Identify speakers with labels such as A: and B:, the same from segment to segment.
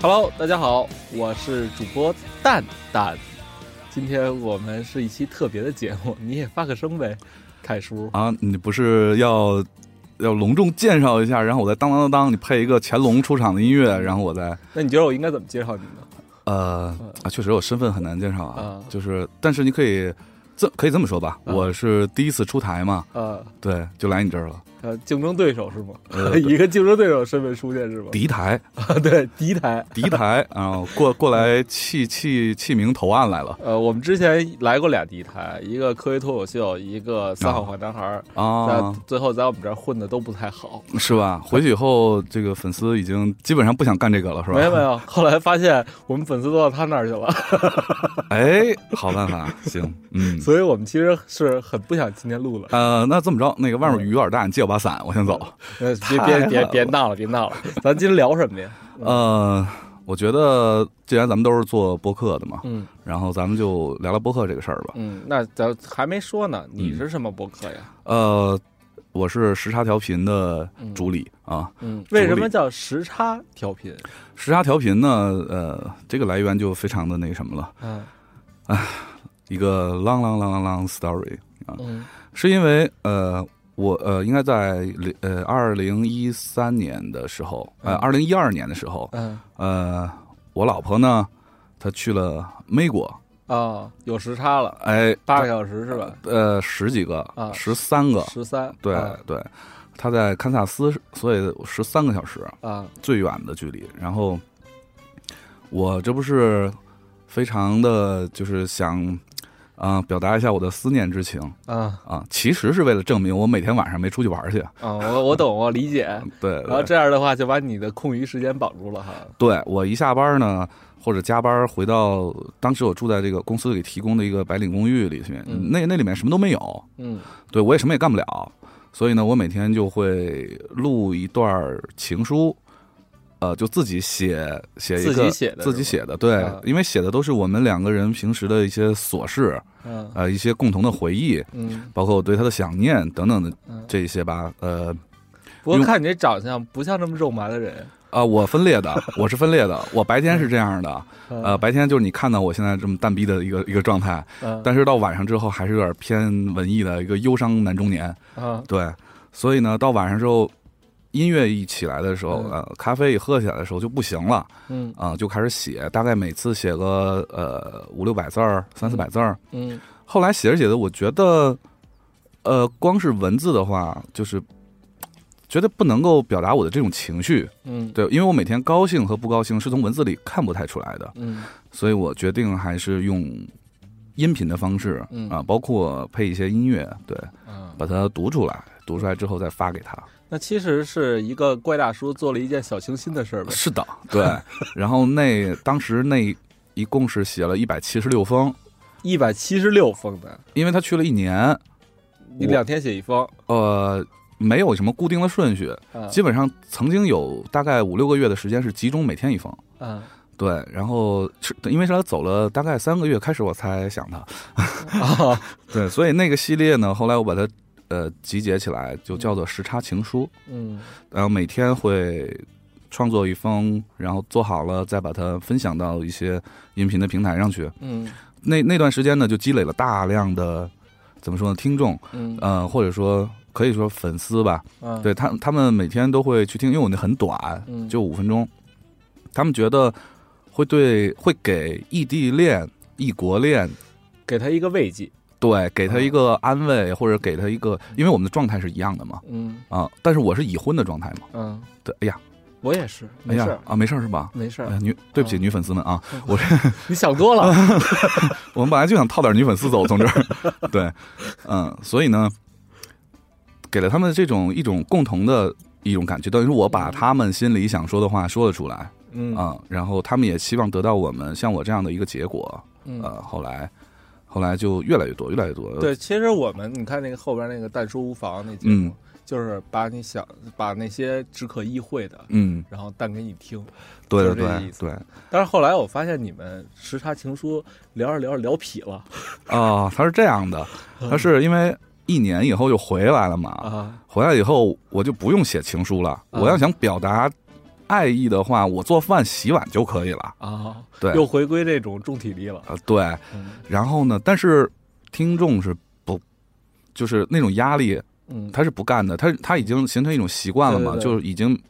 A: Hello，大家好，我是主播蛋蛋。今天我们是一期特别的节目，你也发个声呗，凯叔。
B: 啊，你不是要要隆重介绍一下，然后我再当当当当，你配一个乾隆出场的音乐，然后我再
A: 那你觉得我应该怎么介绍你呢？
B: 呃啊，确实我身份很难介绍啊
A: 啊，
B: 就是但是你可以这可以这么说吧，
A: 啊
B: 我是第一次出台嘛，
A: 呃
B: 对，就来你这儿了，
A: 呃，竞争对手是吗？
B: 呃
A: 以一个竞争对手身份出现 是吗？啊
B: 敌台
A: 对敌台。
B: 敌台啊，过过来弃弃弃明投案来了
A: 呃，我们之前来过俩敌台，一个科学脱口秀，一个三好坏男孩儿，
B: 啊
A: 在，最后在我们这儿混的都不太好。
B: 是吧？回去以后，这个粉丝已经基本上不想干这个了，是吧？
A: 没有没有，后来发现我们粉丝都到他那儿去了，
B: 哎，好办法，行，嗯。
A: 所以我们其实是很不想今天录了。
B: 呃，那这么着，那个外面雨有点大，你借我把伞，我先走。
A: 呃别
B: 太
A: 别
B: 狠
A: 别
B: 了
A: 别闹了，别闹了，咱今天聊什么呀？
B: 呃，我觉得既然咱们都是做播客的嘛，
A: 嗯
B: 然后咱们就聊聊播客这个事儿吧。
A: 嗯，那咱还没说呢，你是什么博客呀？
B: 呃，我是时差调频的主理啊。
A: 嗯，
B: 主
A: 为什
B: 理
A: 么叫时差调频？
B: 时差调频呢，呃，这个来源就非常的那什么了，
A: 嗯
B: 一个 long long long long long story，
A: 嗯
B: 是因为呃。我呃，应该在呃二零一三年的时候，呃
A: 嗯
B: 二零一二年的时候，
A: 嗯
B: 呃，我老婆呢，她去了美国，
A: 哦，有时差了，
B: 哎，
A: 八个小时是吧？
B: 呃，十几个
A: 啊，
B: 十三个，
A: 十三
B: 对
A: 啊
B: 对，他在堪萨斯，所以十三个小时
A: 啊
B: 最远的距离。然后我这不是非常的就是想啊、表达一下我的思念之情
A: 啊
B: 啊，其实是为了证明我每天晚上没出去玩去。
A: 啊！我我懂，我理解。
B: 对，
A: 然后啊
B: 对
A: 这样的话，就把你的空余时间绑住了哈。
B: 对我一下班呢。或者加班回到当时我住在这个公司给提供的一个白领公寓里面，
A: 嗯
B: 那那里面什么都没有，
A: 嗯
B: 对我也什么也干不了，所以呢，我每天就会录一段情书，呃，就自己写写一个
A: 自己写的
B: 自己写的，对，
A: 啊
B: 因为写的都是我们两个人平时的一些琐事，
A: 嗯
B: 呃，一些共同的回忆，
A: 嗯
B: 包括我对他的想念等等的
A: 嗯。
B: 这些吧，呃。
A: 不过
B: 用
A: 看你这长相，不像这么肉麻的人。
B: 啊，我分裂的，我是分裂的。我白天是这样的，呃，
A: 嗯
B: 白天就是你看到我现在这么淡逼的一个一个状态，
A: 嗯
B: 但是到晚上之后还是有点偏文艺的一个忧伤男中年。
A: 啊
B: 对，所以呢，到晚上之后，音乐一起来的时候，
A: 嗯
B: 呃，咖啡一喝起来的时候就不行了
A: 嗯
B: 啊、就开始写，大概每次写个呃五六百字儿、三四百字儿。
A: 嗯
B: 后来写着写着，我觉得，呃，光是文字的话，就是觉得不能够表达我的这种情绪，
A: 嗯
B: 对，因为我每天高兴和不高兴是从文字里看不太出来的，
A: 嗯
B: 所以我决定还是用音频的方式啊、
A: 嗯
B: 包括配一些音乐，对，
A: 嗯。
B: 把它读出来，读出来之后再发给他。
A: 那其实是一个怪大叔做了一件小清新的事儿呗。
B: 是的，对。然后那当时那一共是写了一百七十六封，
A: 一百七十六封的，
B: 因为他去了一年，
A: 你
B: 我
A: 两天写一封，
B: 呃，没有什么固定的顺序，
A: 啊
B: 基本上曾经有大概五六个月的时间是集中每天一封。
A: 啊
B: 对，然后是因为是他走了大概三个月开始，我才想他。
A: 啊，
B: 对，所以那个系列呢，后来我把它呃集结起来，就叫做《时差情书》。
A: 嗯
B: 然后每天会创作一封，然后做好了再把它分享到一些音频的平台上去。
A: 嗯
B: 那那段时间呢，就积累了大量的怎么说呢，听众，
A: 嗯
B: 呃，或者说可以说粉丝吧，
A: 啊，
B: 对他他们每天都会去听，因为我那很短，
A: 嗯
B: 就五分钟，他们觉得会对会给异地恋、异国恋。
A: 给他一个慰藉，
B: 对，给他一个安慰，或者给他一个，因为我们的状态是一样的嘛，
A: 嗯
B: 啊，但是我是已婚的状态嘛，
A: 嗯，
B: 对，哎呀，
A: 我也是，
B: 哎
A: 没事
B: 呀
A: 儿，
B: 啊，没事儿是吧？
A: 没事
B: 哎
A: 儿
B: 呀，，女，对不起，
A: 嗯
B: 女粉丝们啊，
A: 你想多了，
B: 我们本来就想套点女粉丝走，从这儿， 对，嗯，所以呢，给了他们这种一种共同的一种感觉，等于是我把他们心里想说的话说了出来啊、
A: 嗯
B: 然后他们也希望得到我们像我这样的一个结果，
A: 嗯。
B: 呃，后来，后来就越来越多，越来越多，，
A: 对，其实我们你看那个后边那个“淡书无妨”那节目，就是把你想把那些只可意会的，
B: 嗯，
A: 然后但给你听。
B: 对
A: 就
B: 对
A: 是这意
B: 对
A: 思
B: 对，
A: 但是后来我发现你们时差情书聊着聊着聊痞了
B: 哦，他是这样 的，他是因为一年以后就回来了嘛，
A: 啊，
B: 回来以后我就不用写情书了，
A: 啊
B: 我要想表达爱意的话，我做饭洗碗就可以了。
A: 啊，
B: 对，
A: 又回归这种重体力了。
B: 呃，对，
A: 嗯
B: 然后呢，但是听众是不，就是那种压力，
A: 嗯，
B: 他是不干的，他他已经形成一种习惯了嘛，
A: 对对对
B: 就是已经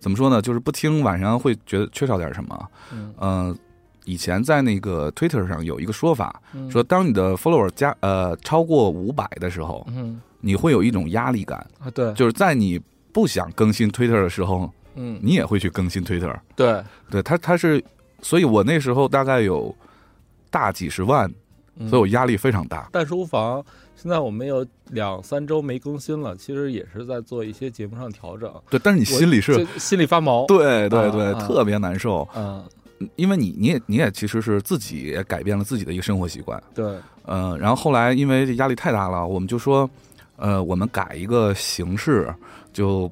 B: 怎么说呢，就是不听晚上会觉得缺少点什么。
A: 嗯
B: 嗯，以前在那个 Twitter 上有一个说法，
A: 嗯
B: 说当你的 follower 加呃超过五百的时候，
A: 嗯
B: 你会有一种压力感，
A: 啊，对，
B: 就是在你不想更新 Twitter 的时候，
A: 嗯
B: 你也会去更新 Twitter。
A: 对，
B: 对他，他是，所以我那时候大概有大几十万，
A: 嗯
B: 所以我压力非常大。
A: 大书房现在我们有两三周没更新了，其实也是在做一些节目上调整，
B: 对，但是你心里是，
A: 就心里发毛。，
B: 对对对，
A: 啊啊
B: 特别难受，
A: 嗯，
B: 因为你你也你也其实是自己也改变了自己的一个生活习惯，
A: 对，
B: 呃，然后后来因为压力太大了，我们就说，呃，我们改一个形式，就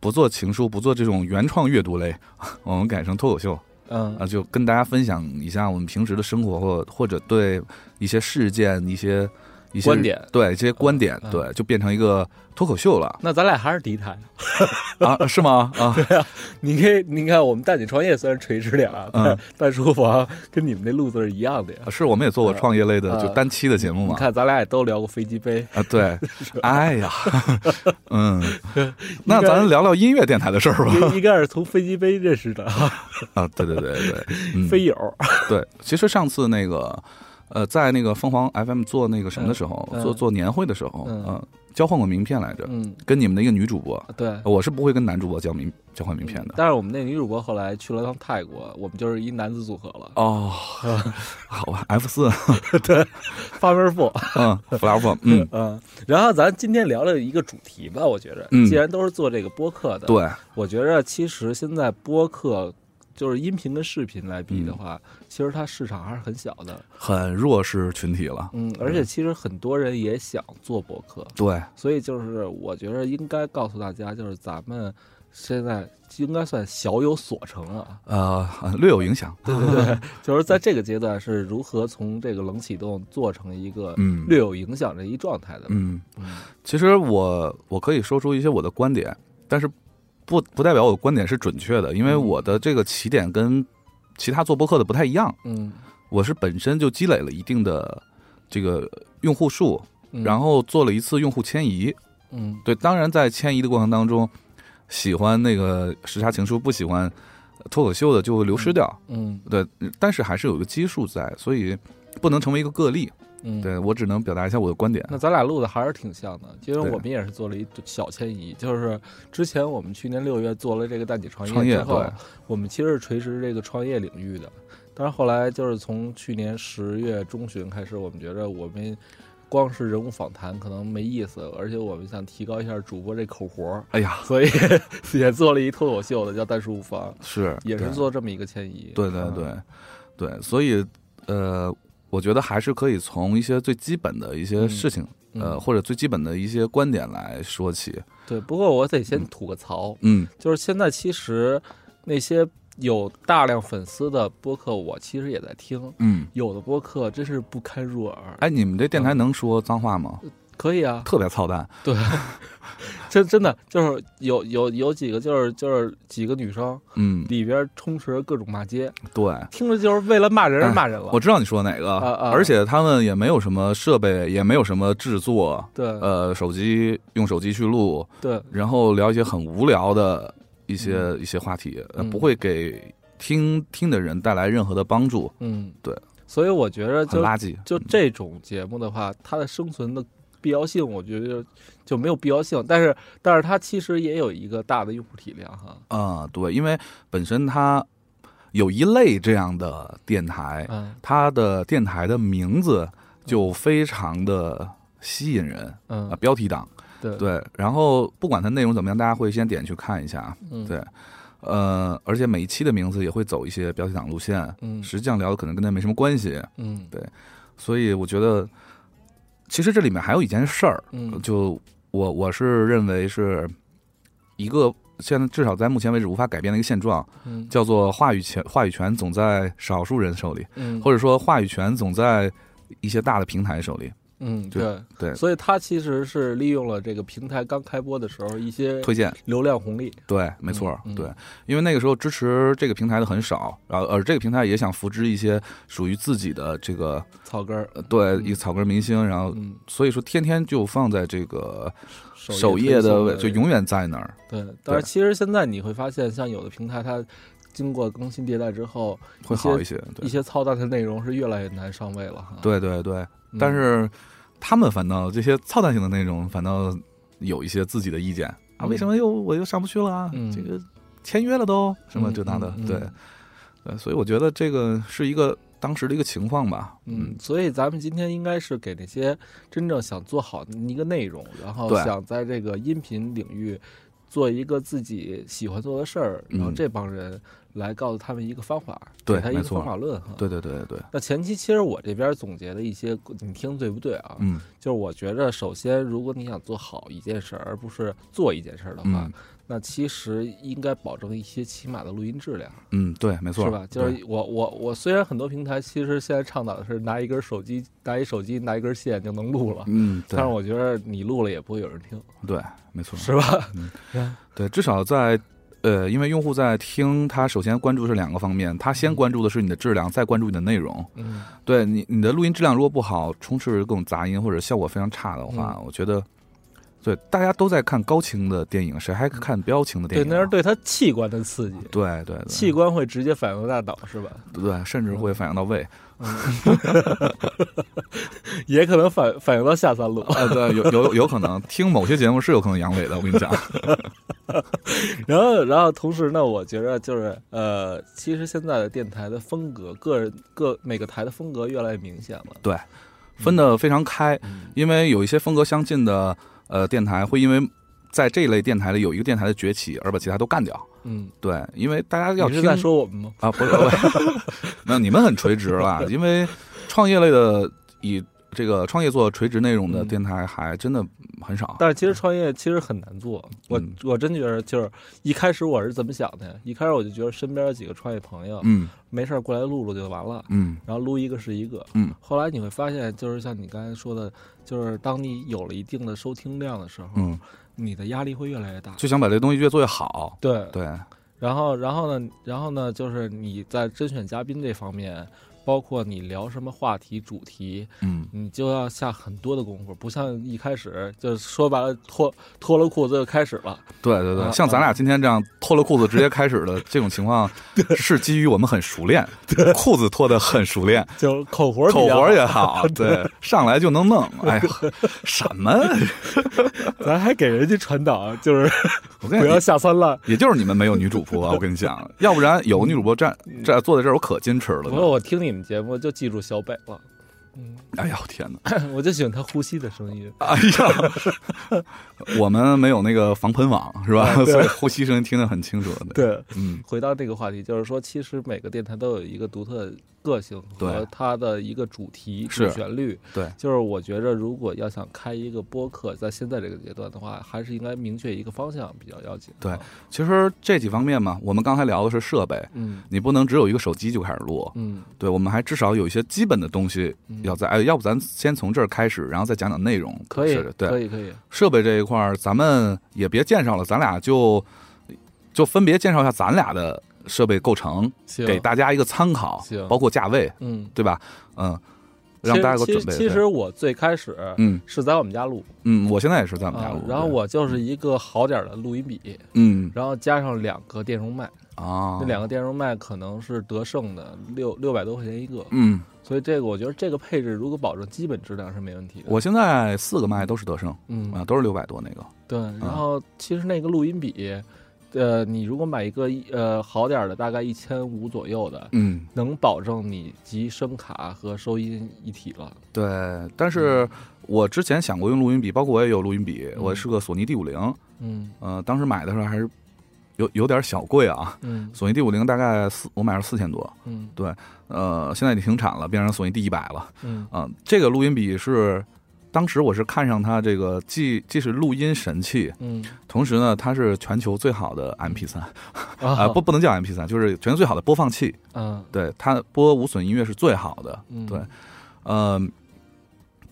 B: 不做情书，不做这种原创阅读类， 我们改成脱口秀啊、
A: 嗯
B: 就跟大家分享一下我们平时的生活或或者对一些事件、一些一些
A: 观点
B: 对这些观点，
A: 嗯嗯
B: 对，就变成一个脱口秀了
A: 那咱俩还是敌台。
B: 啊？是吗？啊，
A: 你可以，你看我们带你创业虽然垂直点啊，
B: 嗯
A: 但但书房跟你们那路子是一样的呀。
B: 是我们也做过创业类的
A: 嗯
B: 就单期的节目
A: 你
B: 嘛？
A: 看，咱俩也都聊过飞机 杯，
B: 啊， 对，哎呀，嗯，那
A: 应该
B: 咱聊聊音乐电台的事儿吧。
A: 应应该是从飞机杯认识的
B: 啊，对对对对，嗯、
A: 飞友。
B: 对，其实上次那个，呃，在那个凤凰 FM 做那个什么的时候，
A: 嗯嗯
B: 做做年会的时候，
A: 嗯
B: 呃交换过名片来着，
A: 嗯，
B: 跟你们的一个女主播，
A: 对。
B: 我是不会跟男主播交名交换名片的。
A: 但是我们那女主播后来去了趟泰国，我们就是一男子组合 了，
B: 哦，好吧，F 四，
A: 发门富。
B: 嗯 f l a p 嗯，
A: 嗯，然后咱今天聊了一个主题吧，我觉着
B: 嗯，
A: 既然都是做这个播客的，，
B: 对，
A: 我觉着其实现在播客就是音频跟视频来比的话，其实它市场还是很小的，
B: 很弱势群体了，
A: 嗯，而且其实很多人也想做播客，
B: 对，
A: 所以就是我觉着应该告诉大家，就是咱们现在应该算小有所成了，
B: 呃，略有影响，
A: 对对对， 就是在这个阶段是如何从这个冷启动做成一个
B: 嗯
A: 略有影响的一状态的，
B: 嗯，
A: 嗯
B: 其实我我可以说出一些我的观点，但是不不代表我的观点是准确的，因为
A: 嗯
B: 我的这个起点跟其他做播客的不太一样。
A: 嗯，
B: 我是本身就积累了一定的这个用户数，
A: 嗯
B: 然后做了一次用户迁移。
A: 嗯
B: 对，当然在迁移的过程当中，喜欢那个时差情书，不喜欢脱口秀的就流失掉。
A: 嗯
B: 对，但是还是有一个基数在，所以不能成为一个个例。
A: 嗯，。
B: 对我只能表达一下我的观点。
A: 那咱俩录的还是挺像的，因为
B: 对啊
A: 我们也是做了一小迁移，就是之前我们去年六月做了这个带你创
B: 创业
A: 之后
B: 对，
A: 我们其实是垂直这个创业领域的，但是后来就是从去年十月中旬开始，我们觉着我们光是人物访谈可能没意思，而且我们想提高一下主播这口活儿，
B: 哎呀，
A: 所以 也做了一脱口秀的叫《单书无妨》，
B: 是
A: 也是
B: 对啊
A: 做这么一个迁移。
B: 对对
A: 嗯
B: 对，对，所以呃，我觉得还是可以从一些最基本的一些
A: 嗯
B: 事情，呃，
A: 嗯
B: 或者最基本的一些观点来说起。
A: 对。不过我得先吐个槽，
B: 嗯
A: 就是现在其实那些有大量粉丝的播客，我其实也在听。
B: 嗯，
A: 有的播客真是不堪入耳，
B: 哎，你们这电
A: 嗯
B: 台能说脏话吗？
A: 可以啊，
B: 特别操蛋。
A: 对，真真的就是有有有几个就是就是几个女生
B: 嗯，
A: 里边充斥着各种骂街，
B: 对，
A: 听着就是为了骂人而
B: 哎
A: 骂人了。
B: 我知道你说哪个，
A: 啊啊
B: 而且他们也没有什么设备，也没有什么制作，
A: 对、
B: 呃，手机用手机去录，
A: 对，
B: 然后聊一些很无聊的一些、一些话题，呃，
A: 嗯
B: 不会给听听的人带来任何的帮助，
A: 嗯
B: 对，
A: 所以我觉着
B: 很
A: 就
B: 垃圾。
A: 就这种节目的话，它的生存的必要性，我觉得就没有必要性。但是但是它其实也有一个大的用户体量哈，
B: 啊、对，因为本身它有一类这样的电台，
A: 嗯
B: 它的电台的名字就非常的吸引人啊、
A: 嗯
B: 标题党
A: 对
B: 对。然后不管它内容怎么样，大家会先点去看一下，啊
A: 嗯
B: 对。呃，而且每一期的名字也会走一些标题党路线，
A: 嗯
B: 实际上聊的可能跟那没什么关系，
A: 嗯
B: 所以我觉得，其实这里面还有一件事儿，
A: 嗯
B: 就我我是认为是一个现在至少在目前为止无法改变的一个现状，
A: 嗯
B: 叫做话语权，话语权总在少数人手里，
A: 嗯
B: 或者说话语权总在一些大的平台手里。
A: 嗯，
B: 就
A: 对
B: 对
A: 所以它其实是利用了这个平台刚开播的时候一些
B: 推荐，
A: 流量红利，
B: 对，没错儿，
A: 嗯嗯
B: 对，因为那个时候支持这个平台的很少，然后而呃这个平台也想扶植一些属于自己的这个
A: 草根儿，
B: 呃对
A: 嗯
B: 一草根明星，然后
A: 嗯，
B: 所以说天天就放在这个首
A: 首
B: 页
A: 推
B: 的
A: 送
B: 位，就永远在那儿，
A: 对。但是其实现在你会发现，像有的平台它经过更新迭代之后，
B: 会
A: 一些
B: 好一些，对
A: 一，些操蛋的内容是越来越难上位了哈。
B: 对对对，
A: 嗯，
B: 但是他们反倒这些操蛋性的内容，反倒有一些自己的意见啊，
A: 嗯
B: 为什么又我又上不去了啊？
A: 嗯
B: 这个签约了都什么
A: 嗯
B: 这那的，
A: 嗯
B: 对
A: 嗯
B: 对，所以我觉得这个是一个当时的一个情况吧，
A: 嗯，所以咱们今天应该是给那些真正想做好一个内容，然后
B: 对
A: 想在这个音频领域做一个自己喜欢做的事儿，
B: 嗯
A: 然后这帮人来告诉他们一个方法，
B: 对
A: 给他一
B: 没
A: 个
B: 错
A: 方法论哈。。
B: 对对对对对，
A: 那前期其实我这边总结的一些，你听对不对啊？
B: 嗯
A: 就是我觉着，首先，如果你想做好一件事儿，而不是做一件事儿的话，
B: 嗯
A: 那其实应该保证一些起码的录音质量，
B: 嗯，对，没错，
A: 是吧？就
B: 对
A: 是我我我虽然很多平台其实现在倡导的是拿一根手机，拿一手机，拿一根线就能录了，
B: 嗯，对
A: 但是我觉得你录了也不会有人听，
B: 对，没错，
A: 是吧？
B: 对，至少在。呃，因为用户在听，他首先关注是两个方面，他先关注的是你的质量，再关注你的内容。
A: 嗯
B: 对你，你的录音质量如果不好，充斥着各种杂音或者效果非常差的话，
A: 嗯
B: 我觉得，对大家都在看高清的电影，谁还看标清的电
A: 对，
B: 影
A: 那
B: 啊？
A: 是对他器官的刺激，
B: 对对对
A: 器官会直接反映到大脑，是吧？
B: 对，
A: 嗯
B: 甚至会反映到胃
A: 也可能反反映到下三路。
B: 啊，对，有有有可能听某些节目是有可能阳痿的，我跟你讲，
A: 然后，然后同时呢，我觉着就是呃，其实现在的电台的风格，个人各每个台的风格越来越明显了。
B: 分得非常开，
A: 嗯
B: 因为有一些风格相近的呃电台会因为在这一类电台里有一个电台的崛起而把其他都干掉，
A: 嗯，
B: 对，因为大家要
A: 你
B: 听
A: 是在说我们吗？
B: 啊，不是，不是 没有，你们很垂直了，因为创业类的以这个创业做垂直内容的
A: 嗯
B: 电台还真的很少。
A: 但是其实创业其实很难做，我、
B: 嗯
A: 我真觉得就是一开始我是怎么想的呀？一开始我就觉得身边有几个创业朋友、
B: 嗯
A: 没事儿过来录录就完了，
B: 嗯
A: 然后撸一个是一个。
B: 嗯，
A: 后来你会发现，就是像你刚才说的，就是当你有了一定的收听量的时候，
B: 嗯，
A: 你的压力会越来越大。
B: 就想把这东西越做越好。
A: 对
B: 对，
A: 然后，然后呢，然后呢，就是你在甄选嘉宾这方面，包括你聊什么话题、主题，
B: 嗯，
A: 你就要下很多的功夫，不像一开始就说白了脱脱了裤子就开始了。
B: 对对对，
A: 啊
B: 像咱俩今天这样脱了裤子直接开始的 这种 情况，是基于我们很熟练，裤子脱的很 熟练，
A: 就是口活儿比
B: 口
A: 较
B: 活
A: 好
B: 儿 也好，对，上来就能弄。哎呀，什么？
A: 咱还给人家传导，就是
B: 我跟
A: 不
B: 你
A: 要下三滥。
B: 也就是你们没有女主播，我跟 你讲，要不然有个女主播站这坐在这儿，我可矜持
A: 嗯不
B: 了。
A: 过我听你们节目就记住小北了， 嗯，
B: 哎呀，我天哪！
A: 我就喜欢他呼吸的声音。
B: 哎呀， 我们没有那个防喷网是吧？
A: 啊对
B: 所以呼吸声音听得很清楚。，
A: 对，
B: 嗯，
A: 回到这个话题，就是说，其实每个电台都有一个独特的个性和
B: 对
A: 它的一个主题、
B: 是
A: 主旋律。
B: 对，
A: 就是我觉着，如果要想开一个播客，在现在这个阶段的话，还是应该明确一个方向比较要紧。啊
B: 对，其实这几方面嘛，我们刚才聊的是设备，
A: 嗯
B: 你不能只有一个手机就开始录。
A: 嗯，
B: 对，我们还至少有一些基本的东西
A: 嗯
B: 要在。哎，要不咱先从这儿开始，然后再讲讲内容。
A: 可以
B: 是，
A: 可
B: 对
A: 以，可以。
B: 设备这一块儿，咱们也别介绍了，咱俩就就分别介绍一下咱俩的设备构成，
A: 行，
B: 给大家一个参考
A: 行，
B: 包括价位，
A: 嗯，
B: 对吧？嗯，
A: 其实
B: 让大家有个
A: 其实
B: 准备。
A: 其
B: 对
A: 实我最开始
B: 嗯
A: 是在我们家录
B: 嗯，我现在也是在我们家
A: 啊
B: 录，，
A: 然后
B: 对
A: 我就是一个好点儿的录音笔，
B: 嗯
A: 然后加上两个电容麦，
B: 啊
A: 那两个电容麦可能是德胜的，六六百多块钱一个。
B: 嗯，
A: 所以这个我觉得这个配置如果保证基本质量是没问题的。
B: 我现在四个麦都是德胜啊，
A: 嗯，
B: 都是六百多那个，
A: 对。然后其实那个录音笔，呃，你如果买一个一呃好点儿的，大概一千五左右的，
B: 嗯，
A: 能保证你集声卡和收音一体了。
B: 对。但是我之前想过用录音笔，包括我也有录音笔，
A: 嗯
B: 我是个索尼 D 五零，
A: 嗯
B: 呃，当时买的时候还是有有点小贵啊，
A: 嗯
B: 索尼 D 五零大概四，我买了四千多，
A: 嗯
B: 呃，现在已经停产了，变成索尼 D 一百了，
A: 嗯
B: 嗯、这个录音笔是。当时我是看上它这个既既是录音神器，
A: 嗯
B: 同时呢，它是全球最好的 MP 三，啊、
A: 啊
B: 不不能叫 MP 三，就是全球最好的播放器，
A: 嗯
B: 对它播无损音乐是最好的，
A: 嗯
B: 对，嗯、呃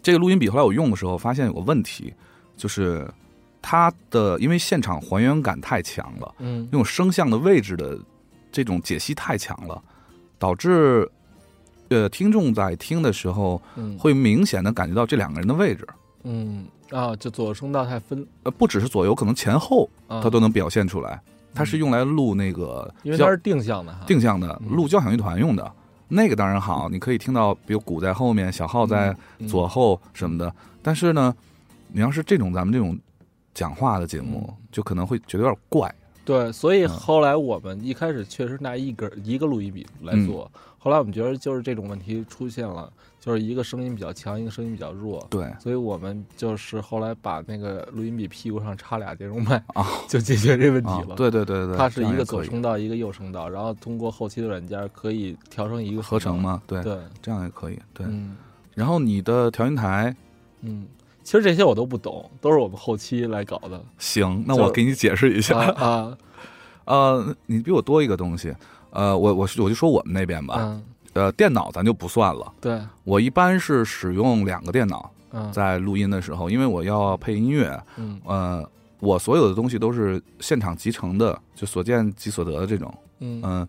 B: 这个录音笔后来我用的时候发现有个问题，就是它的因为现场还原感太强了，
A: 嗯
B: 那种声像的位置的这种解析太强了，导致呃听众在听的时候
A: 嗯
B: 会明显的感觉到这两个人的位置，
A: 嗯啊，就左右声道太分，
B: 呃，不只是左右，可能前后
A: 啊、
B: 它都能表现出来。它是用来录那个
A: 因为
B: 交
A: 它是定向的哈，
B: 定向的，
A: 嗯
B: 录交响乐团用的。那个当然好，你可以听到，比如鼓在后面，小号在
A: 嗯
B: 左后什么的。但是呢，你要是这种咱们这种讲话的节目，
A: 嗯
B: 就可能会觉得有点怪。
A: 对，所以
B: 嗯
A: 后来我们一开始确实拿一根一个录音笔来
B: 嗯
A: 做，后来我们觉得就是这种问题出现了，就是一个声音比较强，一个声音比较弱，
B: 对，
A: 所以我们就是后来把那个录音笔屁股上插俩电容麦
B: 啊，
A: 就解决这问题
B: 啊
A: 了。，
B: 对对对对，
A: 它是一
B: 这样
A: 个
B: 也可
A: 左
B: 以
A: 声道，一个右声道，然后通过后期的软件可以调成一个
B: 合成
A: 嘛？
B: 嘛，对，
A: 嗯对，
B: 这样也可以。对，
A: 嗯
B: 然后你的调音台
A: 嗯，其实这些我都不懂，都是我们后期来搞 的。
B: 行，那
A: 就
B: 我给你解释一下。
A: 啊啊，
B: 呃，你比我多一个东西。呃，我我是我就说我们那边吧。
A: 嗯，
B: 呃，电脑咱就不算了。
A: 对，
B: 我一般是使用两个电脑，
A: 嗯
B: 在录音的时候，因为我要配音乐，
A: 嗯
B: 呃，我所有的东西都是现场集成的，就所见即所得的这种，
A: 嗯
B: 嗯、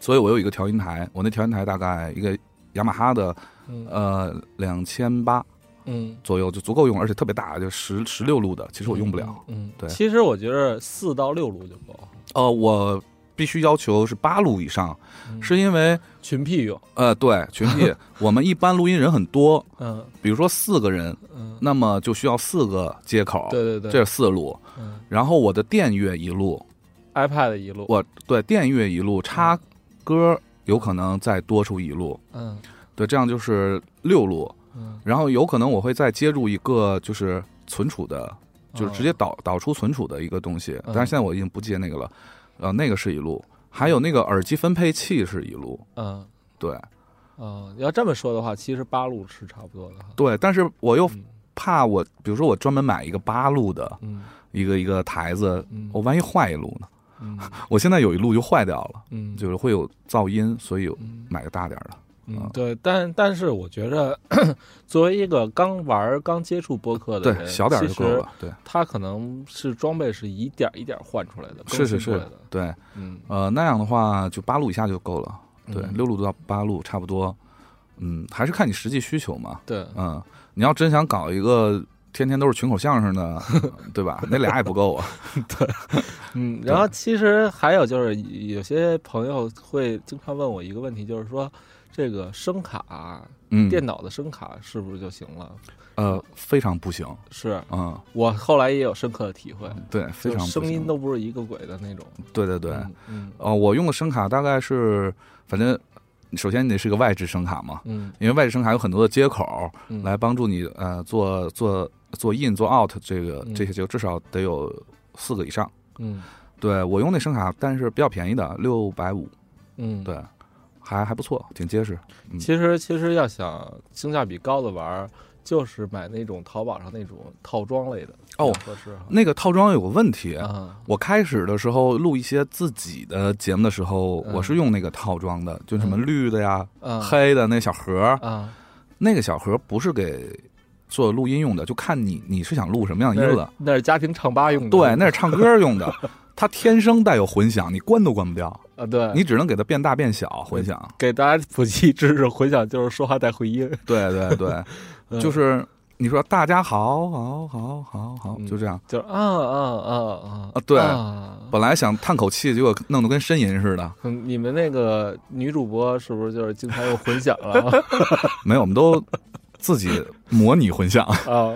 B: 所以我有一个调音台，我那调音台大概一个雅马哈的，
A: 嗯
B: 呃，两千八
A: 嗯，
B: 左右就足够用，而且特别大，就十十六路的，其实我用不了，
A: 嗯。嗯，
B: 对
A: 其实我觉得四到六路就够，
B: 呃，我必须要求是八路以上，
A: 嗯
B: 是因为，
A: 群 P 用。
B: 呃，对，群 体我们一般录音人很多，
A: 嗯
B: 比如说四个人，
A: 嗯，
B: 那么就需要四个接口，
A: 对对对，
B: 这是四路，
A: 嗯
B: 然后我的电乐一路。
A: iPad 一路，
B: 我对电乐一路插歌，有可能再多出一路，
A: 嗯
B: 对，这样就是六路，
A: 嗯，
B: 然后有可能我会再接入一个就是存储的，就是直接
A: 哦
B: 导导出存储的一个东西，
A: 嗯
B: 但是现在我已经不接那个了，呃，那个是一路，还有那个耳机分配器是一路，
A: 嗯
B: 对
A: 嗯，要这么说的话，其实八路是差不多的哈。
B: 对，但是我又
A: 嗯
B: 怕我，比如说我专门买一个八路的
A: 嗯
B: 一个一个台子，
A: 嗯，
B: 我万一坏一路呢？
A: 嗯
B: 我现在有一路就坏掉了，
A: 嗯
B: 就是会有噪音，所以
A: 嗯
B: 买个大点儿的。
A: 嗯
B: 啊
A: 对，但但是我觉着， 作为一个刚玩儿刚接触播客的
B: 对，
A: 人，
B: 小点儿
A: 其
B: 就够
A: 实
B: 了。对，
A: 他可能是装备是一点儿一点儿换出来的，
B: 是是
A: 更新出来
B: 是
A: 的，
B: 对，
A: 嗯，
B: 呃，那样的话就八路以下就够了，对，
A: 嗯
B: 六路到八路差不多，嗯，还是看你实际需求嘛，
A: 对，
B: 嗯，你要真想搞一个天天都是群口相声的，对吧？那俩也不够啊，
A: 嗯，然后其实还有就是，有些朋友会经常问我一个问题，就是说这个声卡，
B: 嗯，
A: 电脑的声卡是不是就行了？
B: 呃，非常不行，
A: 是
B: 嗯，
A: 我后来也有深刻的体会，
B: 对，非
A: 就
B: 常不
A: 声音
B: 行
A: 都不是一个轨的那种。
B: 对对对，
A: 嗯嗯
B: 呃，我用的声卡大概是，反正首先你得是个外置声卡嘛。
A: 嗯
B: 因为外置声卡有很多的接口
A: 嗯，
B: 来帮助你呃做做做 in 做 out 这个
A: 嗯
B: 这些就至少得有四个以上。
A: 嗯
B: 对我用那声卡，但是比较便宜的，六百五，
A: 嗯，。
B: 对，还还不错，挺结实。嗯
A: 其实其实要想性价比高的玩儿，就是买那种淘宝上那种套装类的
B: 哦
A: 比较合适哈。
B: 那个套装有个问题，
A: 啊，
B: 我开始的时候录一些自己的节目的时候，
A: 嗯
B: 我是用那个套装的，就什么
A: 嗯
B: 绿的呀、
A: 嗯
B: 黑的那小盒儿，
A: 啊，
B: 那个小盒儿不是给做录音用的，就看你你是想录什么样的
A: 那
B: 音
A: 是
B: 了。
A: 那是家庭唱吧用的。
B: 对，那是唱歌用的，它天生带有混响，你关都关不掉，
A: 啊，对，
B: 你只能给它变大变小混响。
A: 给大家普及知识，混响就是说话带回音。
B: 对对对，
A: 嗯
B: 就是你说大家好，好，好，好，好，
A: 嗯
B: 就这样。
A: 就是啊啊啊啊
B: 啊对
A: 啊
B: 本来想叹口气，结果弄得跟呻吟似的。
A: 嗯你们那个女主播是不是就是经常用混响 了
B: 没有，我们都自己模拟混响。
A: 啊？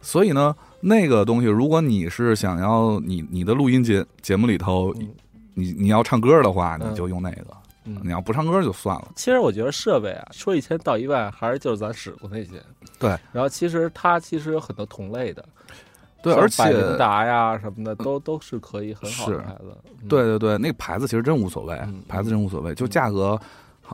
B: 所以呢，那个东西，如果你是想要你你的录音节节目里头，
A: 嗯
B: 你你要唱歌的话，
A: 嗯
B: 你就用那个；
A: 嗯
B: 你要不唱歌就算了。
A: 其实我觉得设备啊，说一千道一万，还是就是咱使过那些。
B: 对，
A: 然后其实它其实有很多同类的，
B: 对，
A: 像
B: 而且
A: 百灵达呀什么的，都都嗯是可以很好的
B: 是
A: 牌子。嗯
B: 对，对对，那个牌子其实真无所谓
A: 嗯，
B: 牌子真无所谓，就价格，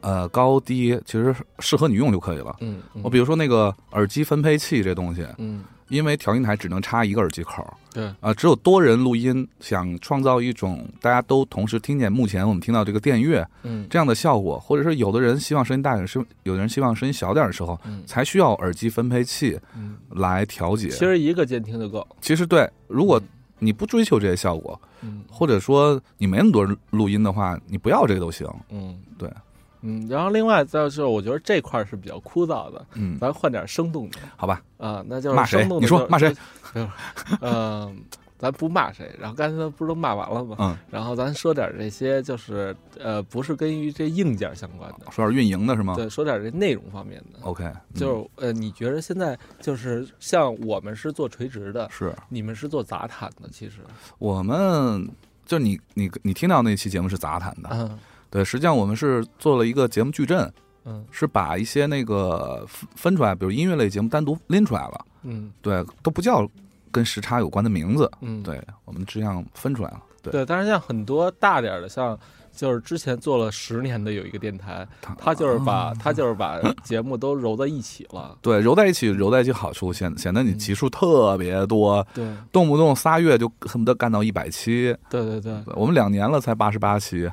B: 呃，高低其实适合你用就可以了。
A: 嗯，
B: 我比如说那个耳机分配器这东西，
A: 嗯
B: 因为调音台只能插一个耳机口儿，
A: 对，
B: 啊，只有多人录音，想创造一种大家都同时听见目前我们听到这个电乐
A: 嗯，
B: 这样的效果，或者是有的人希望声音大点儿，声有的人希望声音小点儿的时候，
A: 嗯
B: 才需要耳机分配器
A: 嗯
B: 来调节。
A: 其实嗯一个监听就够。
B: 其实对，如果你不追求这些效果，
A: 嗯
B: 或者说你没那么多人录音的话，你不要这个都行。
A: 嗯，
B: 对，
A: 嗯，然后另外再就是，我觉得这块儿是比较枯燥的，
B: 嗯，
A: 咱换点生动的
B: 好吧，
A: 啊，那就是
B: 骂谁
A: 生动的
B: 你说
A: 就
B: 骂谁？
A: 没有呃，咱不骂谁。然后刚才不是都骂完了吗？
B: 嗯，
A: 然后咱说点这些，就是呃，不是跟于这硬件相关的，
B: 说点运营的是吗
A: 对，说点这内容方面的。
B: ？OK，嗯
A: 就是呃，你觉得现在就是像我们是做垂直的，
B: 是
A: 你们是做杂谈的，其
B: 啊
A: 实，
B: 我们。就你你你听到那期节目是杂谈的，
A: 嗯
B: 对，实际上我们是做了一个节目矩阵，
A: 嗯
B: 是把一些那个分分出来，比如音乐类节目单独拎出来了，
A: 嗯
B: 对，都不叫跟时差有关的名字，
A: 嗯，
B: 对我们这样分出来了。对，
A: 对。但是像很多大点儿的，像就是之前做了十年的有一个电台，
B: 它啊
A: 他就是 把他就是把节目都揉在一起了，
B: 对揉在一起，揉在一起好处显显得你
A: 嗯
B: 集数特别多，
A: 对
B: 动不动仨月就恨不得干到一百期。
A: 对对对。
B: 我们两年了才八十八期，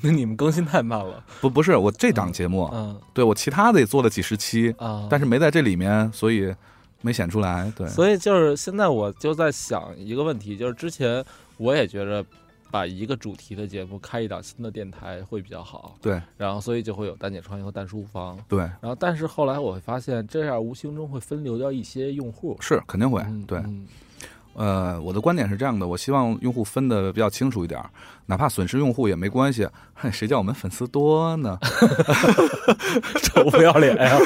A: 那 你们更新太慢了，
B: 不不是我这档节目，
A: 嗯
B: 对我其他的也做了几十期，
A: 啊，
B: 但是没在这里面，所以没显出来。对，
A: 所以就是现在我就在想一个问题，就是之前我也觉着把一个主题的节目开一档新的电台会比较好，
B: 对
A: 然后所以就会有蛋姐创业和蛋书房，
B: 对
A: 然后但是后来我会发现这样无形中会分流掉一些用户，
B: 是肯定会
A: 嗯
B: 对。
A: 嗯
B: 呃，我的观点是这样的，我希望用户分的比较清楚一点儿，哪怕损失用户也没关系。嘿谁叫我们粉丝多呢？
A: 臭不要脸呀，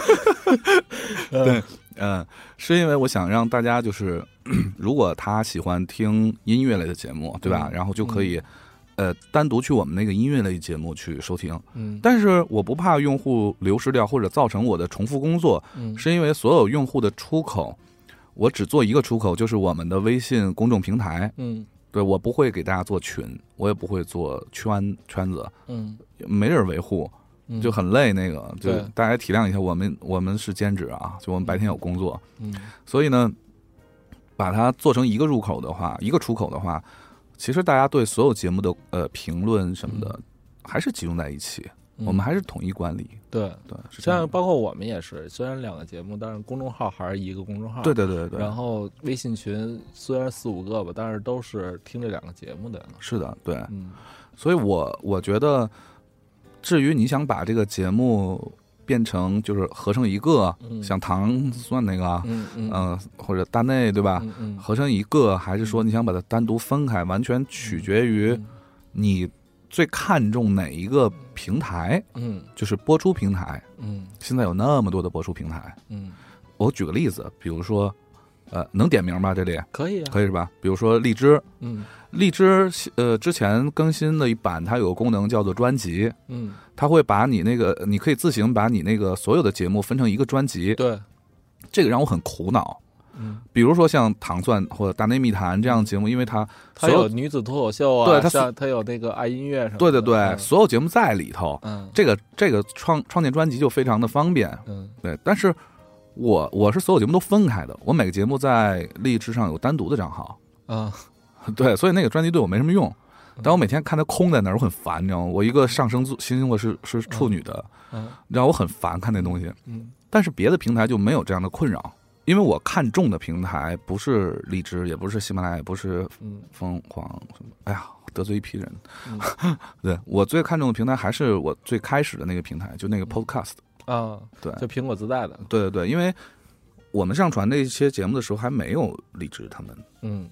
A: 对，
B: 嗯、是因为我想让大家就是， 如果他喜欢听音乐类的节目，对吧？
A: 嗯
B: 然后就可以，呃，单独去我们那个音乐类节目去收听。
A: 嗯，
B: 但是我不怕用户流失掉或者造成我的重复工作，
A: 嗯
B: 是因为所有用户的出口，我只做一个出口，就是我们的微信公众平台。
A: 嗯
B: 对我不会给大家做群，我也不会做圈圈子，
A: 嗯
B: 没人维护
A: 嗯，
B: 就很累。那个就
A: 对
B: 大家体谅一下，我们我们是兼职啊，就我们白天有工作，
A: 嗯
B: 所以呢，把它做成一个入口的话，一个出口的话，其实大家对所有节目的呃评论什么的，还是集中在一起，
A: 嗯
B: 我们还是统一管理。
A: 对。
B: 对，是这
A: 像
B: 样的。
A: 包括我们也是，虽然两个节目，但是公众号还是一个公众号。
B: 对对对对
A: 然
B: 对，
A: 后微信群虽然四五个吧，但是都是听这两个节目的。
B: 是的，对。
A: 嗯
B: 所以我我觉得，至于你想把这个节目变成就是合成一个，
A: 嗯
B: 像糖蒜那个啊，
A: 嗯嗯
B: 嗯、或者大内对吧？
A: 嗯嗯，
B: 合成一个，还是说你想把它单独分开，完全取决于
A: 嗯
B: 你最看重哪一个平台，
A: 嗯
B: 就是播出平台。
A: 嗯
B: 现在有那么多的播出平台，
A: 嗯，
B: 我举个例子，比如说，呃，能点名吗？这里
A: 可以啊，
B: 可以是吧？比如说荔枝，
A: 嗯
B: 荔枝呃之前更新的一版，它有个功能叫做专辑，
A: 嗯，
B: 它会把你那个，你可以自行把你那个所有的节目分成一个专辑，
A: 对，
B: 这个让我很苦恼。
A: 嗯，
B: 比如说像《糖蒜》或者《大内密谈》这样的节目，因为它
A: 它
B: 所
A: 有
B: 有
A: 女子脱口秀啊，
B: 对它
A: 像它有那个爱音乐什么的。
B: 对对对，
A: 嗯
B: 所有节目在里头，
A: 嗯
B: 这个这个创创建专辑就非常的方便。
A: 嗯
B: 对，但是我我是所有节目都分开的，我每个节目在荔枝上有单独的账号，
A: 啊，
B: 对，所以那个专辑对我没什么用
A: 嗯。
B: 但我每天看它空在那儿，我很烦，你知道吗？我一个上升座星座是是处女的，
A: 嗯
B: 让我很烦看那东西。
A: 嗯
B: 但是别的平台就没有这样的困扰，因为我看中的平台不是荔枝，也不是喜马拉雅，也不是
A: 嗯
B: 凤凰什么。哎呀，得罪一批人。
A: 嗯
B: 对我最看重的平台还是我最开始的那个平台，就那个
A: 嗯
B: Podcast。
A: 啊，
B: 对
A: 就苹果自带的，
B: 对对对，因为我们上传那些节目的时候还没有荔枝他们。
A: 嗯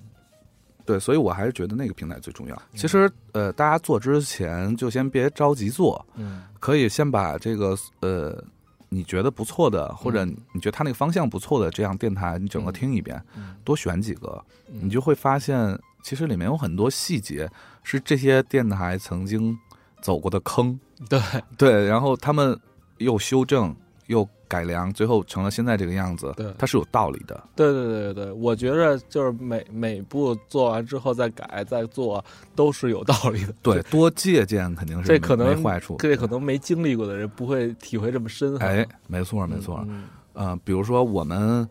B: 对，所以我还是觉得那个平台最重要。其实，呃，大家做之前就先别着急做，
A: 嗯
B: 可以先把这个呃你觉得不错的，或者
A: 嗯
B: 你觉得它那个方向不错的这样电台，你整个
A: 嗯
B: 听一遍，
A: 嗯，
B: 多选几个，
A: 你
B: 你就会发现其实里面有很多细节是这些电台曾经走过的坑，
A: 对
B: 对，然后他们又修正又改良，最后成了现在这个样子
A: 对，
B: 它是有道理的。
A: 对对对对对，我觉着就是每每步做完之后再改再做都是有道理的。
B: 对，多借鉴肯定是
A: 这
B: 没
A: 可能
B: 没坏处，
A: 这可能没经历过的人不会体会这么深哈。
B: 哎哎，没错没错，
A: 嗯，
B: 呃，比如说我们，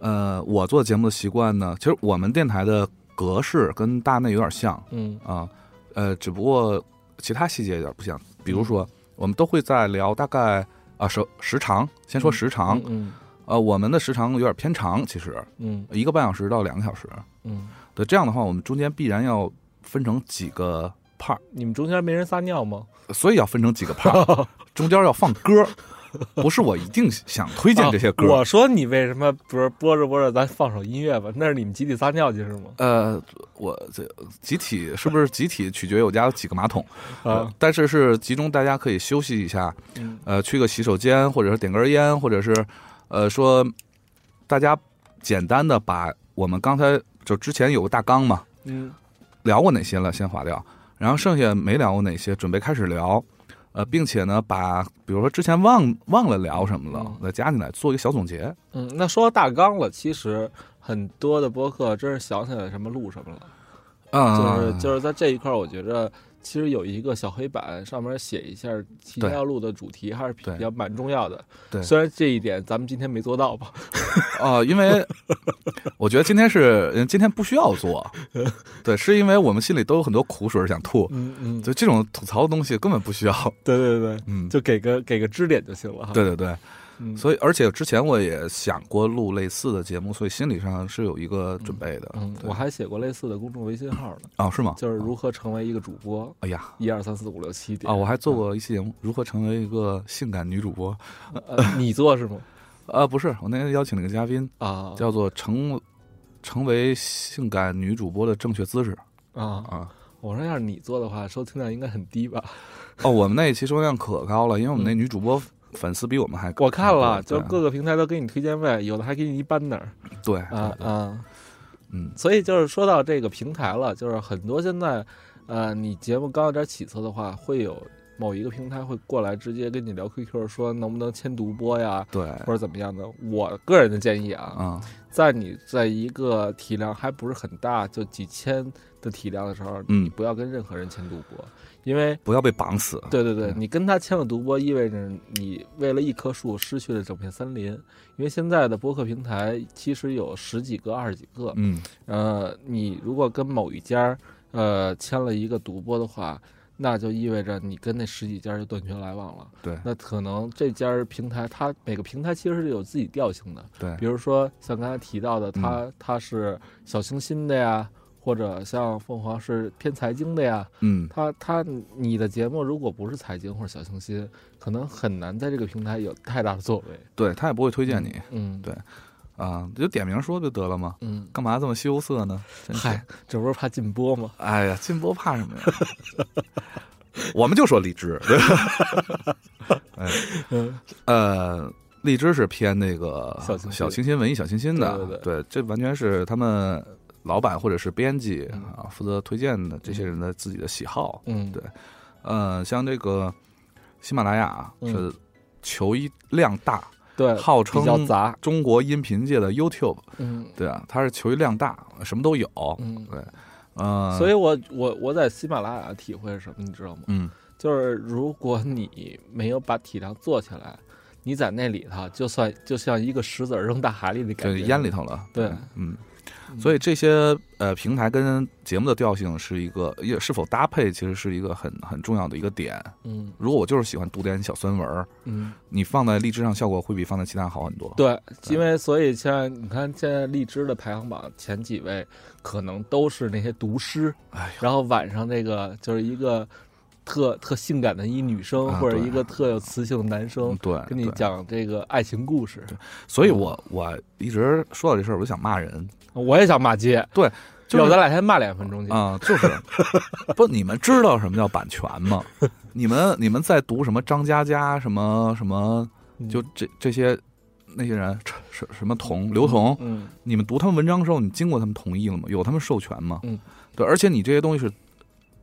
B: 呃，我做节目的习惯呢，其实我们电台的格式跟大内有点像
A: 嗯
B: 啊、呃，只不过其他细节有点不像。比如说，我们都会在聊大概啊时时长，先说时长，
A: 嗯
B: 呃，我们的时长有点偏长，其实
A: 嗯
B: 一个半小时到两个小时。
A: 嗯，
B: 对，这样的话，我们中间必然要分成几个 part，
A: 你们中间没人撒尿吗？
B: 所以要分成几个 part，中间要放歌。不是我一定想推荐这些歌，
A: 啊我说你为什么不是播着播着咱放首音乐吧？那是你们集体撒尿去是吗？
B: 呃，我这集体是不是集体取决于我家有几个马桶，
A: 啊
B: 呃，但是是集中大家可以休息一下，
A: 嗯
B: 呃，去个洗手间，或者是点根烟，或者是呃说大家简单的把我们刚才就之前有个大纲嘛，
A: 嗯
B: 聊过哪些了先划掉，然后剩下没聊过哪些，准备开始聊。呃，并且呢，把比如说之前忘忘了聊什么了
A: 嗯，
B: 再加进来做一个小总结。
A: 嗯，那说到大纲了，其实很多的播客真是想起来什么录什么了。
B: 啊
A: 就是就是在这一块，儿，我觉着其实有一个小黑板，上面写一下今天
B: 对
A: 要录的主题，还是比
B: 对
A: 较蛮重要的。
B: 对
A: 虽然这一点咱们今天没做到吧，
B: 哦，因 为我觉得今天是嗯今天不需 要做，对，是因为我们心里都有很多苦水想吐，
A: 嗯 嗯，
B: 就这种吐槽的东西根本不需要。
A: 对对对，
B: 嗯，
A: 就给个给个支点就行了哈。
B: 对对对，
A: 嗯，
B: 所以而且之前我也想过录类似的节目，所以心理上是有一个准备的。
A: 嗯，
B: 对
A: 我还写过类似的公众微信号呢，
B: 哦，是吗？
A: 就是如何成为一个主播，
B: 哎呀。
A: 一二三四五六七点
B: 啊，我还做过一期节目，如何成为一个性感女主播？
A: 呃你做是吗？
B: 呃，不是，我那天邀请了一个嘉宾，
A: 啊
B: 叫做成成为性感女主播的正确姿势
A: 啊！
B: 啊。
A: 我说要是你做的话，收听量应该很低吧？
B: 哦，我们那一期收听量可高了，因为我们那女主播粉丝比我们还
A: 嗯我看了，
B: 对
A: 就各个平台都给你推荐位，有的还给你一 banner
B: 对
A: 啊啊！
B: 嗯
A: 所以就是说到这个平台了，就是很多现在，呃，你节目刚有点起色的话，会有某一个平台会过来直接跟你聊 QQ，说能不能签独播呀，
B: 对
A: 或者怎么样的。我个人的建议啊，
B: 啊
A: 在你在一个体量还不是很大，就几千的体量的时候，
B: 嗯，
A: 不要跟任何人签独播，因为
B: 不要被绑死。
A: 对对对，
B: 嗯
A: 你跟他签了独播，意味着你为了一棵树失去了整片森林。因为现在的播客平台其实有十几个、二十几个，
B: 嗯
A: 呃，你如果跟某一家儿呃签了一个独播的话，那就意味着你跟那十几家儿就断绝来往了。
B: 对
A: 那可能这家儿平台，它每个平台其实是有自己调性的，
B: 对
A: 比如说像刚才提到的，它、
B: 嗯
A: 它是小清新的呀，或者像凤凰是偏财经的呀，
B: 嗯
A: 他他你的节目如果不是财经或者小清新，可能很难在这个平台有太大的作为。
B: 对，他也不会推荐你
A: 嗯，
B: 对啊，就点名说就得了嘛，
A: 嗯，
B: 干嘛这么羞涩呢？真是，
A: 嗨，这不是怕禁播吗？
B: 哎呀，金波怕 什么呀？我们就说荔枝，对吧？ 哎
A: 嗯
B: 呃，荔枝是偏那个
A: 小清新
B: 小清新、文艺小清新的，
A: 对对
B: 这完全是他们老板或者是编辑
A: 嗯
B: 啊负责推荐的这些人的自己的喜好。
A: 嗯，
B: 对呃，像这个喜马拉雅啊
A: 嗯
B: 是求一量大，
A: 对，
B: 号
A: 比较
B: 称
A: 杂。
B: 中国音频界的 YouTube，
A: 嗯
B: 对啊，它是求一量大，什么都有。
A: 嗯，
B: 呃，
A: 所
B: 以
A: 以我我我在喜马拉雅的体会是什么，你知道吗？
B: 嗯，
A: 就是如果你没有把体量做起来，你在那里头就算就像一个石子儿扔大海里的感
B: 就
A: 觉，
B: 烟里头了。
A: 对，
B: 嗯。所以这些呃平台跟节目的调性是一个，也是否搭配，其实是一个很很重要的一个点。
A: 嗯
B: 如果我就是喜欢读点小酸文儿，
A: 嗯。
B: 你放在荔枝上效果会比放在其他好很多。
A: 对，
B: 对
A: 因为所以现在你看，现在荔枝的排行榜前几位可能都是那些毒师，
B: 哎呀，
A: 然后晚上那个就是一个特特性感的一女生，
B: 啊
A: 或者
B: 对
A: 一个特有磁性的男生
B: 嗯，对，
A: 跟你
B: 对，
A: 讲这个爱情故事。
B: 所以我我一直说到这事儿，我就想骂人，
A: 我也想骂街，
B: 就是
A: 有咱俩先骂两分钟去。
B: 啊、就是 不，你们知道什么叫版权吗？你们你们在读什么张嘉佳什么什么，
A: 嗯
B: 就这这些那些人，什什么同刘同，
A: 嗯
B: 你们读他们文章的时候，你经过他们同意了吗？有他们授权吗？
A: 嗯，
B: 对，而且你这些东西是，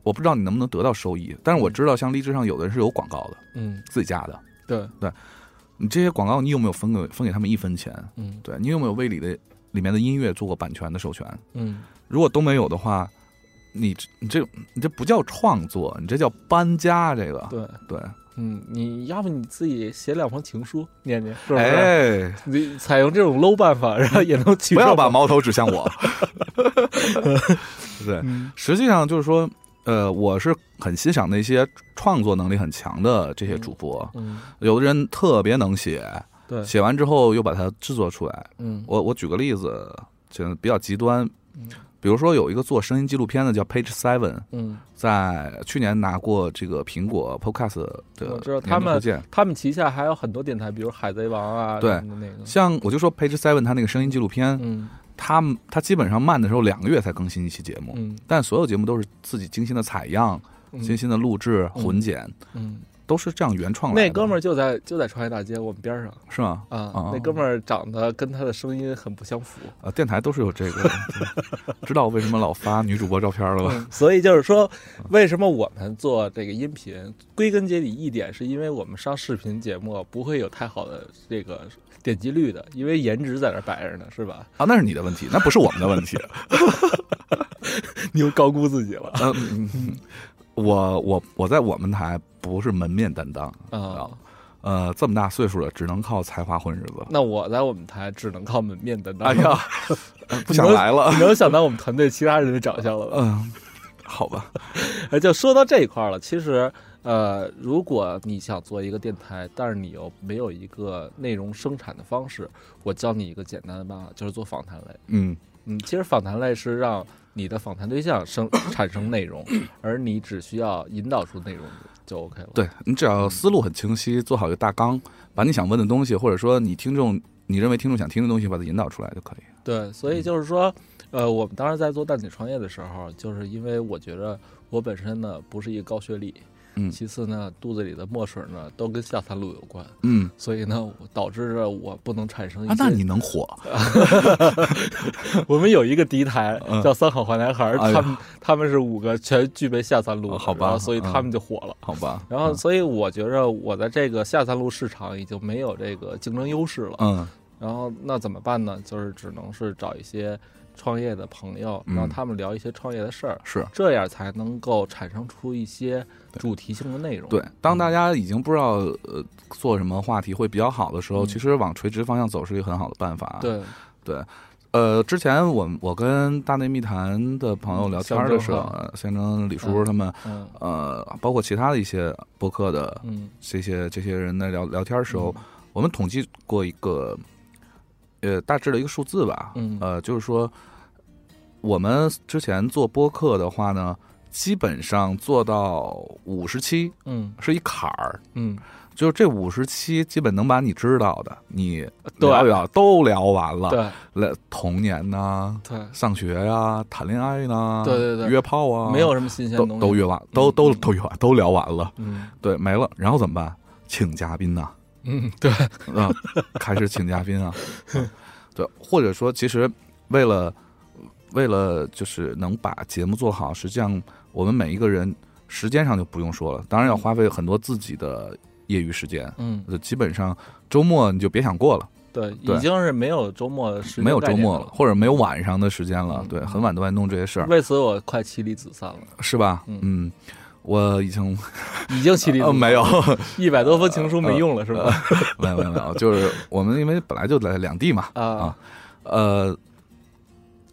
B: 我不知道你能不能得到收益，但是我知道像荔枝上有的人是有广告的，
A: 嗯，
B: 自己加的。
A: 对，
B: 你这些广告，你有没有分给分给他们一分钱？
A: 嗯
B: 对你有没有为里的里面的音乐做过版权的授权？
A: 嗯
B: 如果都没有的话，你这你这你这不叫创作，你这叫搬家。这个
A: 对，
B: 对
A: 嗯，你要不你自己写两封情书念念，是不是？
B: 哎，
A: 你采用这种 low 办法，然后也能取
B: 不要
A: 胜
B: 把矛头指向 我。对，
A: 嗯
B: 实际上就是说，呃，我是很欣赏那些创作能力很强的这些主播，
A: 嗯，
B: 有的人特别能写，
A: 对，
B: 写完之后又把它制作出来。
A: 嗯
B: 我我举个例子，就比较极端
A: 嗯，
B: 比如说有一个做声音纪录片的叫 Page Seven，
A: 嗯，
B: 在去年拿过这个苹果 Podcast 的
A: 我知道
B: 年度
A: 他们
B: 推荐
A: 他们旗下还有很多电台，比如海贼王啊，
B: 对
A: 什么的那个，
B: 像我就说 Page Seven 他那个声音纪录片，
A: 嗯
B: 他们他基本上慢的时候两个月才更新一期节目，
A: 嗯
B: 但所有节目都是自己精心的采样、精
A: 嗯
B: 心的录制、
A: 嗯
B: 混剪，
A: 嗯，
B: 都是这样原创来的。
A: 那哥们儿就在就在创业大街我们边儿上
B: 是吗？
A: 啊
B: 哦，
A: 那哥们儿长得跟他的声音很不相符，
B: 呃，电台都是有 这个，知道为什么老发女主播照片了吧？
A: 所以就是说，为什么我们做这个音频，归根结底一点是因为我们上视频节目不会有太好的这个点击率的，因为颜值在那儿摆着呢，是吧？
B: 啊，那是你的问题，那不是我们的 问题。
A: 你又高估自己了
B: 呃，嗯我我我在我们台不是门面担当，
A: 啊！
B: 呃，这么大岁数了，只能靠才华混日子。
A: 那我在我们台只能靠门面担当。
B: 哎 呀，呃不想来了。
A: 你能想到我们团队其他人的长相了吧？
B: 嗯，好吧，
A: 哎，就说到这一块儿了，其实。呃，如果你想做一个电台，但是你又没有一个内容生产的方式，我教你一个简单的办法，就是做访谈类。
B: 嗯，
A: 嗯，其实访谈类是让你的访谈对象生 产生内容，而你只需要引导出内容就 OK 了。，
B: 对你只要思路很清晰，做好一个大纲，把你想问的东西，或者说你听众你认为听众想听的东西，把它引导出来就可以。
A: 对，所
B: 嗯
A: 以就是说，呃，我们当时在做蛋姐创业的时候，就是因为我觉着我本身呢不是一个高学历，
B: 嗯
A: 其次呢肚子里的墨水呢都跟下三路有关，
B: 嗯，
A: 所以呢我导致着我不能产生一
B: 啊，
A: 些。
B: 那你能火？
A: 我们有一个敌台
B: 嗯
A: 叫三好坏男孩儿，
B: 哎呀
A: 他们他们是五个全具备下三路的，
B: 啊好吧
A: 然后所以
B: 嗯
A: 他们就火了。
B: 好吧，
A: 然后，所以我觉着我在这个下三路市场已经没有这个竞争优势了。
B: 嗯
A: 然后那怎么办呢？就是只能是找一些创业的朋友，
B: 嗯
A: 让他们聊一些创业的事儿，
B: 是
A: 这样才能够产生出一些主题性的内容。啊
B: 对。当大家已经不知道呃做什么话题会比较好的时候，
A: 嗯
B: 其实往垂直方向走是一个很好的办法。，
A: 对，
B: 呃，之前我我跟大内密谈的朋友聊天的时候，
A: 嗯象征
B: 呃象征李叔他们，
A: 嗯
B: 呃，包括其他的一些播客的
A: 嗯，
B: 这些这些人在聊聊天的时候，
A: 嗯
B: 我们统计过一个，呃，大致的一个数字吧，
A: 嗯
B: 呃，就是说，我们之前做播客的话呢，基本上做到五十期
A: 嗯
B: 是一坎儿，
A: 嗯，
B: 就是这五十期基本能把你知道的，你
A: 对
B: 聊一聊都聊完了，
A: 对
B: 来童年呐、
A: 对
B: 上学呀、谈恋爱呐、
A: 对对对
B: 约炮啊，
A: 没有什么新鲜
B: 都
A: 的东西。
B: 都约完，都
A: 嗯
B: 都
A: 嗯
B: 都约完，都聊完了，
A: 嗯
B: 对，没了，然后怎么办？请嘉宾呐、
A: 嗯，对，
B: 啊，开始请嘉宾啊， 对，或者说，其实为了为了就是能把节目做好，实际上我们每一个人时间上就不用说了，当然要花费很多自己的业余时间，
A: 嗯
B: 就基本上周末你就别想过了，
A: 对，
B: 对
A: 已经是没有周末时间
B: 没有
A: 概
B: 周
A: 念
B: 末了，
A: 了。
B: 或者没有晚上的时间了
A: 嗯，
B: 对，很晚都在弄这些事儿，
A: 为此，我快妻离子散了，
B: 是吧？
A: 嗯
B: 嗯，我 已经
A: 已经妻离子
B: 呃
A: 散了
B: 没呃有，
A: 一百多封情书没用了，是吧？
B: 没有没有没有，就是我们因为本来就在两地嘛，
A: 啊，
B: 呃，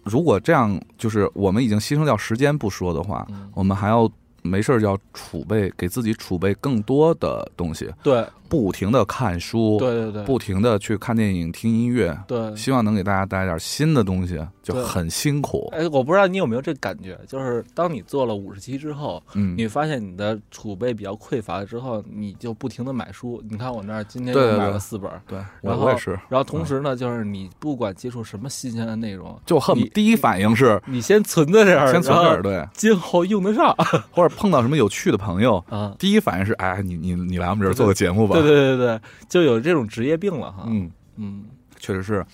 B: 如果这样，就是我们已经牺牲掉时间不说的话，
A: 嗯
B: 我们还要没事儿就要储备，给自己储备更多的东西，
A: 对
B: 不停的看书，
A: 对对对，
B: 不停的去看电影、听音乐，
A: 对。
B: 希望能给大家带来点新的东西，就
A: 对
B: 很辛苦。
A: 哎，我不知道你有没有这感觉，就是当你做了五十期之后，
B: 嗯，
A: 你发现你的储备比较匮乏了之后，你就不停的买书。你看我那儿今天
B: 对对
A: 又买
B: 对
A: 了四本儿，
B: 对，
A: 然
B: 我
A: 后
B: 我也是，嗯
A: 然后同时呢，就是你不管接触什么新鲜的内容，
B: 就恨不
A: 你
B: 第一反应是
A: 你先存在这儿，
B: 先存这
A: 然
B: 儿，
A: 后
B: 对，
A: 今后用得 上
B: 或者碰到什么有趣的朋友，
A: 啊。
B: 第一反应是哎，你你你来我们这儿做个节目吧。
A: 对对对对，就有这种职业病了哈。
B: 嗯，
A: 嗯
B: 确实是，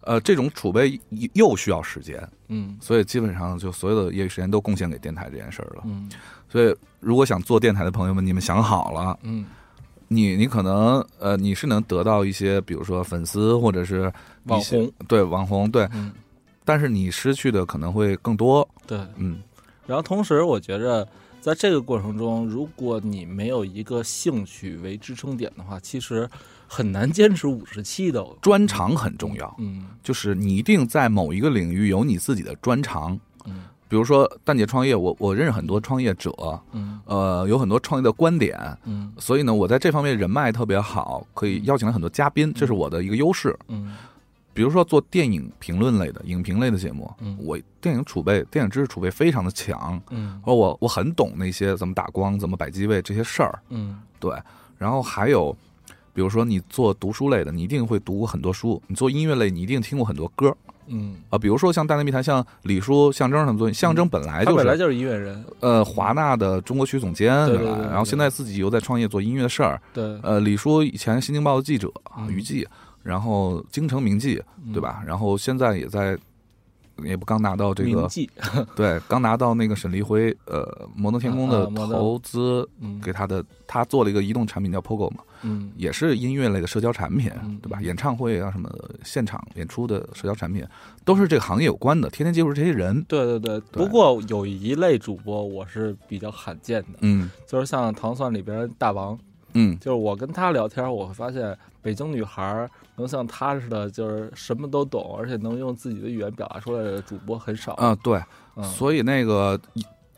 B: 呃，这种储备又又需要时间，
A: 嗯
B: 所以基本上就所有的业余时间都贡献给电台这件事儿了。
A: 嗯
B: 所以，如果想做电台的朋友们，你们想好了，
A: 嗯，
B: 你你可能呃，你是能得到一些，比如说粉丝或者是
A: 网
B: 一些
A: 红，
B: 对网红对，
A: 嗯
B: 但是你失去的可能会更多。
A: 对。
B: 嗯
A: 然后同时，我觉着，在这个过程中，如果你没有一个兴趣为支撑点的话，其实很难坚持五十期的。
B: 专长很重要，
A: 嗯
B: 就是你一定在某一个领域有你自己的专长。
A: 嗯
B: 比如说蛋姐创业，我我认识很多创业者，
A: 嗯
B: 呃，有很多创业的观点，
A: 嗯
B: 所以呢，我在这方面人脉特别好，可以邀请来很多嘉宾，这是我的一个优势。
A: 嗯
B: 比如说做电影评论类的、影评类的节目，
A: 嗯
B: 我电影储备、电影知识储备非常的强，
A: 嗯
B: 而我我很懂那些怎么打光、怎么摆机位这些事儿。
A: 嗯
B: 对，然后还有，比如说你做读书类的，你一定会读过很多书；你做音乐类，你一定听过很多歌
A: 嗯，
B: 啊。比如说像《大内密谈》、像李叔、象征他们作品，象征本来
A: 他
B: 就
A: 本来
B: 是
A: 就是音乐人，
B: 呃华纳的中国区总监，
A: 对对
B: 本来
A: 对对
B: 然后现在自己又在创业做音乐的事儿。
A: 对
B: 呃，李叔以前《新京报》的记者啊，
A: 嗯
B: 娱记，然后京城名记，对？吧？然后现在也在，也不刚拿到这
A: 铭
B: 个，
A: 记，
B: 对，刚拿到那个沈立辉，呃，摩登天空
A: 啊
B: 的
A: 啊摩登
B: 投资
A: 嗯
B: 给他的，他做了一个移动产品叫 POGO 嘛，
A: 嗯
B: 也是音乐类的社交产品
A: 嗯，
B: 对吧？
A: 嗯
B: 演唱会啊什么的现场演出的社交产品，都是这个行业有关的，天天接触这些人，
A: 对对对，不过有一类主播我是比较罕见的，
B: 嗯
A: 就是像《糖蒜》里边大王，
B: 嗯，
A: 就是我跟他聊天，我会发现北京女孩儿能像他似的，就是什么都懂，而且能用自己的语言表达出来的主播很少。
B: 啊对，
A: 嗯，
B: 所以那个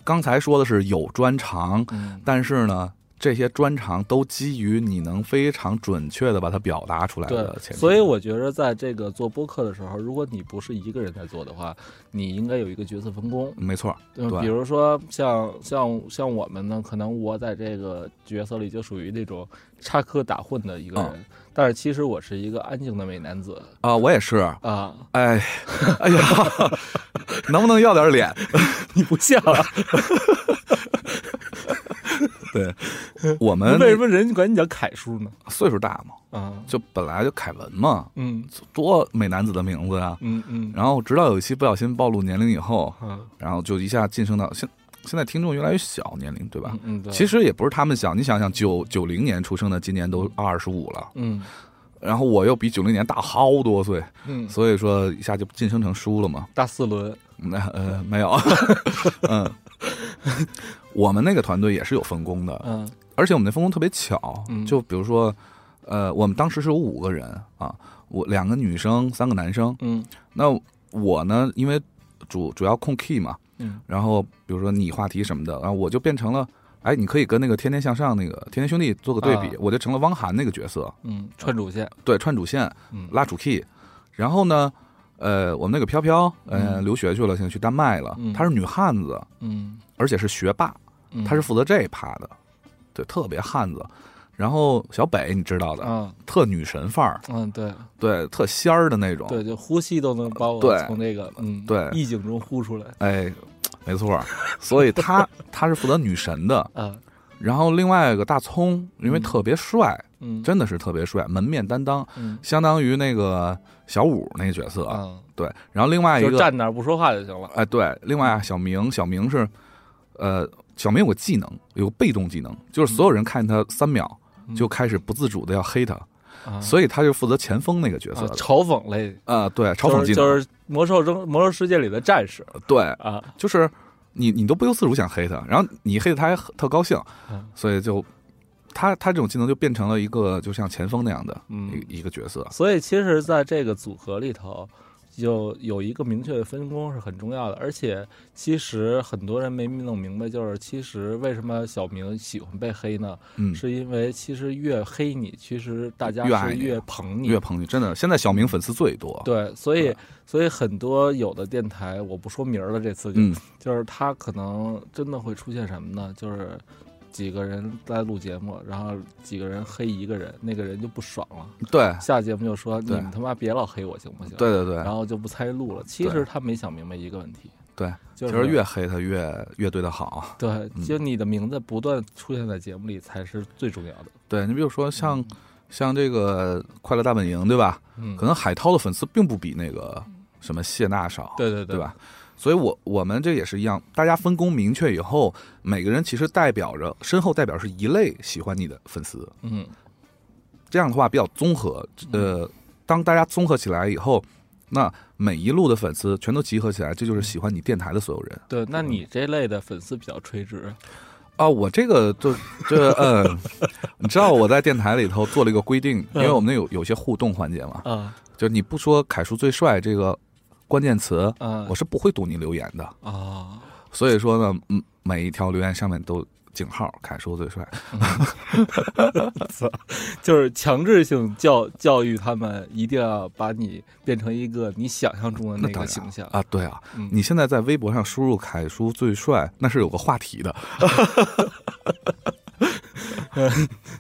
B: 刚才说的是有专长，
A: 嗯
B: 但是呢。这些专长都基于你能非常准确的把它表达出来
A: 对
B: 的哎前提，
A: 所以我觉得在这个做播客的时候，如果你不是一个人在做的话，你应该有一个角色分工。
B: 没错，
A: 嗯
B: 对
A: 比如说像像像我们呢，可能我在这个角色里就属于那种插科打诨的一个人，但是其实我是一个安静的美男子
B: 啊、我也是，
A: 啊，
B: 哎， 哎呀， 能不能要点脸？
A: 你不像啊，
B: 对，我们
A: 为什么人家管你叫凯叔呢？
B: 岁数大嘛，
A: 啊，
B: 就本来就凯文嘛，
A: 嗯
B: 多美男子的名字啊。
A: 嗯嗯
B: 然后直到有一期不小心暴露年龄以后，
A: 嗯，
B: 然后就一下晋升到现现在听众越来越小年龄，对吧
A: 嗯？嗯，对
B: 其实也不是他们小，你想想，九九零年出生的，今年都二十五了，
A: 嗯
B: 然后我又比九零年大好多岁，
A: 嗯，
B: 所以说一下就晋升成叔了嘛。
A: 大四轮，
B: 那呃没有， 嗯，我们那个团队也是有分工的，
A: 嗯
B: 而且我们那分工特别巧，
A: 嗯
B: 就比如说，呃，我们当时是有五个人啊，我两个女生，三个男生。
A: 嗯
B: 那我呢，因为主主要控 key 嘛，
A: 嗯
B: 然后比如说你话题什么的，然后我就变成了，哎，你可以跟那个《天天向上》那个《天天兄弟》做个对比，
A: 啊
B: 我就成了汪涵那个角色，
A: 嗯，串主线，
B: 对，串主线，
A: 嗯
B: 拉主 key，然后呢，呃，我们那个飘飘，呃，
A: 嗯
B: 留学去了，现在去丹麦了
A: 嗯，
B: 她是女汉子，
A: 嗯，
B: 而且是学霸，
A: 嗯
B: 她是负责这一趴的，对，特别汉子。然后小北你知道的，
A: 啊
B: 特女神范儿，
A: 嗯对
B: 对，特仙儿的那种，
A: 对，就呼吸都能把我
B: 哦对
A: 从这个嗯
B: 对
A: 意境中呼出来
B: 哎，没错儿。所 以她她是负责女神的。
A: 啊，
B: 然后另外一个大葱，因为
A: 嗯
B: 特别帅，
A: 嗯
B: 真的是特别帅，门面担当，
A: 嗯
B: 相当于那个小五那个角色，
A: 啊。
B: 对。然后另外一
A: 就
B: 个，
A: 站那儿不说话就行了。
B: 哎，对，另外啊小明，小明是，呃，小明有个技能，有个被动技能，就是所有人看见他三秒。
A: 嗯
B: 就开始不自主的要黑他，
A: 啊
B: 所以他就负责前锋那个角
A: 啊
B: 色的
A: 嘲讽类，
B: 啊，对，嘲讽技
A: 就是
B: 能，
A: 就是魔兽争魔兽世界里的战士
B: 对，
A: 啊，
B: 就是你你都不由自主想黑他，然后你黑他还特高兴
A: 嗯，
B: 所以就他他这种技能就变成了一个就像前锋那样的
A: 嗯，
B: 一一个角色，
A: 所以其实在这个组合里头。就有一个明确的分工是很重要的，而且其实很多人没弄明白，就是其实为什么小明喜欢被黑呢？
B: 嗯，
A: 是因为其实越黑你，其实大家
B: 越爱
A: 是
B: 你
A: 越捧你
B: 岳鹏宇真的现在小明粉丝最多，
A: 对，所以
B: 对
A: 所以很多有的电台，我不说名儿了，这次就、
B: 嗯
A: 就是他可能真的会出现什么呢？就是几个人在录节目，然后几个人黑一个人，那个人就不爽了，
B: 对
A: 下节目就说你
B: 对
A: 们他妈别老黑我行不行？，
B: 对对对
A: 然后就不参与录了。其实
B: 对
A: 他没想明白一个问题，
B: 对，
A: 就
B: 其
A: 是
B: 实越黑他越越对他好，
A: 对，
B: 嗯
A: 就你的名字不断出现在节目里才是最重要的。
B: 对你比如说像像这个快乐大本营对吧？
A: 嗯，
B: 可能海涛的粉丝并不比那个什么谢娜少，
A: 对对
B: 对
A: 对？
B: 吧？所以我，我们这也是一样，大家分工明确以后，每个人其实代表着身后代表是一类喜欢你的粉丝，
A: 嗯
B: 这样的话比较综合。呃，当大家综合起来以后，那每一路的粉
A: 嗯
B: 丝全都集合起来，这就是喜欢你电台的所有人。
A: 对，那你这类的粉丝比较垂直，
B: 啊，我这个就这嗯，你知道我在电台里头做了一个规定，因为
A: 嗯
B: 我们那有有些互动环节嘛，
A: 啊
B: 就是你不说凯叔最帅这个关键词，
A: 啊
B: 我是不会读你留言的。
A: 啊，
B: 所以说呢，嗯，每一条留言上面都井号凯叔最帅，
A: 就是强制性教教育他们，一定要把你变成一个你想象中的
B: 那
A: 那
B: 当
A: 个
B: 然
A: 形象。
B: 啊，对啊，
A: 嗯
B: 你现在在微博上输入“凯叔最帅”，那是有个话题的，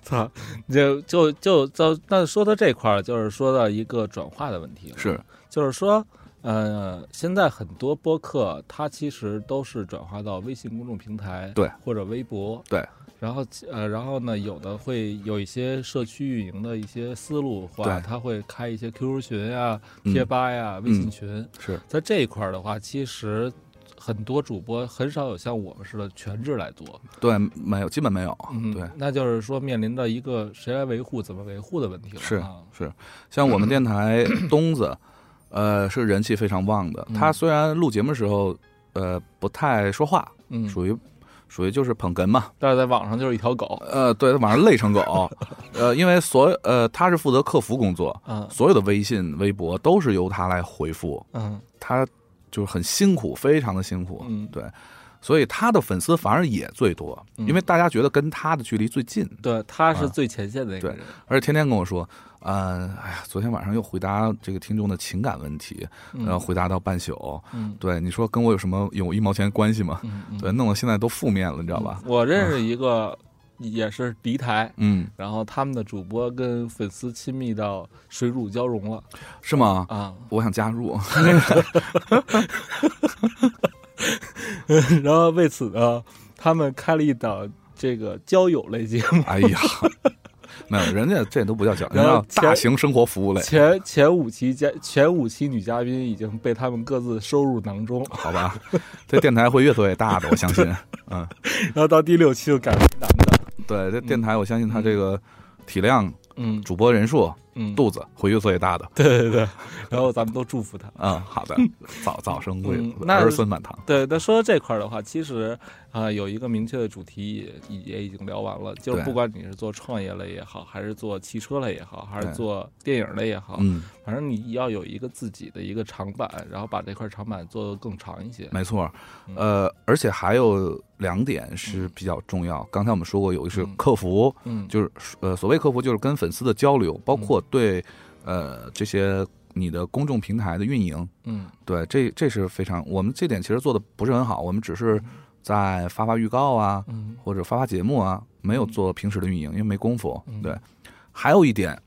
A: 操，就就就到那说到这块儿，就是说到一个转化的问题了，
B: 是
A: 就是说，呃，现在很多播客它其实都是转化到微信公众平台，
B: 对，
A: 或者微博，
B: 对。
A: 然后呃，然后呢，有的会有一些社区运营的一些思路
B: 对
A: 话，他会开一些 QQ 群呀、
B: 嗯
A: 贴吧呀、微信群。
B: 是
A: 在这一块儿的话，其实很多主播很少有像我们似的全职来做。
B: 对，没有，基本没有，
A: 嗯，
B: 对，
A: 那就是说面临着一个谁来维护、怎么维护的问题了。
B: 是
A: 啊，
B: 是，像我们电台东子，呃，是人气非常旺的。
A: 嗯
B: 他虽然录节目时候，呃，不太说话，
A: 嗯，
B: 属于属于就是捧哏嘛，
A: 但是在网上就是一条狗。
B: 呃，对，晚上累成狗， 呃，因为所呃，他是负责客服工作，
A: 嗯
B: 所有的微信、微博都是由他来回复，
A: 嗯
B: 他就是很辛苦，非常的辛苦，
A: 嗯，
B: 对，所以他的粉丝反而也最多，
A: 嗯
B: 因为大家觉得跟他的距离最近，
A: 对，他
B: 啊
A: 是最前线的一个人。
B: 而且天天跟我说，嗯、哎呀，昨天晚上又回答这个听众的情感问题，
A: 嗯
B: 然后回答到半宿，
A: 嗯
B: 对你说跟我有什么有一毛钱关系吗？
A: 嗯嗯，
B: 对，弄得现在都负面了，你知道吧？
A: 我认识一个也是敌台，
B: 嗯，
A: 然后他们的主播跟粉丝亲密到水乳交融了
B: 是吗？
A: 啊。
B: 我想 加入，
A: 然后为此呢，他们开了一档这个交友类节目，
B: 哎呀，没有，人家这都不叫讲，人家
A: 然
B: 叫
A: 后前
B: 大型生活服务类，
A: 前前五期嘉前五期女嘉宾已经被他们各自收入囊中，
B: 好吧？这电台会越做越大的，我相信。嗯，
A: 然后到第六期就改为男的。
B: 对，这电台我相信它这个体量、
A: 嗯
B: 主播人数、
A: 嗯，
B: 肚子会越做越大的。
A: 对对对，然后咱们都祝福他。
B: 嗯，好 的，早早生贵
A: 嗯
B: 子，
A: 那
B: 儿孙满堂。
A: 对，那说到这块儿的话，其实啊、有一个明确的主题也也已经聊完了，就是
B: 对
A: 不管你是做创业类也好，还是做汽车类也好，还是
B: 对
A: 做电影类也好，
B: 嗯，
A: 反正你要有一个自己的一个长板，然后把这块长板做得更长一些。
B: 没错，
A: 嗯
B: 呃，而且还有两点是比较重要。刚才我们说过，有一个是
A: 嗯
B: 客服，
A: 嗯，
B: 就是呃，所谓客服就是跟粉丝的交流，包括对呃这些你的公众平台的运营，
A: 嗯
B: 对，这这是非常我们这点其实做的不是很好，我们只是在发发预告啊，
A: 嗯
B: 或者发发节目啊，没有做平时的运营，因为没功夫
A: 嗯。
B: 对，还有一点，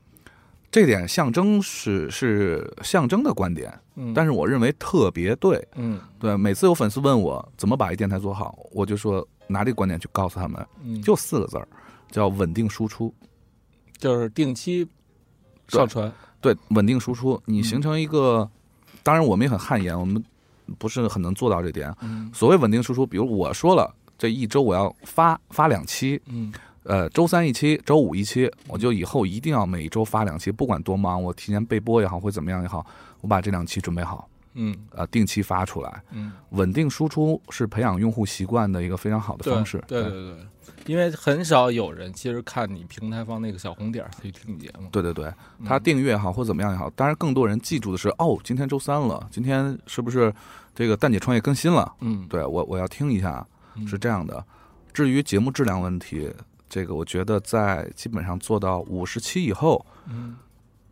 B: 这点象征是是象征的观点，
A: 嗯，
B: 但
A: 是
B: 是我认为特别对。
A: 嗯
B: 对，每次有粉丝问我怎么把一电台做好，我就说拿这个观点去告诉他们，
A: 嗯，
B: 就四个字儿，叫稳定输出。
A: 就是定期
B: 对
A: 上传。
B: 对，稳定输出，你
A: 嗯
B: 形成一个，当然我们也很汗颜，我们不是很能做到这点。
A: 嗯
B: 所谓稳定输出，比如我说了，这一周我要发发两期，
A: 嗯
B: 呃，周三一期，周五一期，我就以后一定要每周发两期，不管多忙，我提前备播也好，或怎么样也好，我把这两期准备好，
A: 嗯
B: 呃，定期发出来。
A: 嗯，
B: 稳定输出是培养用户习惯的一个非常好的
A: 对
B: 方式。
A: 对对对，因为很少有人其实看你平台方那个小红点儿可以听你节目。
B: 对对对，他
A: 嗯
B: 订阅也好或怎么样也好，当然更多人记住的是，哦，今天周三了，今天是不是这个蛋姐创业更新了？
A: 嗯，
B: 对我我要听一下，
A: 嗯
B: 是这样的。至于节目质量问题，这个我觉得在基本上做到五十期以后，
A: 嗯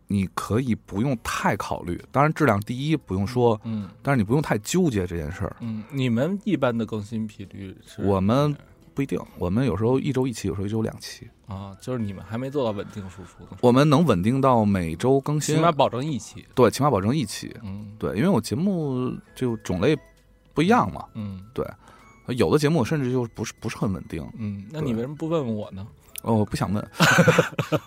B: 你可以不用太考虑。当然，质量第一不用说，
A: 嗯
B: 但是你不用太纠结这件事儿。
A: 嗯，你们一般的更新频率是？
B: 我们不一定，我们有时候一周一期，有时候一周两期，
A: 啊，就是你们还没做到稳定输出呢，
B: 我们能稳定到每周更
A: 起
B: 新
A: 码，保证一期。
B: 对，起码保证一期。
A: 嗯
B: 对，因为我节目就种类不一样嘛，
A: 嗯
B: 有的节目甚至就不是不是很稳定。
A: 嗯，那
B: 对
A: 你为什么不问问我 呢？
B: 哦，我不想问，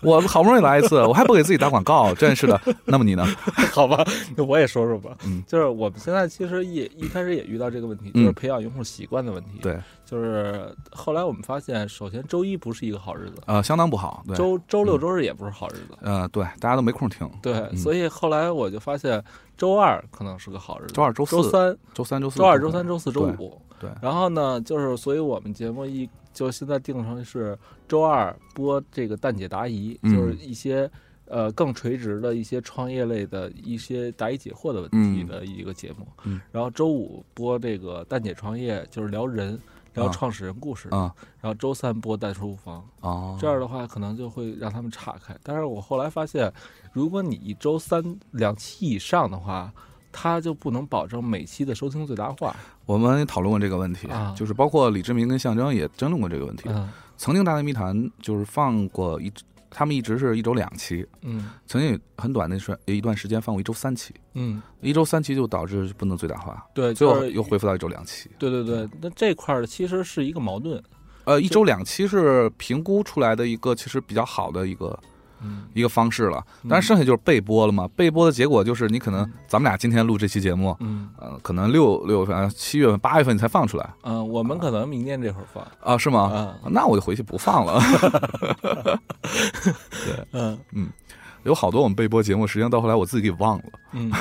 B: 我好不容易来一次，我还不给自己打广告，真是的。那么你呢？
A: 好吧，那我也说说吧。
B: 嗯
A: 就是我们现在其实也一开始也遇到这个问题，
B: 嗯
A: 就是培养用户习惯的问题。
B: 对，
A: 就是后来我们发现，首先周一不是一个好日子，
B: 呃，相当不好。对，嗯
A: 周周六周日也不是好日子。
B: 呃，对，大家都没空听。嗯
A: 对，所以后来我就发现，周二可能是个好日子
B: 周，二、周四、
A: 周三
B: 周三、周四、
A: 周二、周三、周四、周
B: 对
A: 五。
B: 对
A: 然后呢，就是所以我们节目一就现在定成是周二播这个蛋姐答疑，
B: 嗯
A: 就是一些呃更垂直的一些创业类的一些答疑解惑的问题
B: 嗯
A: 的一个节目。
B: 嗯
A: 然后周五播这个蛋姐创业，就是聊人。聊
B: 啊
A: 创始人故事，
B: 啊
A: 然后周三播蛋书房，
B: 哦，
A: 这样的话可能就会让他们岔开。但是我后来发现，如果你一周三两期以上的话，它就不能保证每期的收听最大化。
B: 我们也讨论过这个问题，
A: 啊
B: 就是包括李志明跟象征也争论过这个问题。
A: 嗯
B: 曾经《大内密谈》就是放过一，他们一直是一周两期，
A: 嗯
B: 曾经也很短的时呃一段时间放过一周三期，
A: 嗯，
B: 一周三期就导致不能最大化，
A: 对，
B: 最后嗯
A: 就是
B: 又恢复到一周两期。
A: 对对对，那这块儿其实是一个矛盾。
B: 呃，一周两期是评估出来的一个其实比较好的一个
A: 嗯，
B: 一个方式了，但是剩下就是备播了嘛。备播的结果就是你可能
A: 嗯
B: 咱们俩今天录这期节目，
A: 嗯
B: 呃，可能六六月份、呃七月份、八月份才放出来
A: 嗯，我们可能明年这会儿放
B: 啊，是吗？
A: 啊，
B: 那我就回去不 放了。
A: 嗯
B: 有好多我们备播节目，实际上到后来我自己给忘了，
A: 嗯，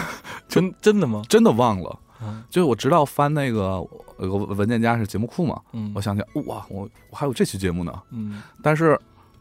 A: 真真的吗？
B: 真的忘了。
A: 啊
B: 就是我直到翻那个有个文件夹是节目库嘛，
A: 嗯，
B: 我想起来哇，我我还有这期节目呢。
A: 嗯
B: 但是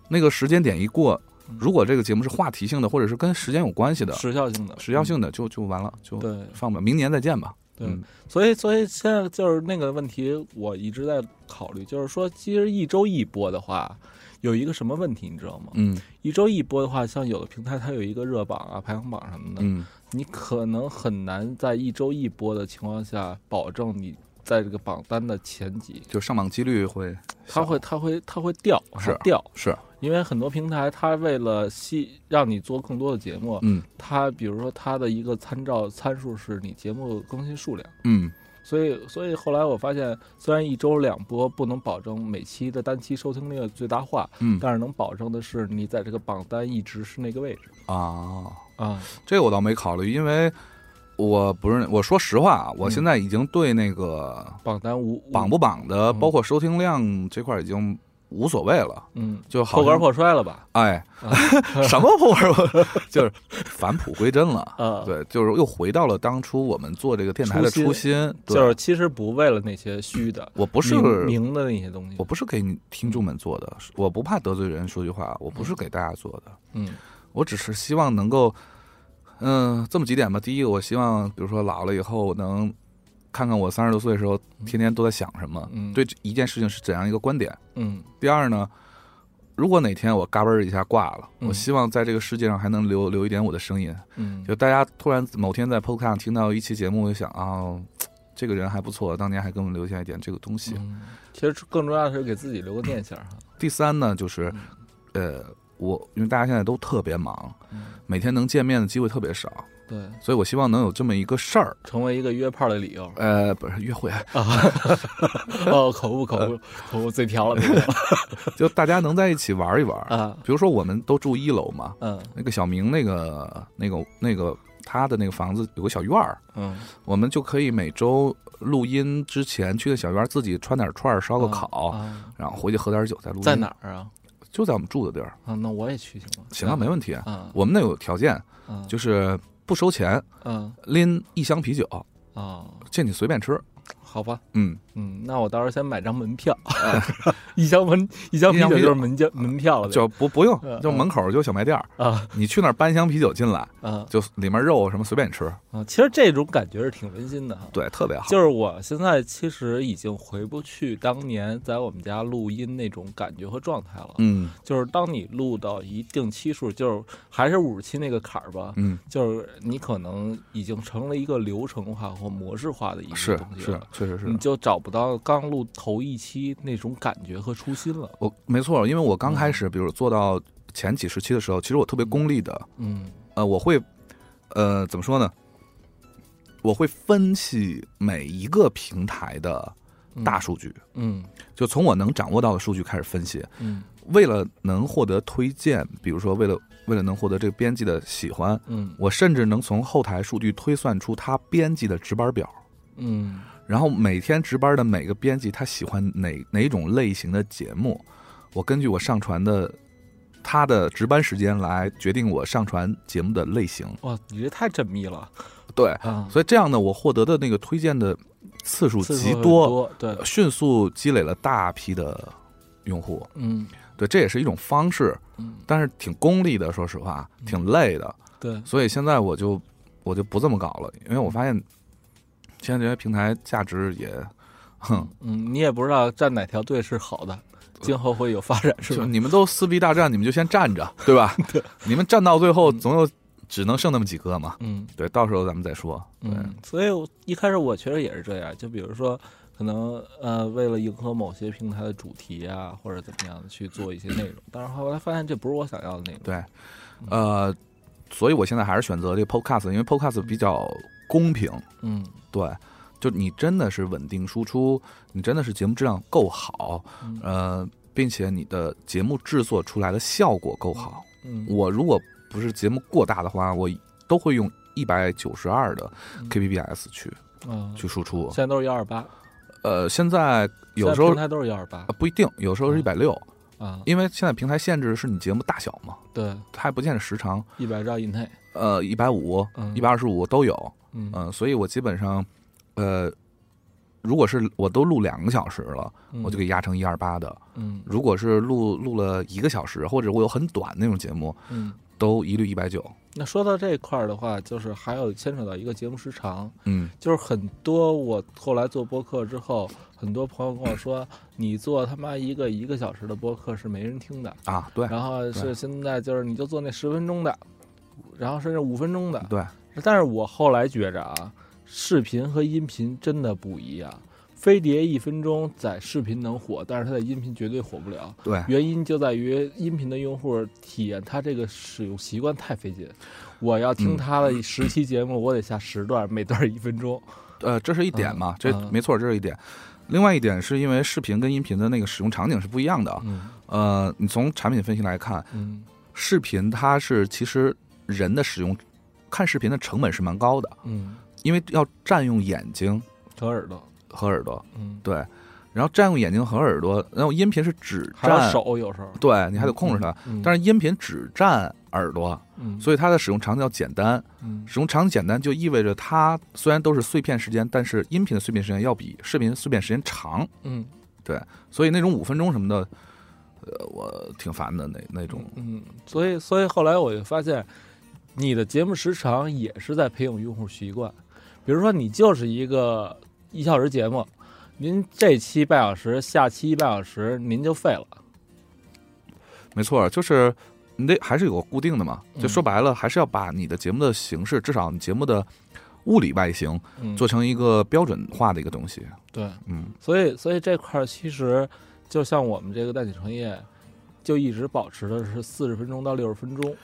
B: 那个时间点一过
A: 嗯，
B: 如果这个节目是话题性的，或者是跟时间有关系的、
A: 时效性的
B: 时效性的，就就完了，
A: 嗯
B: 就
A: 对
B: 放吧，明年再见吧。
A: 对
B: 嗯，
A: 所以，所以现在就是那个问题，我一直在考虑，就是说，其实一周一播的话，有一个什么问题，你知道吗？
B: 嗯
A: 一周一播的话，像有的平台它有一个热榜啊、排行榜什么的，
B: 嗯
A: 你可能很难在一周一播的情况下，保证你在这个榜单的前几，
B: 就上榜几率会
A: 它会它会它会掉，
B: 是
A: 它掉，
B: 是
A: 因为很多平台它为了吸让你做更多的节目，
B: 嗯
A: 它比如说它的一个参照参数是你节目更新数量。
B: 嗯
A: 所以，所以后来我发现，虽然一周两播不能保证每期的单期收听率最大化，
B: 嗯
A: 但是能保证的是你在这个榜单一直是那个位置
B: 啊，
A: 啊。
B: 这个我倒没考虑，因为我不是我说实话啊，
A: 嗯
B: 我现在已经对那个
A: 榜单无
B: 榜不榜的，
A: 嗯
B: 包括收听量这块儿已经无所谓了，
A: 嗯，
B: 就好
A: 破罐
B: 像
A: 破摔了吧？
B: 哎
A: 啊，
B: 什么破罐破，就是返璞归真了。
A: 啊，，
B: 对，就是又回到了当初我们做这个电台的初
A: 初
B: 心。对
A: 就是其实不为了那些虚的、
B: 我不是
A: 明明的那些东西
B: 我。不是给你听众们做的，是我不怕得罪人。说句话，我不是给大家做的，
A: 嗯
B: 我只是希望能够，嗯，这么几点吧。第一，我希望比如说老了以后能看看我三十多岁的时候天天都在想什么，
A: 嗯
B: 对这一件事情是怎样一个观点。
A: 嗯
B: 第二呢，如果哪天我嘎嘣儿一下挂了，
A: 嗯
B: 我希望在这个世界上还能留留一点我的声音。
A: 嗯，
B: 就大家突然某天在 Podcast 上听到一期节目，就想啊，这个人还不错，当年还给我们留下一点这个东西。
A: 嗯其实更重要的是给自己留个念想哈。
B: 第三呢，就是呃，我因为大家现在都特别忙，
A: 嗯，
B: 每天能见面的机会特别少，
A: 对，
B: 所以我希望能有这么一个事儿。
A: 成为一个约炮的理 由
B: 呃，不是约会，
A: 哦，口误口
B: 嗯
A: 误口误，嘴瓢 了嘴瓢了
B: 就大家能在一起玩一玩。
A: 啊，
B: 比如说，我们都住一楼嘛，
A: 嗯
B: 那个小明那个那个那个他的那个房子有个小院儿，
A: 嗯
B: 我们就可以每周录音之前去那小院儿自己穿点串儿，烧个烤，
A: 啊
B: 然后回去喝点酒再录音。
A: 在哪？儿啊？
B: 就在我们住的地儿。
A: 啊，那我也去行吗？
B: 行啊，没问题。
A: 啊，
B: 我们那有条件，
A: 啊
B: 就是不收钱，
A: 嗯
B: 拎一箱啤酒
A: 啊，
B: 进去随便吃。
A: 好吧，
B: 嗯，
A: 嗯，那我到时候先买张门票， 一箱门一箱啤酒就是门票门票了呗，
B: 就不不用
A: 嗯，
B: 就门口就小卖店儿，
A: 啊
B: 你去那儿搬一箱啤酒进来，
A: 啊
B: 就里面肉什么随便吃，
A: 啊！其实这种感觉是挺温馨的哈。
B: 对，特别好。
A: 就是我现在其实已经回不去当年在我们家录音那种感觉和状态了。
B: 嗯
A: 就是当你录到一定期数，就是还是五十期那个坎儿吧，
B: 嗯，
A: 就是你可能已经成了一个流程化或模式化的一
B: 是
A: 个嗯东西
B: 是
A: 了。，嗯
B: 确实是
A: 你。就找不到刚录头一期那种感觉和初心了。
B: 我没错，因为我
A: 嗯
B: 刚开始，比如做到前几十期的时候，其实我特别功利的，
A: 嗯
B: 呃，我会，呃，怎么说呢？我会分析每一个平台的大数据，
A: 嗯
B: 就从我能掌握到的数据开始分析。
A: 嗯
B: 为了能获得推荐，比如说为了为了能获得这个编辑的喜欢，
A: 嗯
B: 我甚至能从后台数据推算出他编辑的值班表，
A: 嗯
B: 然后每天值班的每个编辑他喜欢哪哪种类型的节目，我根据我上传的他的值班时间来决定我上传节目的类型。
A: 哇，你这太缜密了
B: 对，
A: 啊！
B: 所以这样呢，我获得的那个推荐的次数
A: 次数
B: 极
A: 很
B: 多，呃
A: 多，对，
B: 迅速积累了大批的用户，
A: 嗯，
B: 对，这也是一种方式
A: 嗯，
B: 但是挺功利的，说实话，挺累的。
A: 对，
B: 所以现在我就我就不这么搞了，因为我发现
A: 嗯
B: 现在这些平台价值也，哼，
A: 嗯，你也不知道站哪条队是好的，今后会有发展是
B: 就
A: 吧？
B: 你们都撕逼大战，你们就先 站着，对吧？对，你们站到最后总有只能剩那么几个嘛。
A: 嗯
B: 对，到时候咱们再说。对，
A: 嗯，所以我一开始我确实也是这样，就比如说。可能呃，为了迎合某些平台的主题啊，或者怎么样的去做一些内容，但是后来发现这不是我想要的内容。
B: 对，
A: 嗯
B: 呃，所以我现在还是选择这个 Podcast，因为 Podcast 比较公平。
A: 嗯
B: 对，就你真的是稳定输出，你真的是节目质量够好，
A: 嗯
B: 呃，并且你的节目制作出来的效果够好。
A: 嗯
B: 我如果不是节目过大的话，我都会用一百九十二的
A: 嗯
B: kbps 去
A: 嗯，
B: 去输出
A: 现。在都是幺二八，
B: 呃，现在有时
A: 现在
B: 候
A: 平。台嗯都是幺二八
B: 啊不一定，有时候是一百六，
A: 啊，
B: 因为现在平台限制是你节目大小嘛，
A: 对，
B: 它还不限制时长，
A: 一百兆以内，
B: 呃，一百五、
A: 嗯
B: 一百二十五都有，
A: 嗯
B: 嗯、所以我基本上，呃，如果是我都录两个小时了，我就给压成一二八的；
A: 嗯
B: 如果是录录了一个小时，或者我有很短那种节目，
A: 嗯。
B: 都一律一百九。
A: 那说到这一块儿的话，就是还有牵扯到一个节目时长，
B: 嗯，
A: 就是很多我后来做播客之后，很多朋友跟我说，你做他妈一个一个小时的播客是没人听的，
B: 啊，对
A: 然后是现在就是你就做那十分钟的，然后甚至五分钟的，
B: 对，
A: 但是我后来觉着啊，视频和音频真的不一样。飞碟一分钟在视频能火，但是它在音频绝对火不了。
B: 对，
A: 原因就在于音频的用户体验它这个使用习惯太费劲。我要听
B: 嗯
A: 它的十期节目，我得下十段，每段一分钟。
B: 呃，这是一点嘛，这
A: 嗯
B: 没错，这是一点。另外一点是因为视频跟音频的那个使用场景是不一样的。
A: 嗯
B: 呃，你从产品分析来看，
A: 嗯
B: 视频它是其实人的使用，看视频的成本是蛮高的，
A: 嗯，
B: 因为要占用眼睛
A: 扯耳朵，
B: 和耳朵，
A: 嗯，
B: 对，然后占用眼睛和耳朵，然后音频是只
A: 还有
B: 占，
A: 手有时候。
B: 对你还得控制它，
A: 嗯，
B: 但是音频只占耳朵，
A: 嗯，
B: 所以它的使用场景要简单，
A: 嗯
B: 使用场景简单就意味着它虽然都是碎片时间，但是音频的碎片时间要比视频的碎片时间长，
A: 嗯
B: 所以那种五分钟什么的，呃，我挺烦的那那种，
A: 嗯，所以所以后来我就发现，你的节目时长也是在培养用户习惯。比如说，你就是一个一小时节目，您这期半小时，下期一半小时，您就废了。
B: 没错，就是你得还是有个固定的嘛，
A: 嗯
B: 就说白了，还是要把你的节目的形式，至少你节目的物理外形
A: 嗯，
B: 做成一个标准化的一个东西，
A: 对，
B: 嗯
A: 所以所以这块儿其实就像我们这个淡景成业，就一直保持的是四十分钟到六十分钟，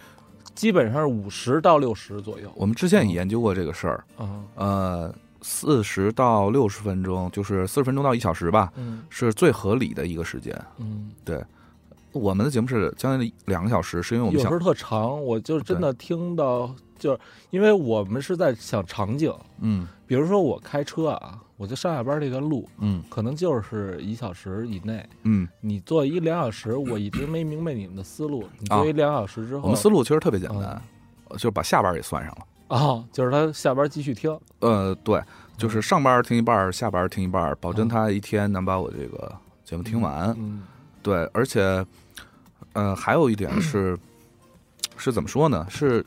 A: 基本上是五十到六十左右。
B: 我们之前
A: 嗯
B: 也研究过这个事儿，
A: 啊，
B: 呃，四十到六十分钟，就是四十分钟到一小时吧，
A: 嗯
B: 是最合理的一个时间。
A: 嗯，
B: 我们的节目是将近两个小时，是因为我
A: 有
B: 们
A: 时
B: 想
A: 候，特长，我就真的听到，就是因为我们是在想场景，
B: 嗯
A: 比如说我开车啊，我就上下班这段路，
B: 嗯
A: 可能就是一小时以内。
B: 嗯，
A: 你做一两小时，我一直没明白你们的思路。你
B: 啊
A: 做一两小时之后，
B: 我们思路其实特别简
A: 嗯
B: 单，呃就是把下班儿也算上了。
A: 啊，就是他下班继续听，
B: 呃，对，
A: 嗯
B: 就是上班儿听一半儿，下班儿听一半儿，保证他一天能把我这个节目听完。
A: 嗯
B: 对，而且，呃，还有 一点是，是怎么说呢？是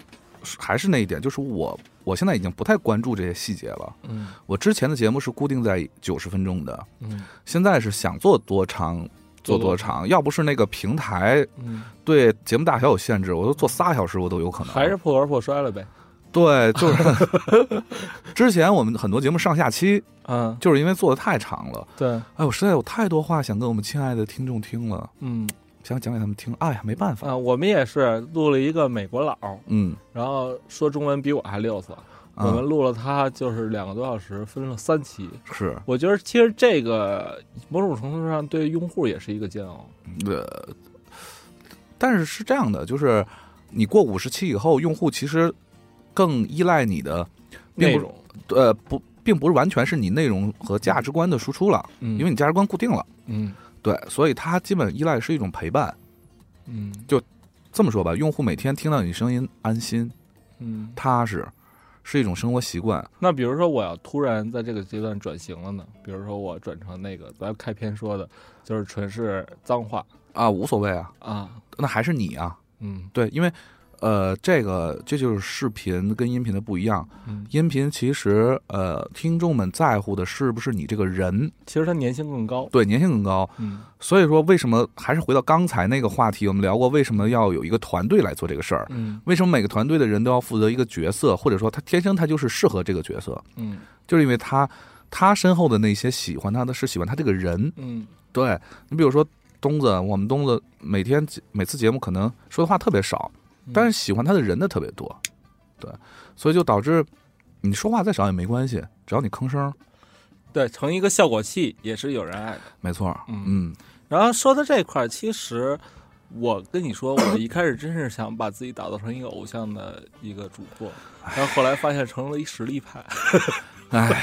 B: 是还是那一点，就是我我现在已经不太关注这些细节了。
A: 嗯
B: 我之前的节目是固定在九十分钟的，
A: 嗯
B: 现在是想做多长做
A: 做
B: 多
A: 多
B: 长，要不是那个平台
A: 嗯，
B: 对节目大小有限制，我都做仨小时我都有可能。
A: 还是破罐破摔了呗。
B: 对，就是 之前我们很多节目上下期
A: 嗯，
B: 就是因为做的太长了，
A: 对，
B: 哎，我实在有太多话想跟我们亲爱的听众听了，
A: 嗯
B: 想讲给他们听，哎呀，没办法，
A: 啊，我们也是录了一个美国佬，
B: 嗯，
A: 然后说中文比我还溜索。
B: 啊
A: 我们录了他就是两个多小时，分了三期。
B: 是
A: 我觉得其实这个某种程度上对用户也是一个煎熬。
B: 呃，但是是这样的，就是你过五十期以后，用户其实更依赖你的，并
A: 内
B: 不
A: 容，
B: 呃不，并不是完全是你内容和价值观的输出了，
A: 嗯
B: 因为你价值观固定了，
A: 嗯
B: 对，所以它基本依赖是一种陪伴。
A: 嗯
B: 这么说吧，用户每天听到你声音安心
A: 嗯
B: 踏实，是一种生活习惯。
A: 那比如说，我要突然在这个阶段转型了呢？比如说，我转成那个咱开篇说的，就是纯是脏话
B: 啊，无所谓啊，
A: 啊，
B: 那还是你啊。
A: 嗯
B: 对，因为呃，这个这就是视频跟音频的不一样。
A: 嗯，
B: 音频其实呃，听众们在乎的是不是你这个人，
A: 其实它粘性更高，
B: 对粘性更高。
A: 嗯
B: 所以说，为什么还是回到刚才那个话题，我们聊过为什么要有一个团队来做这个事儿？
A: 嗯
B: 为什么每个团队的人都要负责一个角色，或者说他天生他就是适合这个角色，
A: 嗯
B: 就是因为他他身后的那些喜欢他的是喜欢他这个人。
A: 嗯
B: 对你比如说东子，我们东子每天每次节目可能说的话特别少，
A: 嗯，
B: 但是喜欢他的人的特别多，对，所以就导致你说话再少也没关系，只要你吭声儿，
A: 对成一个效果器也是有人爱的。
B: 没错儿，
A: 嗯
B: 嗯
A: 然后说到这块儿，其实我跟你说，我一开始真是想把自己打造成一个偶像的一个主播，然后后来发现成了一实力派。
B: 哎，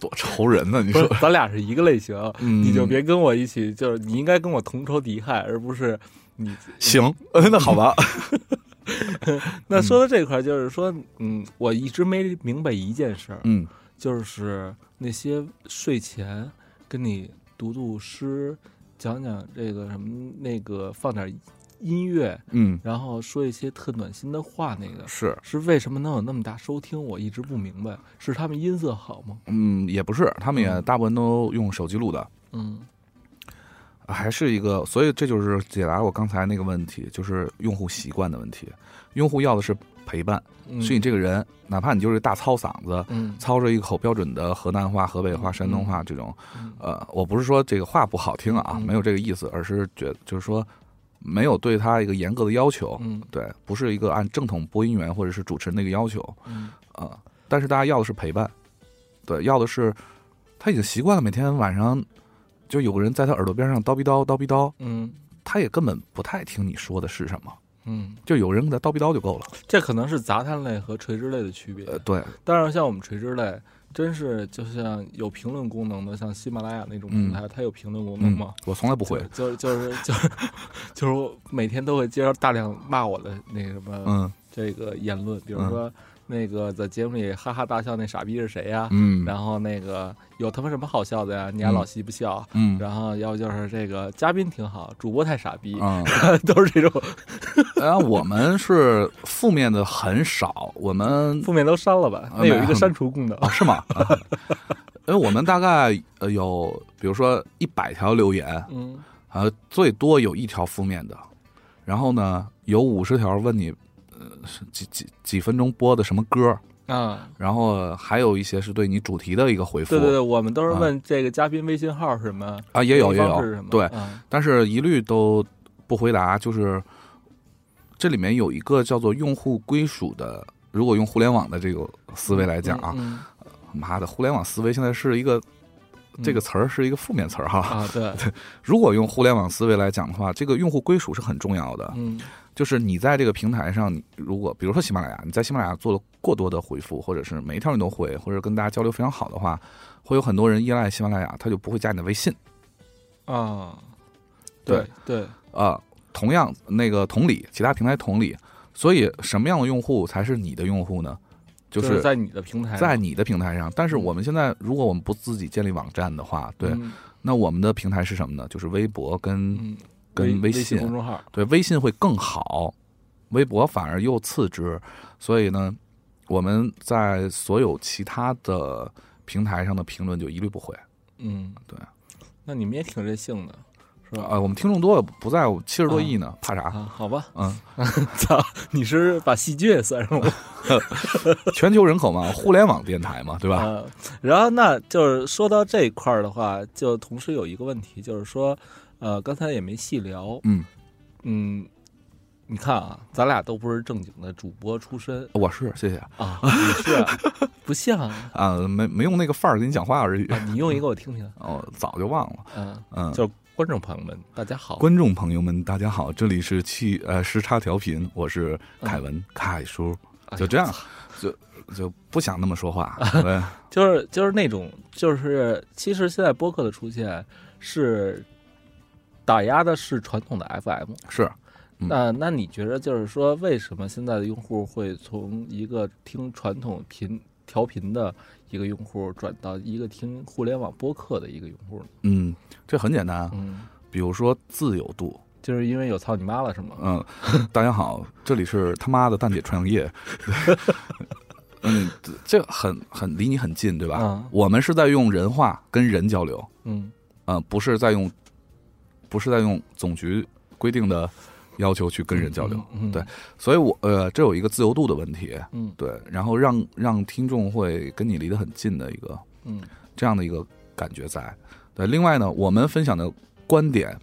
B: 多愁人啊呢、你
A: 不是
B: 说，，
A: 咱俩是一个类型，
B: 哎嗯
A: 你就别跟我一起，就是你应该跟我同仇敌忾，而不是你。
B: 行， 呃那好吧，
A: 那说到这块儿，就是说，嗯，我一直没明白一件事儿，
B: 嗯
A: 就是那些睡前跟你读读诗，讲讲这个什么那个，放点音乐，
B: 嗯，
A: 然后说一些特暖心的话，那个
B: 是，
A: 是为什么能有那么大收听？我一直不明白，是他们音色好吗？
B: 嗯，也不是，他们也
A: 嗯
B: 大部分都用手机录的，
A: 嗯
B: 还是一个，所以这就是解答我刚才那个问题，就是用户习惯的问题，用户要的是陪伴，
A: 嗯，
B: 所以你这个人，哪怕你就是大糙嗓子。
A: 嗯
B: 操着一口标准的河南话、河北话、
A: 嗯
B: 山东话这种，
A: 嗯
B: 呃，我不是说这个话不好听啊，
A: 嗯
B: 没有这个意思，而是觉就是说没有对他一个严格的要求，
A: 嗯
B: 对，不是一个按正统播音员或者是主持人的一个要求
A: 嗯
B: 啊、呃但是大家要的是陪伴，对，要的是他已经习惯了每天晚上就有个人在他耳朵边上叨逼叨叨逼叨，
A: 嗯
B: 他也根本不太听你说的是什么，
A: 嗯，
B: 就有人给他叨逼叨就够了。
A: 这可能是杂谈类和垂直类的区别。
B: 呃，对，
A: 当然，像我们垂直类，真是就像有评论功能的，像喜马拉雅那种平台，它有评论功能
B: 嗯
A: 吗？，
B: 我从来不会，
A: 就就是就是就是我每天都会接到大量骂我的那个什么
B: 嗯
A: 这个言论，比如
B: 嗯
A: 说那个在节目里哈哈大笑那傻逼是谁呀？
B: 嗯
A: 然后那个有他妈什么好笑的呀？你还老嬉不笑？
B: 嗯
A: 然后要不就是这个嘉宾挺好，主播太傻逼，
B: 啊。
A: 都是这种
B: 然后我们是负面的很少，我们
A: 负面都删了
B: 啊
A: 吧？那有一个删除功能
B: 啊，是吗？ 啊因为我们大概呃有，比如说一百条留言，
A: 嗯
B: 啊，最多有一条负面的，然后呢有五十条问你，呃，是几几几分钟播的什么歌，
A: 啊，
B: 然后还有一些是对你主题的一个回复，
A: 对对对，我们都是
B: 啊
A: 问这个嘉宾微信号是什么，
B: 啊，也有也
A: 联系方式是
B: 有
A: 什，么
B: 对，
A: 啊
B: 但是一律都不回答，就是这里面有一个叫做用户归属的。如果用互联网的这个思维来讲啊，
A: 嗯
B: 妈的，互联网思维现在是一个
A: 嗯
B: 这个词儿是一个负面词儿哈。
A: 啊， 对，
B: 如果用互联网思维来讲的话，这个用户归属是很重要的。
A: 嗯
B: 就是你在这个平台上，你如果比如说喜马拉雅，你在喜马拉雅做了过多的回复，或者是每一条你都回，或者跟大家交流非常好的话，会有很多人依赖喜马拉雅，他就不会加你的微信
A: 啊，
B: 对
A: 对，
B: 啊、同样，那个同理，其他平台同理，所以什么样的用户才是你的用户呢？就
A: 就是
B: 是
A: 在你的平台上，
B: 在你的平台上。但是我们现在，如果我们不自己建立网站的话，对，
A: 嗯
B: 那我们的平台是什么呢？就是微博跟
A: 嗯，
B: 跟
A: 微
B: 微信
A: 公众号，
B: 对微信会更好，微博反而又次之。所以呢，我们在所有其他的平台上的评论就一律不回。
A: 嗯，
B: 对。
A: 那你们也挺任性的，是吧？
B: 啊，我们听众多了，不在乎七十多亿呢，怕啥？
A: 啊，好吧，
B: 嗯，
A: 操，你是把细菌也算上了
B: 全球人口嘛，互联网电台嘛，对吧？
A: 啊，然后那就是说到这一块儿的话，就同时有一个问题，就是说，呃，刚才也没细聊，
B: 嗯
A: 嗯，你看啊，咱俩都不是正经的主播出身
B: 嗯我是谢谢
A: 啊，你是啊不像啊，
B: 啊，没没用那个范儿跟你讲话而已。
A: 啊你用一个我听听，
B: 哦，早就忘了。
A: 嗯、
B: 嗯，
A: 就是观众朋友们，大家好，
B: 观众朋友们，大家好，这里是气呃时差调频，我是凯文凯叔，
A: 哎呀
B: 就这样，就就不想那么说话。对
A: 就是就是那种，就是其实现在播啊客的出现是打压的是传统的 FM，
B: 是，嗯
A: 那那你觉得就是说，为什么现在的用户会从一个听传统频调频的一个用户转到一个听互联网播客的一个用户呢？
B: 嗯，这很简单啊，
A: 嗯，
B: 比如说自由度，
A: 就是因为有操你妈了是吗？
B: 嗯，大家好，这里是他妈的蛋姐创业， 嗯，这这很很离你很近，对吧？
A: 嗯
B: 我们是在用人话跟人交流，
A: 嗯
B: 嗯，不是在用，不是在用总局规定的要求去跟人交流，，
A: 嗯
B: 对，所以我呃，这有一个自由度的问题，
A: 嗯
B: 对，然后让让听众会跟你离得很近的一个
A: 嗯
B: 这样的一个感觉在。对，另外呢，我们分享的观点，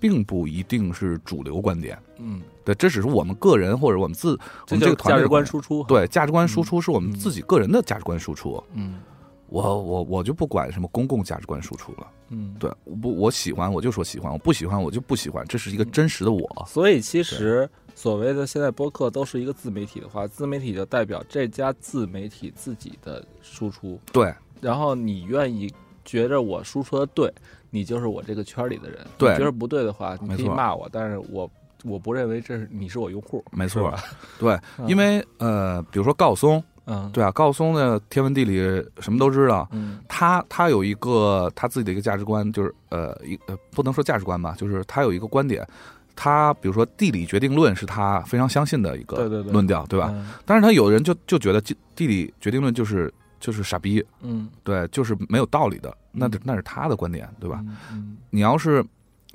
B: 并不一定是主流观点。
A: 嗯，
B: 对，这只是我们个人或者我们自我
A: 这
B: 们
A: 就
B: 这个
A: 是
B: 团
A: 价
B: 队
A: 值
B: 的
A: 观
B: 观
A: 输出。，
B: 对价值观输出是我们自己个人的价值观输出。
A: 嗯
B: 我我我就不管什么公共价值观输出了。
A: 嗯，
B: 对，我不我喜欢我就说喜欢，我不喜欢我就不喜欢，这是一个真实的我。
A: 所以其实所谓的现在播客都是一个自媒体的话，自媒体就代表这家自媒体自己的输出，
B: 对
A: 然后你愿意觉着我输出的对，你就是我这个圈里的人；
B: 对
A: 你觉得不对的话，你
B: 没
A: 可
B: 错
A: 以骂我，但是我我不认为这是你是我用户，
B: 没
A: 是
B: 错
A: 吧，
B: 对，因为呃，比如说高松，
A: 嗯，
B: 对啊，高松的天文地理什么都知道，
A: 嗯
B: 他他有一个他自己的一个价值观，就是呃一呃不能说价值观吧，就是他有一个观点，他比如说地理决定论是他非常相信的一个
A: 对对嗯对
B: 论调，对吧？
A: 吧？
B: 但是他有人就就觉得地地理决定论就是就是傻逼，
A: 嗯，
B: 对，就是没有道理的，那
A: 嗯
B: 那是他的观点，对吧？
A: 嗯？嗯
B: 你要是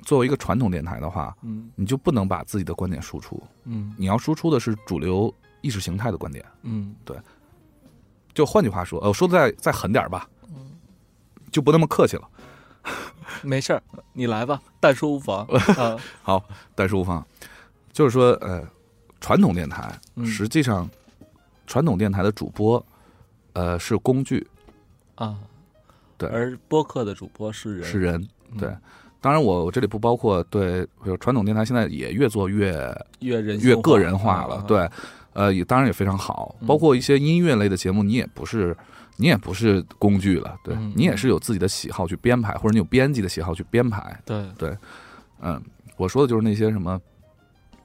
B: 作为一个传统电台的话，
A: 嗯
B: 你就不能把自己的观点输出，
A: 嗯
B: 你要输出的是主流意识形态的观点。
A: 嗯
B: 就换句话说，呃，我说的再再狠点儿吧，就不那么客气了。
A: 嗯，没事儿，你来吧，但说无 妨。啊
B: 好，但是无妨，就是说，呃，传统电台
A: 嗯
B: 实际上，传统电台的主播，呃，是工具，
A: 啊，
B: 对
A: 而播客的主播是人，
B: 是人。
A: 嗯
B: 对当然，我这里不包括对，比如传统电台现在也越做越
A: 越人性
B: 越个人化
A: 啊
B: 了
A: 啊，
B: 对，呃，也当然也非常好。
A: 嗯
B: 包括一些音乐类的节目，你也不是。你也不是工具了，对
A: 嗯
B: 你也是有自己的喜好去编排，或者你有编辑的喜好去编排，
A: 对，
B: 嗯，我说的就是那些什么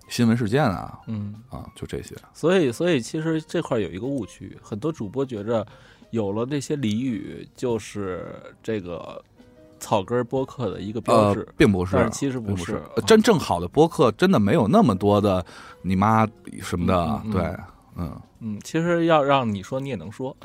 B: 新闻事件啊
A: 嗯，
B: 啊，就这些。
A: 所以所以其实这块儿有一个误区，很多主播觉着有了这些俚语就是这个草根儿播客的一个标
B: 呃
A: 志，，
B: 并不是
A: 但，是其实
B: 并
A: 是，
B: 是。呃
A: 啊
B: 真正好的播客真的没有那么多的你妈什么的
A: 嗯，嗯嗯
B: 对，嗯，
A: 嗯，其实要让你说你也能说，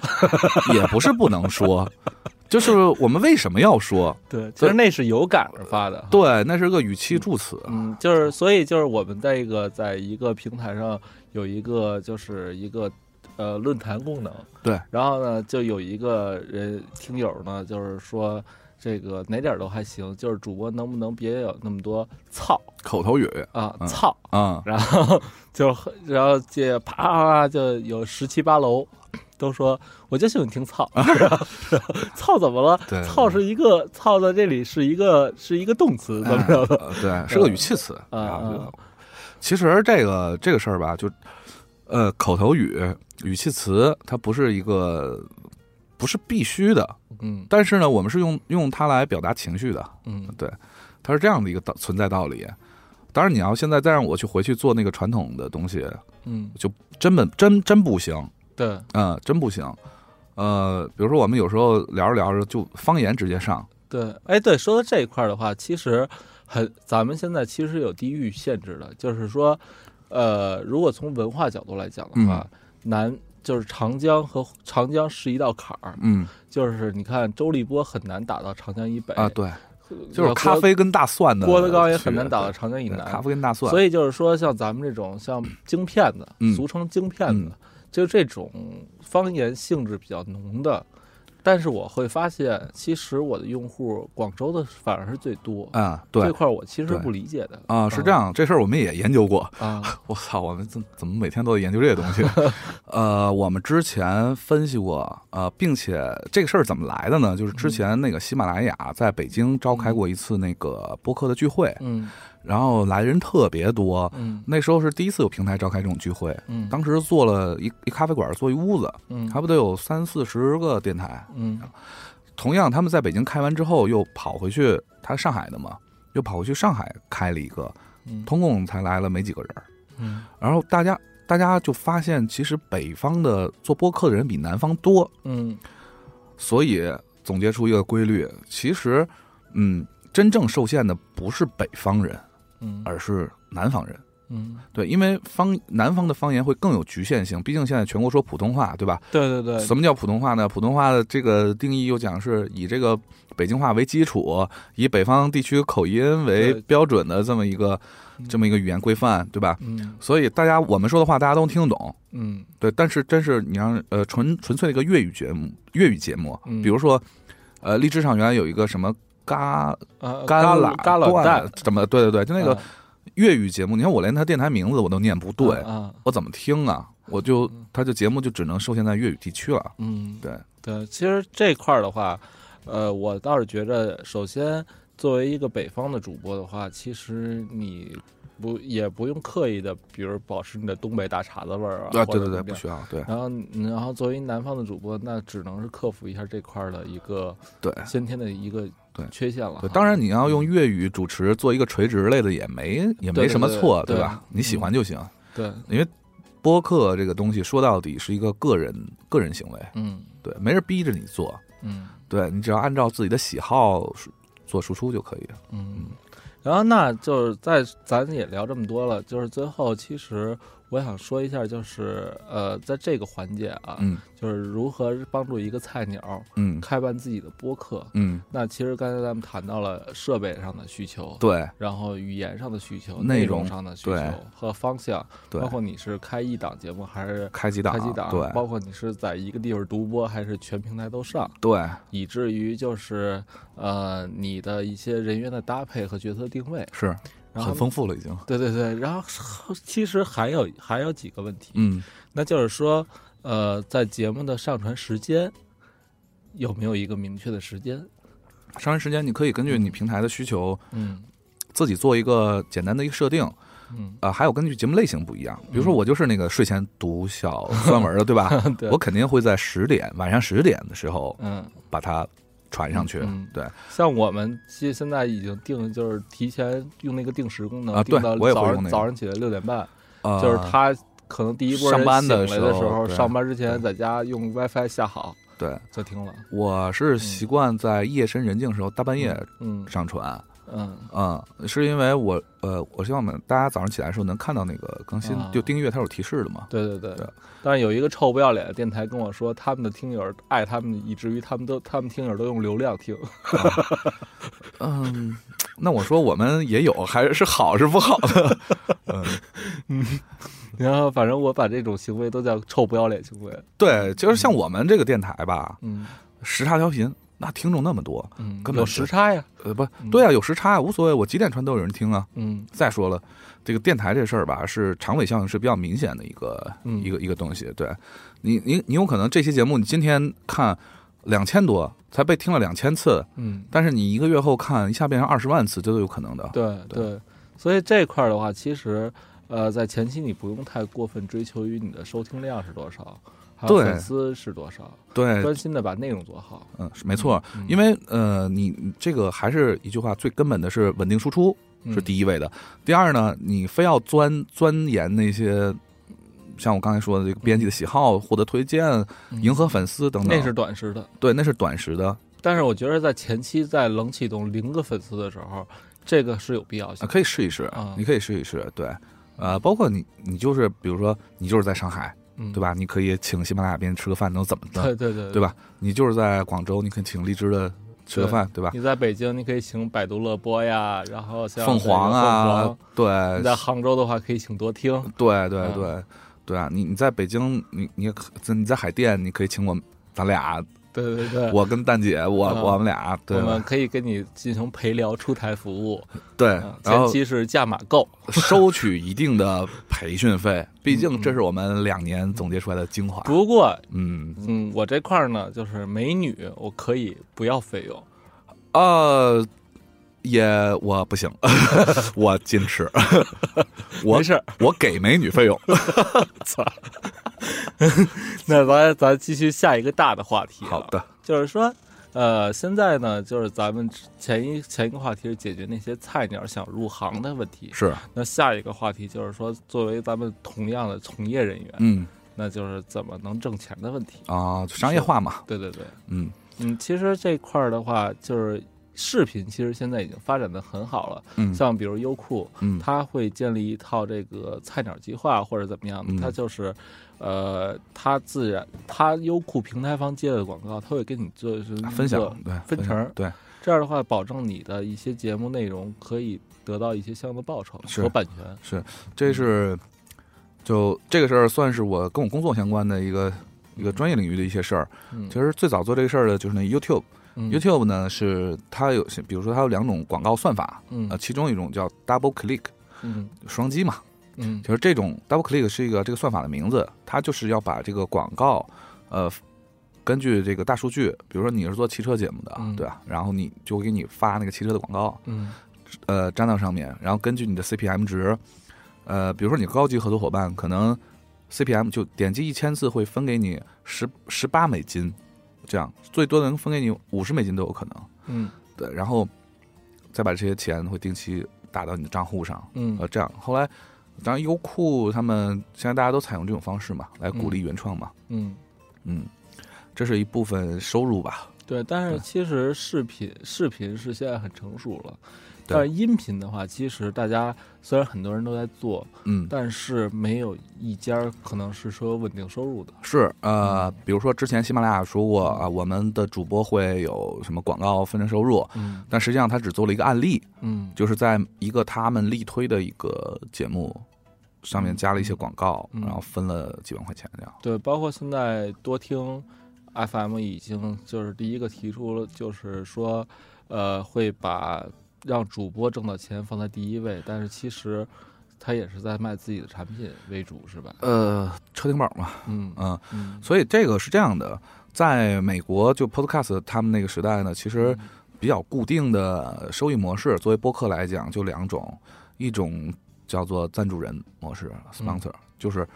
B: 也不是不能说， 就是我们为什么要说？
A: 对，其实那是有感而发的，
B: 对，那是个语气助词。
A: 嗯，就是所以就是我们在一个在一个平台上有一个就是一个呃论坛功能，
B: 对，
A: 然后呢就有一个人听友呢就是说这个哪点儿都还行，就是主播能不能别有那么多操
B: 口头语
A: 啊
B: 嗯
A: 操，
B: 啊，
A: 然后就很然后这啪啪啪就有十七八楼。都说我就喜欢听 操，然后然后操怎么了
B: 对？
A: 操是一个操在这里是一个是一个动词， 怎么着的？
B: 呃对，是个语气词
A: 啊啊
B: 这个其实这个这个事儿吧，就呃，口头语、语气词，它不是一个不是必须的，
A: 嗯
B: 但是呢，我们是用用它来表达情绪的，
A: 嗯
B: 它是这样的一个道存在道理。当然，你要现在再让我去回去做那个传统的东西，
A: 嗯，
B: 真本真真不行，
A: 对，
B: 嗯、真不行。呃，比如说我们有时候聊着聊着就方言直接上，
A: 对，哎，对，说到这一块儿的话，其实很，咱们现在其实有地域限制的，就是说，呃，如果从文化角度来讲的
B: 嗯
A: 话，南就是长江和长江是一道坎儿，
B: 嗯
A: 就是你看周立波很难打到长江以北
B: 啊，，对，
A: 呃
B: 就是咖，啡跟大蒜的
A: 郭郭德纲也
B: 区别
A: 很难打到
B: 啊对
A: 长江以
B: 对
A: 南
B: 咖，啡跟大蒜，
A: 所以就是说，像咱们这种像京片子，
B: 嗯
A: 俗称京片子，就这种方言性质比较浓的。但是我会发现，其实我的用户广州的反而是最嗯多。
B: 啊，
A: 这
B: 对
A: 块儿我其实
B: 对
A: 不理解的
B: 啊，是这样，这事儿我们也研究过。
A: 啊，
B: 我操，我们怎怎么每天都在研究这些东 西？呃，我们之前分析过，呃，并且这个事儿怎么来的呢？就是
A: 嗯
B: 之前那个喜马拉雅在北京召开过一次那个播客的聚会，
A: 嗯
B: 然后来人特别多。
A: 嗯
B: 那时候是第一次有平台召开这种聚会，
A: 嗯，
B: 当时做了一一咖啡馆，做一屋子，
A: 嗯
B: 还不得有三四十个电台。
A: 嗯
B: 同样，他们在北京开完之后，又跑回去，他上海的嘛，又跑回去上海开了一个，
A: 嗯
B: 通共才来了没几个人儿。
A: 嗯
B: 然后大家大家就发现，其实北方的做播客的人比南方多，
A: 嗯
B: 所以总结出一个规律，其实，嗯，真正受限的不是北方人，
A: 嗯
B: 而是南方人。
A: 嗯，
B: 对，因为方南方的方言会更有局限性，毕竟现在全国说普通话，对吧？
A: 对对对，
B: 什么叫普通话呢？普通话的这个定义又讲是以这个北京话为基础，以北方地区口音为
A: 对
B: 标准的这么一个这么一个语言规范，对吧？
A: 嗯
B: 所以大家我们说的话大家都听得懂，
A: 嗯
B: 对。但是真是你让呃纯纯粹的一个粤语节目，粤语节目，啊
A: 嗯
B: 比如说呃荔枝上原来有一个什么嘎
A: 啊
B: 嘎啦
A: 啦旮旯
B: 段
A: 蛋，
B: 怎么对对对，就那个
A: 啊
B: 粤语节目，你看我连他电台名字我都念不对，
A: 啊，
B: 我怎么听啊？我就
A: 嗯
B: 他就节目就只能受限在粤语地区了，
A: 嗯
B: 对。
A: 对，其实这块儿的话，呃，我倒是觉着，首先作为一个北方的主播的话，其实你不也不用刻意的，比如保持你的东北大碴子味儿啊，
B: 啊，
A: 或
B: 对
A: 者怎
B: 对对，
A: 么
B: 不
A: 样
B: 需要，对
A: 然后，嗯然后作为南方的主播，那只能是克服一下这块儿的一个
B: 对
A: 先天的一个
B: 对
A: 缺陷了哈。
B: 对。当然，你要用粤语主持做一个垂直类的，也没
A: 对
B: 也没
A: 嗯对
B: 什么
A: 对
B: 错，
A: 对嗯
B: 吧？你喜欢就行。
A: 对，
B: 播客这个东西说到底是一个个人个人行为，
A: 嗯
B: 对，没人逼着你做，
A: 嗯
B: 对你只要按照自己的喜好输做输出就可以了。
A: 嗯。然后，那就是在咱也聊这么多了，就是最后，其实我想说一下，就是呃，在这个环节啊，
B: 嗯
A: 就是如何帮助一个菜鸟
B: 嗯
A: 开办自己的播客。
B: 嗯，
A: 那其实刚才咱们谈到了设备上的需求，
B: 对
A: 然后语言上的需求、
B: 内
A: 内容
B: 容
A: 上的需求
B: 对
A: 和方向，
B: 对
A: 包，括你是开一档节目还是
B: 开机档，
A: 开几档，
B: 对
A: 包括你是在一个地方独播还是全平台都上，
B: 对
A: 以至于就是呃你的一些人员的搭配和角色定位，
B: 是
A: 然后
B: 很丰富了已经。
A: 对对对，然后其实还有还有几个问题，
B: 嗯，
A: 那就是说，呃，在节目的上传时间有没有一个明确的时间？
B: 上传时间你可以根据你平台的需求
A: 嗯
B: 自己做一个简单的一个设定，
A: 嗯，
B: 啊，还有根据节目类型不一样，比如说我就是那个睡前读小酸文的，对吧？
A: 对
B: 我肯定会在十点晚上十点的时候
A: 嗯，
B: 把它传上去。
A: 嗯
B: 对
A: 像我们其实现在已经定，就是提前用那个定时功能，
B: 啊对
A: 定到
B: 我也会
A: 早
B: 用那
A: 上
B: 个
A: 早上起来六点半，嗯
B: 呃
A: 就是他可能第一波人
B: 上班的
A: 醒来的
B: 时候对
A: 上班之前在家用 WiFi 下好
B: 对，
A: 就听了。
B: 我是习惯在夜深人静的时候大半夜
A: 嗯
B: 上传，
A: 嗯
B: 嗯，是因为我呃，我希望我们大家早上起来的时候能看到那个更新
A: 啊，
B: 就订阅它有提示的嘛。
A: 对对对
B: 对，
A: 但是有一个臭不要脸的电台跟我说，他们的听友爱他们，以至于他们都他们听友都用流量听。
B: 嗯，那我说我们也有，还是好是不 好的？嗯，
A: 然后反正我把这种行为都叫臭不要脸行为。
B: 对，就是像我们这个电台吧，
A: 嗯
B: 时差调频，那听众那么多，
A: 嗯，
B: 根本
A: 有
B: 就
A: 时差呀。
B: 呃，不
A: 嗯
B: 对啊，有时差无所谓，我几点传都有人听啊。
A: 嗯
B: 再说了，这个电台这事儿吧，是长尾效应是比较明显的一个、
A: 嗯
B: 一个一个东西。对你，你你有可能这期节目你今天看两千多，才被听了两千次，
A: 嗯，
B: 但是你一个月后看一下变成二十万次，这都有可能的。
A: 对
B: 对
A: 对，所以这块儿的话，其实呃，在前期你不用太过分追求于你的收听量是多少，还有
B: 对哎
A: 粉丝是多少，
B: 对，
A: 专心的把内容做好。
B: 嗯，是没错，
A: 嗯
B: 因为呃，你这个还是一句话，最根本的是稳定输出是
A: 嗯
B: 第一位的。第二呢，你非要钻钻研那些。像我刚才说的，这个编辑的喜好、获得推荐、
A: 嗯
B: 迎合粉丝等等，
A: 那是短时的，
B: 对，那是短时的，
A: 但是我觉得在前期在冷启动零个粉丝的时候，这个是有必要性
B: 啊，
A: 的。
B: 可以试一试
A: 啊，
B: 你可以试一试，对，呃，包括你，你就是比如说你就是在上海，
A: 嗯，
B: 对吧？你可以请喜马拉雅边吃个饭，能怎么的，
A: 对？对对
B: 对？吧？你就是在广州，你可以请荔枝的吃个饭，对吧？
A: 你在北京，你可以请百度乐播呀，然后像
B: 凤
A: 这个
B: 凰
A: 凤
B: 啊
A: 凰，
B: 对，
A: 你在杭州的话，可以请多听。
B: 对对
A: 嗯
B: 对对啊！你你在北京，你你也可你在海淀，你可以请我们，咱俩，
A: 对对对，
B: 我跟蛋姐，我
A: 嗯
B: 我们俩，
A: 我
B: 对吧
A: 们可以跟你进行陪聊出台服 务，
B: 对
A: 嗯，
B: 然
A: 前
B: 后
A: 期是价码购，
B: 收取一定的培训费，毕
A: 嗯
B: 竟
A: 嗯
B: 这是我们两年总结出来的精华。
A: 不过。
B: 嗯，
A: 嗯，我这块儿呢，就是美女，我可以不要费用。
B: 呃，也我不行， 我矜持， 我
A: 没事儿，
B: 我给美 女费用。
A: 那咱咱继续下一个大的话题。啊
B: 好，的，
A: 就是说，呃，现在呢，就是咱们前一前一个话题是解决那些菜鸟想入行的问题，
B: 是，
A: 那下一个话题就是说，作为咱们同样的从业人员，
B: 嗯
A: 那就是怎么能挣钱的问题。
B: 啊，就商业化嘛，
A: 对对对，
B: 嗯
A: 嗯，其实这块儿的话，就是视频其实现在已经发展的很好了，
B: 嗯
A: 像比如优酷，
B: 嗯
A: 它会建立一套这个菜鸟计划或者怎么样的
B: 嗯，
A: 它就是，呃，它自然，它优酷平台方接了广告，它会给你做是
B: 啊分
A: 做
B: 享对
A: 分成
B: 享对
A: 这样的话，保证你的一些节目内容可以得到一些相应的报酬
B: 是
A: 和版权。嗯
B: 这是就这个事儿算是我跟我工作相关的一个一个专业领域的一些事儿。
A: 嗯，
B: 其实最早做这个事儿的就是那 YouTube。
A: 嗯
B: YouTube 呢是它有，比如说它有两种广告算法，
A: 嗯
B: 呃，其中一种叫 Double Click，
A: 嗯
B: 双击嘛。
A: 嗯
B: 就是这种 Double Click 是一个这个算法的名字，它就是要把这个广告，呃，根据这个大数据，比如说你是做汽车节目的，
A: 嗯
B: 对吧？然后你就给你发那个汽车的广告，
A: 嗯
B: 呃，粘到上面，然后根据你的 CPM 值，呃，比如说你高级合作伙伴可能 CPM 就点击一千次会分给你十十八美金，这样最多能分给你五十美金都有可能，
A: 嗯
B: 对，然后再把这些钱会定期打到你的账户上，
A: 嗯
B: 呃，这样后来，当然优酷他们现在大家都采用这种方式嘛，来鼓励原创嘛，
A: 嗯，
B: 嗯，这是一部分收入吧，
A: 对。但是
B: 对
A: 其实视频视频是现在很成熟了，
B: 对
A: 但是音频的话，其实大家虽然很多人都在做，
B: 嗯，
A: 但是没有一家儿可能是说稳定收入的。
B: 是呃，比如说之前喜马拉雅说过啊，我们的主播会有什么广告分成收入，
A: 嗯
B: 但实际上他只做了一个案例，
A: 嗯
B: 就是在一个他们力推的一个节目上面加了一些广告，
A: 嗯
B: 然后分了几万块钱这样，
A: 对，包括现在多听 FM 已经就是第一个提出了，就是说，呃，会把让主播挣到钱放在第一位，但是其实他也是在卖自己的产品为主，是吧？
B: 呃，车顶宝嘛，
A: 嗯
B: 嗯、
A: 嗯，
B: 所以这个是这样的，在美国就 Podcast 他们那个时代呢，其实比较固定的收益模式，作为播客来讲就两种，一种叫做赞助人模式 （sponsor），、就是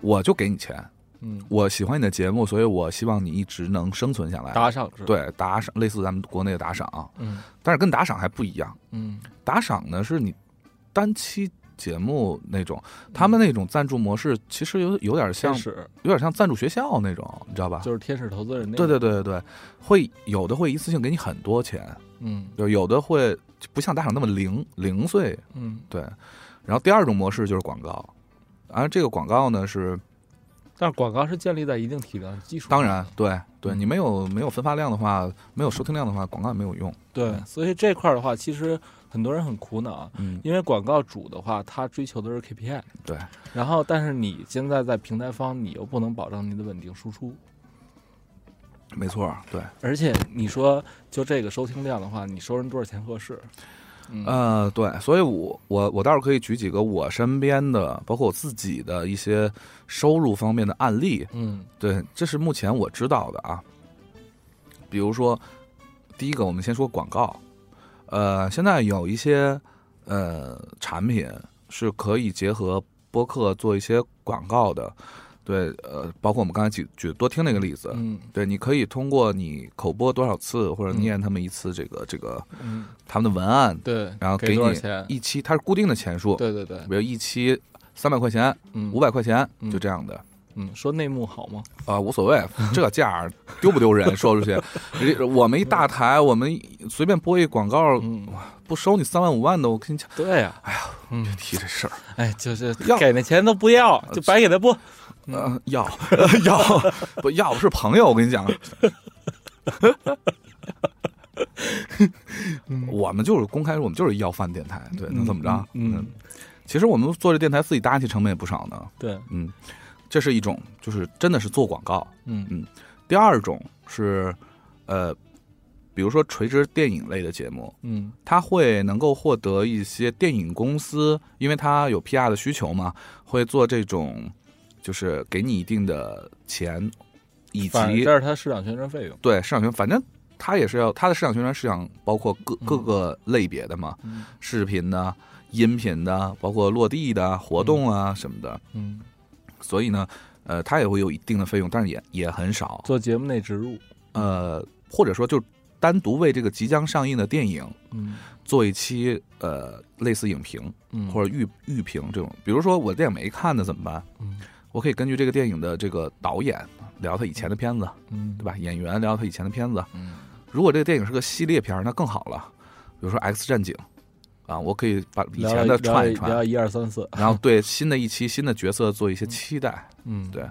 B: 我就给你钱，
A: 嗯
B: 我喜欢你的节目，所以我希望你一直能生存下来。
A: 打赏制，，
B: 对，打赏类似咱们国内的打赏，啊
A: 嗯
B: 但是跟打赏还不一样，
A: 嗯
B: 打赏呢是你单期。节目那种，他们
A: 嗯
B: 那种赞助模式其实有有点像
A: 天，使
B: 有点像赞助学校那种，你知道吧？
A: 就是天使投资人那
B: 对
A: 个，
B: 对对对对，会有的会一次性给你很多钱，
A: 嗯
B: 就有的会不像打赏那么零零碎，
A: 嗯，
B: 对。然后第二种模式就是广告，而这个广告呢是
A: 但是广告是建立在一定体量的基础，
B: 当然，对对，
A: 嗯
B: 你没有没有分发量的话，没有收听量的话，广告也没有用。
A: 对，所以这块儿的话，其实很多人很苦恼，
B: 嗯，
A: 因为广告主的话，他追求的是 KPI。
B: 对。
A: 然后，但是你现在在平台方，你又不能保证你的稳定输出，
B: 没错，对。
A: 而且你说就这个收听量的话，你收人多少钱合适？嗯
B: 呃，对，所以我我我倒是可以举几个我身边的，包括我自己的一些收入方面的案例，
A: 嗯
B: 对，这是目前我知道的啊。比如说，第一个，我们先说广告。呃，现在有一些呃产品是可以结合播客做一些广告的，对，呃，包括我们刚才举举多听那个例子，
A: 嗯
B: 对，你可以通过你口播多少次，或者
A: 嗯
B: 念他们一次这个这个
A: 嗯，
B: 他们的文案，
A: 对。
B: 然后
A: 给
B: 你
A: 多少钱？
B: 一期，它是固定的钱数，
A: 对对对，
B: 比如一期三百块钱、
A: 嗯
B: 五百块钱，
A: 嗯
B: 就这样的。
A: 嗯，说内幕好吗？
B: 啊，无所谓， 这价儿丢不丢人？说出去， 人我们一大台，我们随便播一广告，
A: 嗯，
B: 不收你三万五万的，我跟你讲，
A: 对呀。哎呀，嗯，
B: 提这事儿，
A: 哎，就是
B: 要
A: 给那钱都不要，就白给他播。
B: 呃，要要不要不是朋友，我跟你讲， 我们就是公开，我们就是要饭电台，对，能怎么着？
A: 嗯，嗯，
B: 其实我们做这电台自己搭起成本也不少呢，
A: 对，
B: 嗯，这是一种，就是真的是做广告，
A: 嗯
B: 第二种是，呃，比如说垂直电影类的节目，
A: 嗯
B: 它会能够获得一些电影公司，因为它有 PR 的需求嘛，会做这种，就是给你一定的钱，以
A: 反正
B: 及
A: 这是他市场宣传费用。
B: 对市场宣传，反正它也是要它的市场宣传是想包括各
A: 嗯
B: 各个类别的嘛，
A: 嗯
B: 视频的、音频的，包括落地的活动啊什么的，
A: 嗯，
B: 所以呢，呃，它也会有一定的费用，但是也也很少，
A: 做节目内植入。
B: 呃，或者说就单独为这个即将上映的电影
A: 嗯
B: 做一期呃类似影评
A: 嗯，
B: 或者预预评这种。比如说我电影没看呢怎么办？
A: 嗯
B: 我可以根据这个电影的这个导演聊他以前的片子，
A: 嗯
B: 对吧？演员聊他以前的片子。
A: 嗯
B: 如果这个电影是个系列片儿，那更好了。比如说《X 战警》啊，我可以把以
A: 嗯聊
B: 前的串一
A: 聊
B: 串，
A: 聊一二三四，
B: 然后对新的一期新的角色做一些期待。
A: 嗯
B: 对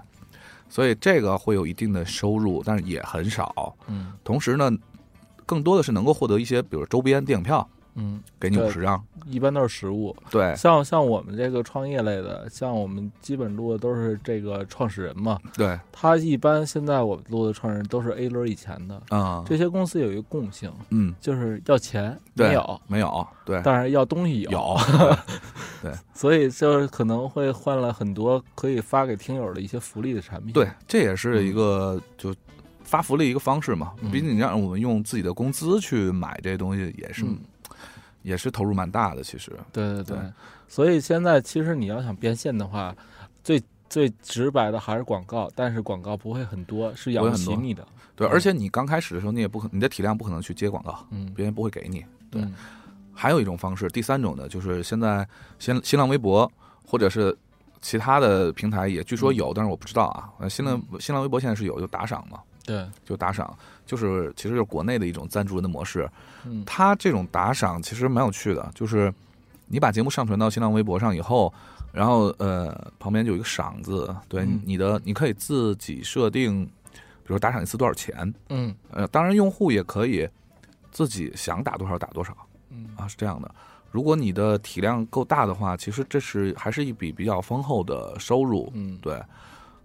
B: 所以这个会有一定的收入，但是也很少。
A: 嗯
B: 同时呢，更多的是能够获得一些，比如周边电影票，
A: 嗯，
B: 给你
A: 对
B: 五十张。
A: 一般都是实物，
B: 对
A: 像像我们这个创业类的，像我们基本录的都是这个创始人嘛，
B: 对，
A: 他一般现在我们录的创始人都是 A 轮以前的，
B: 嗯
A: 这些公司有一个共性，
B: 嗯，
A: 就是要钱
B: 对
A: 没有，
B: 没有，对，
A: 但是要东西有，
B: 有，
A: 所以就是可能会换了很多可以发给听友的一些福利的产品。嗯
B: 对，这也是一个就发福利一个方式嘛。
A: 嗯
B: 毕竟你让我们用自己的工资去买这东西，也是、
A: 嗯
B: 也是投入蛮大的。其实，
A: 对对
B: 对
A: 对，所以现在其实你要想变现的话，最最直白的还是广告，但是广告不会很多，是养
B: 不会
A: 不
B: 很
A: 起
B: 多
A: 你的。
B: 对，
A: 嗯
B: 而且你刚开始的时候，你也不可你的体量不可能去接广告，
A: 嗯，
B: 别人不会给你。对
A: 嗯
B: 还有一种方式，第三种呢，就是现在新新浪微博或者是其他的平台也
A: 嗯
B: 据说有，但是我不知道啊。呃新浪新浪微博现在是有，就打赏嘛，
A: 对，
B: 就打赏，就是其实就是国内的一种赞助人的模式。
A: 嗯
B: 它这种打赏其实蛮有趣的，就是你把节目上传到新浪微博上以后，然后呃旁边就有一个赏字，对、
A: 嗯
B: 你的你可以自己设定，比如说打赏一次多少钱，
A: 嗯
B: 呃当然用户也可以自己想打多少打多少
A: 嗯
B: 啊，是这样的。如果你的体量够大的话，其实这是还是一笔比较丰厚的收入，
A: 嗯，
B: 对，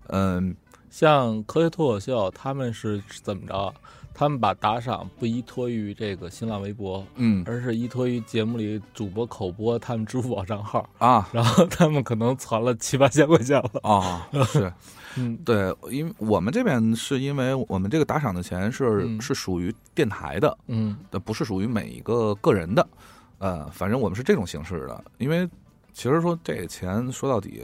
B: 嗯，
A: 像科学脱口秀，他们是怎么着？他们把打赏不依托于这个新浪微博，
B: 嗯
A: 而是依托于节目里主播口播他们支付宝账号，
B: 啊
A: 然后他们可能攒了七八千块钱了。
B: 啊、是，
A: 嗯
B: 对，因为我们这边是因为我们这个打赏的钱是、
A: 嗯
B: 是属于电台的，
A: 嗯
B: 但不是属于每一个个人的。呃，反正我们是这种形式的，因为其实说这钱说到底，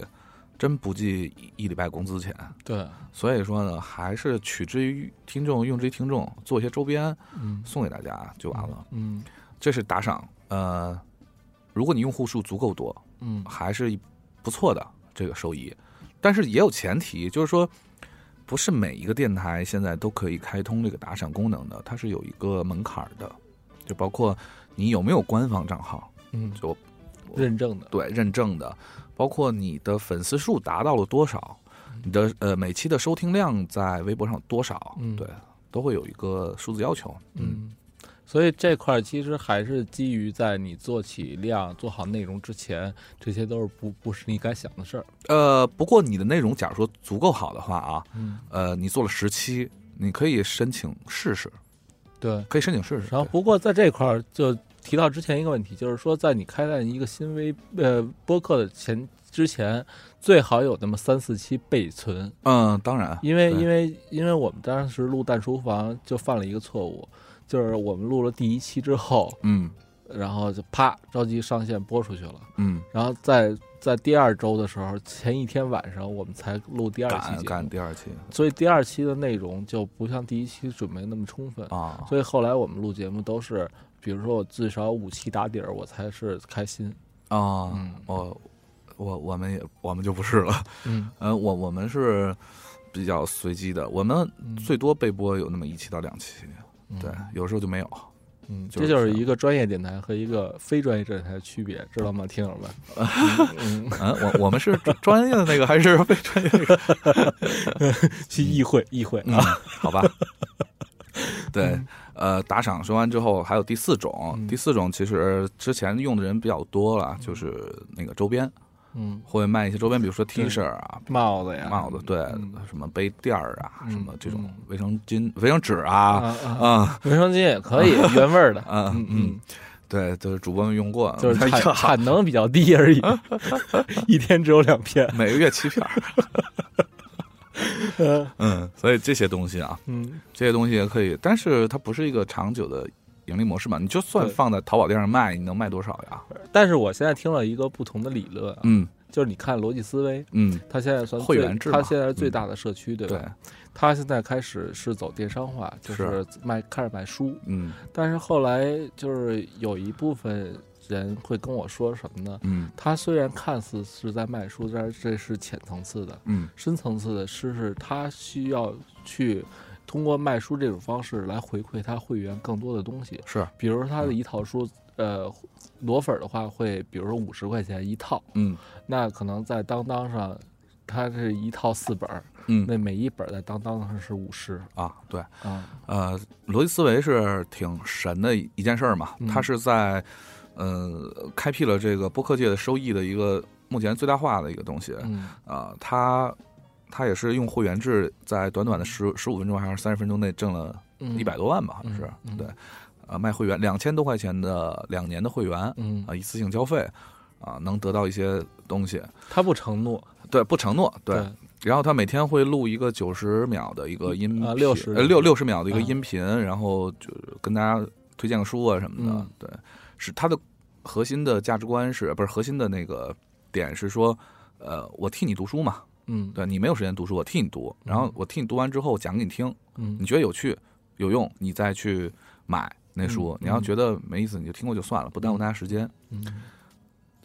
B: 真不计一一礼拜工资钱，
A: 对，
B: 所以说呢，还是取之于听众，用之于听众，做一些周边
A: 嗯
B: 送给大家就完了。
A: 嗯
B: 这是打赏，呃，如果你用户数足够多，
A: 嗯
B: 还是不错的这个收益，但是也有前提，就是说不是每一个电台现在都可以开通这个打赏功能的，它是有一个门槛儿的，就包括你有没有官方账号，
A: 嗯，
B: 就
A: 认证的。
B: 对认证的，包括你的粉丝数达到了多少，你的呃每期的收听量在微博上有多少，
A: 嗯
B: 对，都会有一个数字要求，
A: 嗯，所以这块儿其实还是基于在你做起量、做好内容之前，这些都是不不是你该想的事儿。
B: 呃，不过你的内容假如说足够好的话啊，
A: 嗯，
B: 呃，你做了十期，你可以申请试试。
A: 对。
B: 可以申请试试。
A: 然后不过在这块儿就提到之前一个问题，就是说在你开办一个新微呃播客的前之前，最好有那么三四期备存，
B: 嗯，当然，
A: 因为
B: 对
A: 因为因为我们当时录蛋书房就犯了一个错误，就是我们录了第一期之后，
B: 嗯
A: 然后就啪着急上线播出去了。
B: 嗯，
A: 然后在在第二周的时候，前一天晚上我们才录第二期
B: 赶
A: 节
B: 赶
A: 目，
B: 第二期
A: 所以第二期的内容就不像第一期准备那么充分。
B: 啊，
A: 所以后来我们录节目都是，比如说我至少五期打底儿，我才是开心。
B: 啊，
A: 嗯
B: 我我我们也我们就不是了，
A: 嗯，
B: 呃，我我们是比较随机的，我们
A: 嗯
B: 最多被播有那么一期到两期，对，有时候就 没有。
A: 嗯，
B: 就
A: 这
B: 是
A: 就是
B: 这样
A: 一个专业电台和一个非专业电台的区别，知道吗，听友 们？嗯，
B: 嗯，我我们是专专业的那个还是非专业的那个？
A: 去议会，议会
B: 嗯
A: 啊，，
B: 好 吧。对，呃，打赏说完之后，还有第四种，
A: 嗯
B: 第四种其实之前用的人比较多了，就是那个周边，
A: 嗯，
B: 会卖一些周边，比如说
A: 对
B: T 恤啊，
A: 帽子呀，
B: 帽子，对，
A: 嗯
B: 什么杯垫儿啊，
A: 嗯
B: 什么这种
A: 嗯
B: 卫生巾、卫生纸啊，
A: 啊啊，
B: 啊，
A: 卫生巾也可 以，原味儿的。
B: 啊
A: 嗯
B: 嗯，对，就是主播们用过，
A: 就是
B: 哎
A: 产
B: 呀
A: 产能比较低而 已，一天只有两片。
B: 每个月七片 儿。嗯，所以这些东西啊，
A: 嗯
B: 这些东西也可以，但是它不是一个长久的盈利模式嘛。你就算
A: 对
B: 放在淘宝店上卖，你能卖多少呀？，
A: 但是我现在听了一个不同的理论啊，
B: 嗯
A: 就是你看逻辑思维，
B: 嗯，
A: 它现在算
B: 会
A: 最
B: 员制嘛
A: 它现在是最
B: 嗯
A: 大的社区，对吧？
B: 对，
A: 它现在开始是走电商化，就是是卖开始卖书，
B: 嗯
A: 但是后来就是有一部分人会跟我说什么呢？
B: 嗯
A: 他虽然看似是在卖书，但是这是浅层次的，
B: 嗯
A: 深层次的是是他需要去通过卖书这种方式来回馈他会员更多的东西，
B: 是，
A: 比如说他
B: 嗯
A: 的一套书，呃，裸粉儿的话会，比如说五十块钱一套，
B: 嗯
A: 那可能在当当上，它是一套四本儿，
B: 嗯
A: 那每一本儿在当当上是五十
B: 啊，对，
A: 啊，
B: 呃，逻辑思维是挺神的一件事儿嘛，
A: 嗯
B: 它是在呃开辟了这个播客界的收益的一个目前最大化的一个东西啊、
A: 嗯
B: 它它也是用会员制，在短短的十十五分钟还是三十分钟内挣了
A: 嗯，
B: 一百，多万吧，好像是、
A: 嗯嗯
B: 对，呃，卖会员两千多块钱的两年的会员啊、
A: 嗯，
B: 一次性交费啊、能得到一些东西，
A: 他不承诺，
B: 对，不承诺，对，
A: 对，
B: 然后他每天会录一个九十秒的一个音频，
A: 啊60
B: 呃六六十秒的一嗯个
A: 啊
B: 音频，然后就是跟大家推荐个书啊什么的。
A: 嗯
B: 对，是他的核心的价值观是不是核心的那个点是说，呃，我替你读书嘛，
A: 嗯，
B: 对你没有时间读书，我替你读，
A: 嗯
B: 然后我替你读完之后讲给你听，
A: 嗯
B: 你觉得有趣有用，你再去买那书。
A: 嗯
B: 你要
A: 嗯
B: 觉得没意思，你就听过就算了，不耽误大家时间。
A: 嗯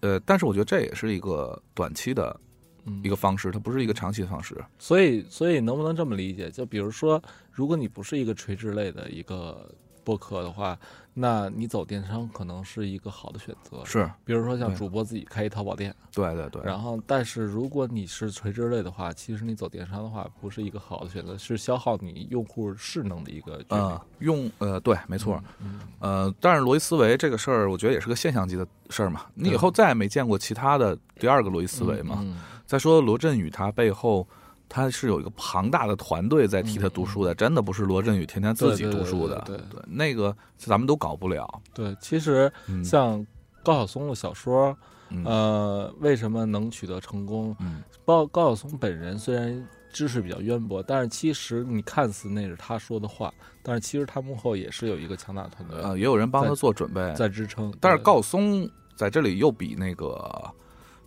B: 呃，但是我觉得这也是一个短期的
A: 嗯
B: 一个方式，它不是一个长期的方式。
A: 所以，所以能不能这么理解？就比如说，如果你不是一个垂直类的一个播客的话，那你走电商可能是一个好的选择。
B: 是
A: 比如说像
B: 对
A: 主播自己开一淘宝店，
B: 对对对。
A: 然后，但是如果你是垂直类的话，其实你走电商的话不是一个好的选择，是消耗你用户势能的一个决定。
B: 嗯，用呃，对，没错，
A: 嗯
B: 呃，但是逻辑思维这个事儿，我觉得也是个现象级的事儿嘛。你以后再也没见过其他的第二个逻辑思维嘛。
A: 嗯
B: 再说罗振宇，他背后他是有一个庞大的团队在替他读书的，真的不是罗振宇天天自己
A: 对对
B: 读
A: 对
B: 书
A: 对
B: 的。
A: 嗯对对
B: 那个咱们都搞不了。
A: 对，其实
B: 嗯
A: 像高晓松的小说，
B: 嗯
A: 呃，为什么能取得成功？
B: 嗯
A: 高高晓松本人虽然知识比较渊博，但是其实你看似那是他说的话，但是其实他幕后也是有一个强大团队
B: 呃，也有人帮他
A: 在
B: 做准备，
A: 在支撑。
B: 但是
A: 对
B: 高晓松在这里又比那个，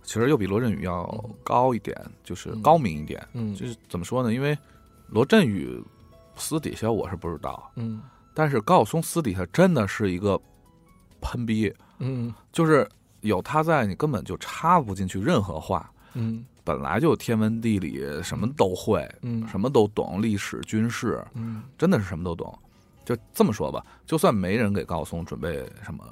B: 其实又比罗振宇要
A: 嗯
B: 高一点，就是高明一点。
A: 嗯
B: 就是怎么说呢？因为罗振宇私底下我是不知道，
A: 嗯
B: 但是高晓松私底下真的是一个喷逼，
A: 嗯
B: 就是有他在，你根本就插不进去任何话。
A: 嗯
B: 本来就天文地理什么都会，
A: 嗯
B: 什么都懂，历史、军事，
A: 嗯
B: 真的是什么都懂。就这么说吧，就算没人给高晓松准备什么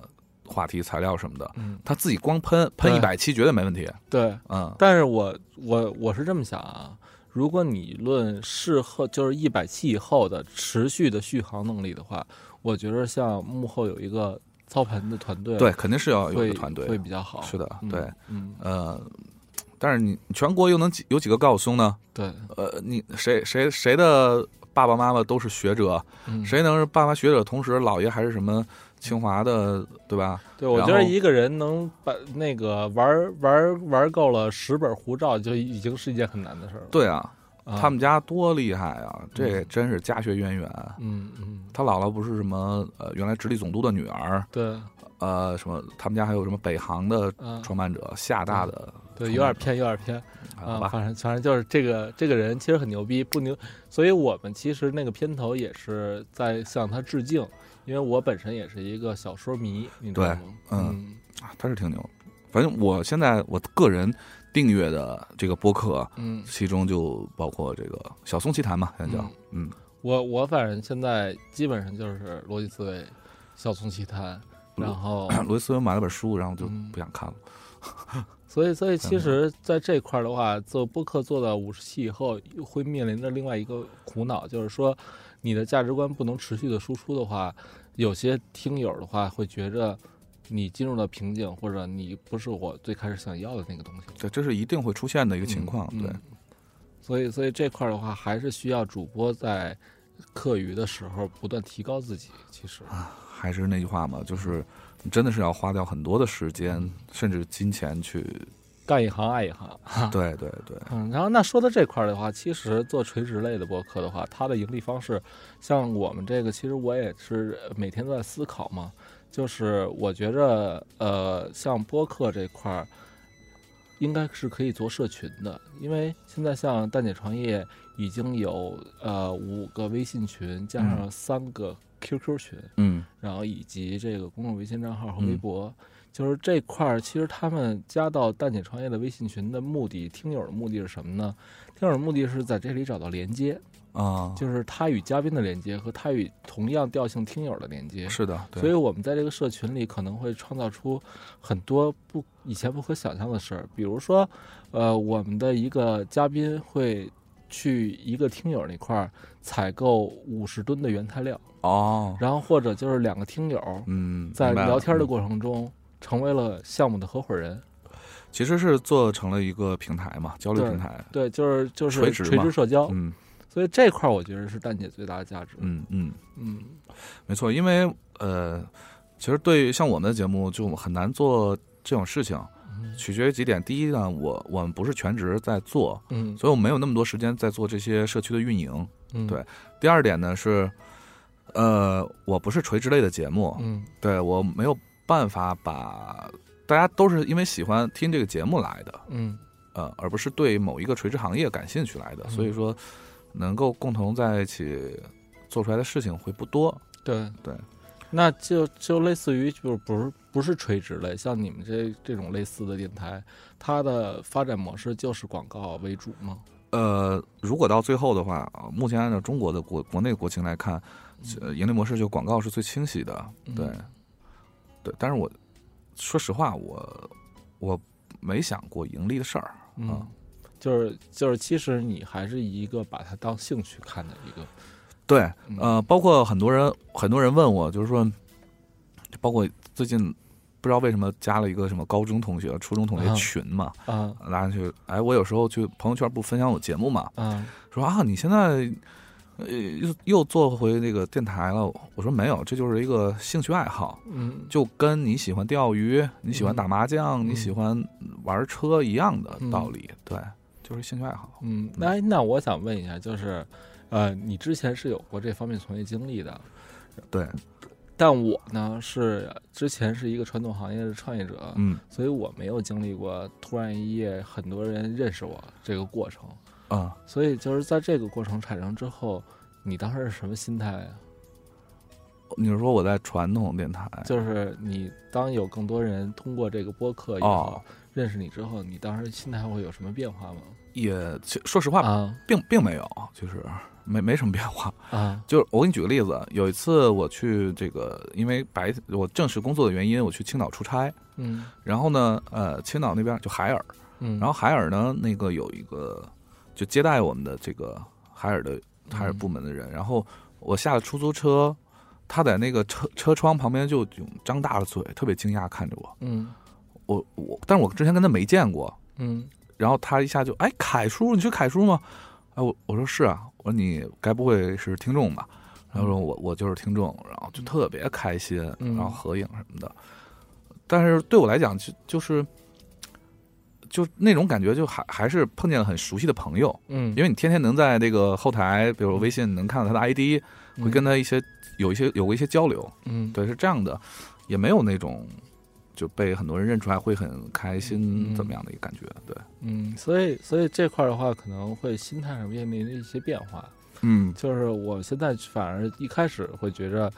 B: 话题材料什么的，
A: 嗯，
B: 他自己光喷喷一
A: 对
B: 百期绝对没问题。
A: 对。
B: 嗯
A: 但是我我我是这么想啊，如果你论事后就是一百期以后的持续的续航能力的话，我觉得像幕后有一个操盘的团队，
B: 对，肯定是要有一
A: 会
B: 个团队
A: 会比较好。
B: 是的
A: 嗯
B: 对，
A: 嗯，
B: 呃，但是你全国又能几有几个高晓松呢？
A: 对，
B: 呃，你谁谁谁的爸爸妈妈都是学者，
A: 嗯，
B: 谁能是爸妈学者，同时姥爷还是什么清华的，对吧？
A: 对，我
B: 然
A: 觉得
B: 后
A: 一个人能把那个玩儿玩儿玩儿够了十本护照，就已经是一件很难的事儿了。
B: 对啊，
A: 啊，
B: 他们家多厉害啊！这真是家学渊源。
A: 嗯嗯，
B: 他姥姥不是什么呃，原来直隶总督的女儿，
A: 对，
B: 呃，什么他们家还有什么北航的
A: 嗯，
B: 创办者，厦大的，
A: 对，有点偏，有点偏。
B: 好
A: 啊，
B: 吧？
A: 反正反正就是这个这个人其实很牛逼，不牛，所以我们其实那个片头也是在向他致敬，因为我本身也是一个小说迷，你知道
B: 对
A: 吗？
B: 嗯啊他是挺牛。反正我现在我个人订阅的这个播客，
A: 嗯，
B: 其中就包括这个小松奇谈嘛，现在叫嗯
A: 我我反正现在基本上就是逻辑思维、小松奇谈，然后
B: 嗯罗辑思维买了本书，然后就
A: 嗯
B: 不想看了。
A: 所以所以其实在这块儿的话，做播客做到五十期以后，会面临着另外一个苦恼，就是说你的价值观不能持续的输出的话，有些听友的话会觉着你进入了瓶颈，或者你不是我最开始想要的那个东西。
B: 对，这是一定会出现的一个情况。
A: 嗯
B: 对，
A: 所以所以这块儿的话，还是需要主播在课余的时候不断提高自己。其实，
B: 啊还是那句话嘛，就是你真的是要花掉很多的时
A: 嗯
B: 间，甚至金钱去。
A: 干一行爱一行。
B: 对对对，
A: 嗯，然后那说到这块儿的话，其实做垂直类的播客的话，它的盈利方式，像我们这个，其实我也是每天都在思考嘛。就是我觉着，呃，像播客这块儿，应该是可以做社群的，因为现在像蛋姐创业已经有呃五个微信群，加上三个 QQ 群，
B: 嗯
A: 然后以及这个公众微信账号和微博，就是这块儿，其实他们加到蛋姐创业的微信群的目的，听友的目的是什么呢？听友的目的是在这里找到连接，
B: 啊，
A: 嗯就是他与嘉宾的连接和他与同样调性听友的连接。
B: 是的，对
A: 所以我们在这个社群里可能会创造出很多不以前不可想象的事儿，比如说，呃，我们的一个嘉宾会去一个听友那块儿采购五十吨的原材料，
B: 哦，
A: 然后或者就是两个听友
B: 嗯，
A: 在
B: 明白了
A: 聊天的
B: 嗯
A: 过程中成为了项目的合伙人，
B: 其实是做成了一个平台嘛，交流
A: 对
B: 平台，
A: 对，就是就是
B: 垂直嘛
A: 垂直社交，
B: 嗯
A: 所以这块儿我觉得是蛋姐最大的价值。
B: 嗯嗯，
A: 嗯
B: 没错，因为呃，其实对于像我们的节目就很难做这种事情，
A: 嗯
B: 取决于几点。第一呢，我我们不是全职在做，
A: 嗯
B: 所以我没有那么多时间在做这些社区的运营。
A: 嗯，
B: 对第二点呢是，呃，我不是垂直类的节目，
A: 嗯
B: 对我没有办法把大家都是因为喜欢听这个节目来的，
A: 嗯
B: 呃，而不是对某一个垂直行业感兴趣来的，
A: 嗯
B: 所以说能够共同在一起做出来的事情会不多。
A: 对
B: 对，
A: 那就就类似于就是不是不是垂直类，像你们这这种类似的电台，它的发展模式就是广告为主吗？
B: 呃，如果到最后的话，啊目前按照中国的国国内国情来看，呃，盈利模式就广告是最清晰的，对，
A: 嗯
B: 对。但是我说实话，我我没想过盈利的事儿，
A: 嗯
B: 啊，
A: 就是就是，其实你还是一个把它当兴趣看的一个，
B: 对，
A: 嗯
B: 呃，包括很多人，很多人问我，就是说，包括最近不知道为什么加了一个什么高中同学、初中同学
A: 啊
B: 群嘛，
A: 啊
B: 大家去，哎，我有时候去朋友圈不分享我节目嘛，
A: 啊
B: 说啊，你现在呃又又做回那个电台了，我说没有，这就是一个兴趣爱好。
A: 嗯
B: 就跟你喜欢钓鱼、你喜
A: 嗯
B: 欢打麻将、
A: 嗯
B: 你喜欢玩车一样的
A: 嗯
B: 道理，对，就是兴趣爱好。
A: 嗯，那哎那我想问一下，就是，呃，你之前是有过这方面从业经历的，
B: 对，
A: 但我呢是之前是一个传统行业的创业者，
B: 嗯
A: 所以我没有经历过突然一夜很多人认识我这个过程，
B: 啊、
A: 所以就是在这个过程产生之后，你当时是什么心态啊？
B: 你是说我在传统电台？
A: 就是你当有更多人通过这个播客也好、
B: 哦，
A: 认识你之后，你当时心态会有什么变化吗？
B: 也其说实话，
A: 啊
B: 并并没有，就是没没什么变化。
A: 啊
B: 就是我给你举个例子，有一次我去这个，因为白我正式工作的原因，我去青岛出差。
A: 嗯
B: 然后呢，呃，青岛那边就海尔，
A: 嗯，
B: 然后海尔呢，那个有一个就接待我们的这个海尔的海尔部门的人，然后我下了出租车，他在那个车车窗旁边就就张大了嘴，特别惊讶看着我，
A: 嗯
B: 我我，但是我之前跟他没见过，
A: 嗯
B: 然后他一下就哎，凯叔，你是凯叔吗？哎，我我说是啊，我说你该不会是听众
A: 嗯
B: 吧？他说我我就是听众，然后就特别开心，
A: 嗯
B: 然后合影什么的。但是对我来讲，就就是就那种感觉，就还还是碰见了很熟悉的朋友，
A: 嗯，
B: 因为你天天能在那个后台，比如微信能看到他的 ID，
A: 为
B: 会跟他一些有一些有过一些交流，
A: 嗯
B: 对，是这样的，也没有那种就被很多人认出来会很开心
A: 嗯
B: 怎么样的一个感觉，对，
A: 嗯，所以所以这块儿的话，可能会心态上面临着一些变化。
B: 嗯
A: 就是我现在反而一开始会觉着，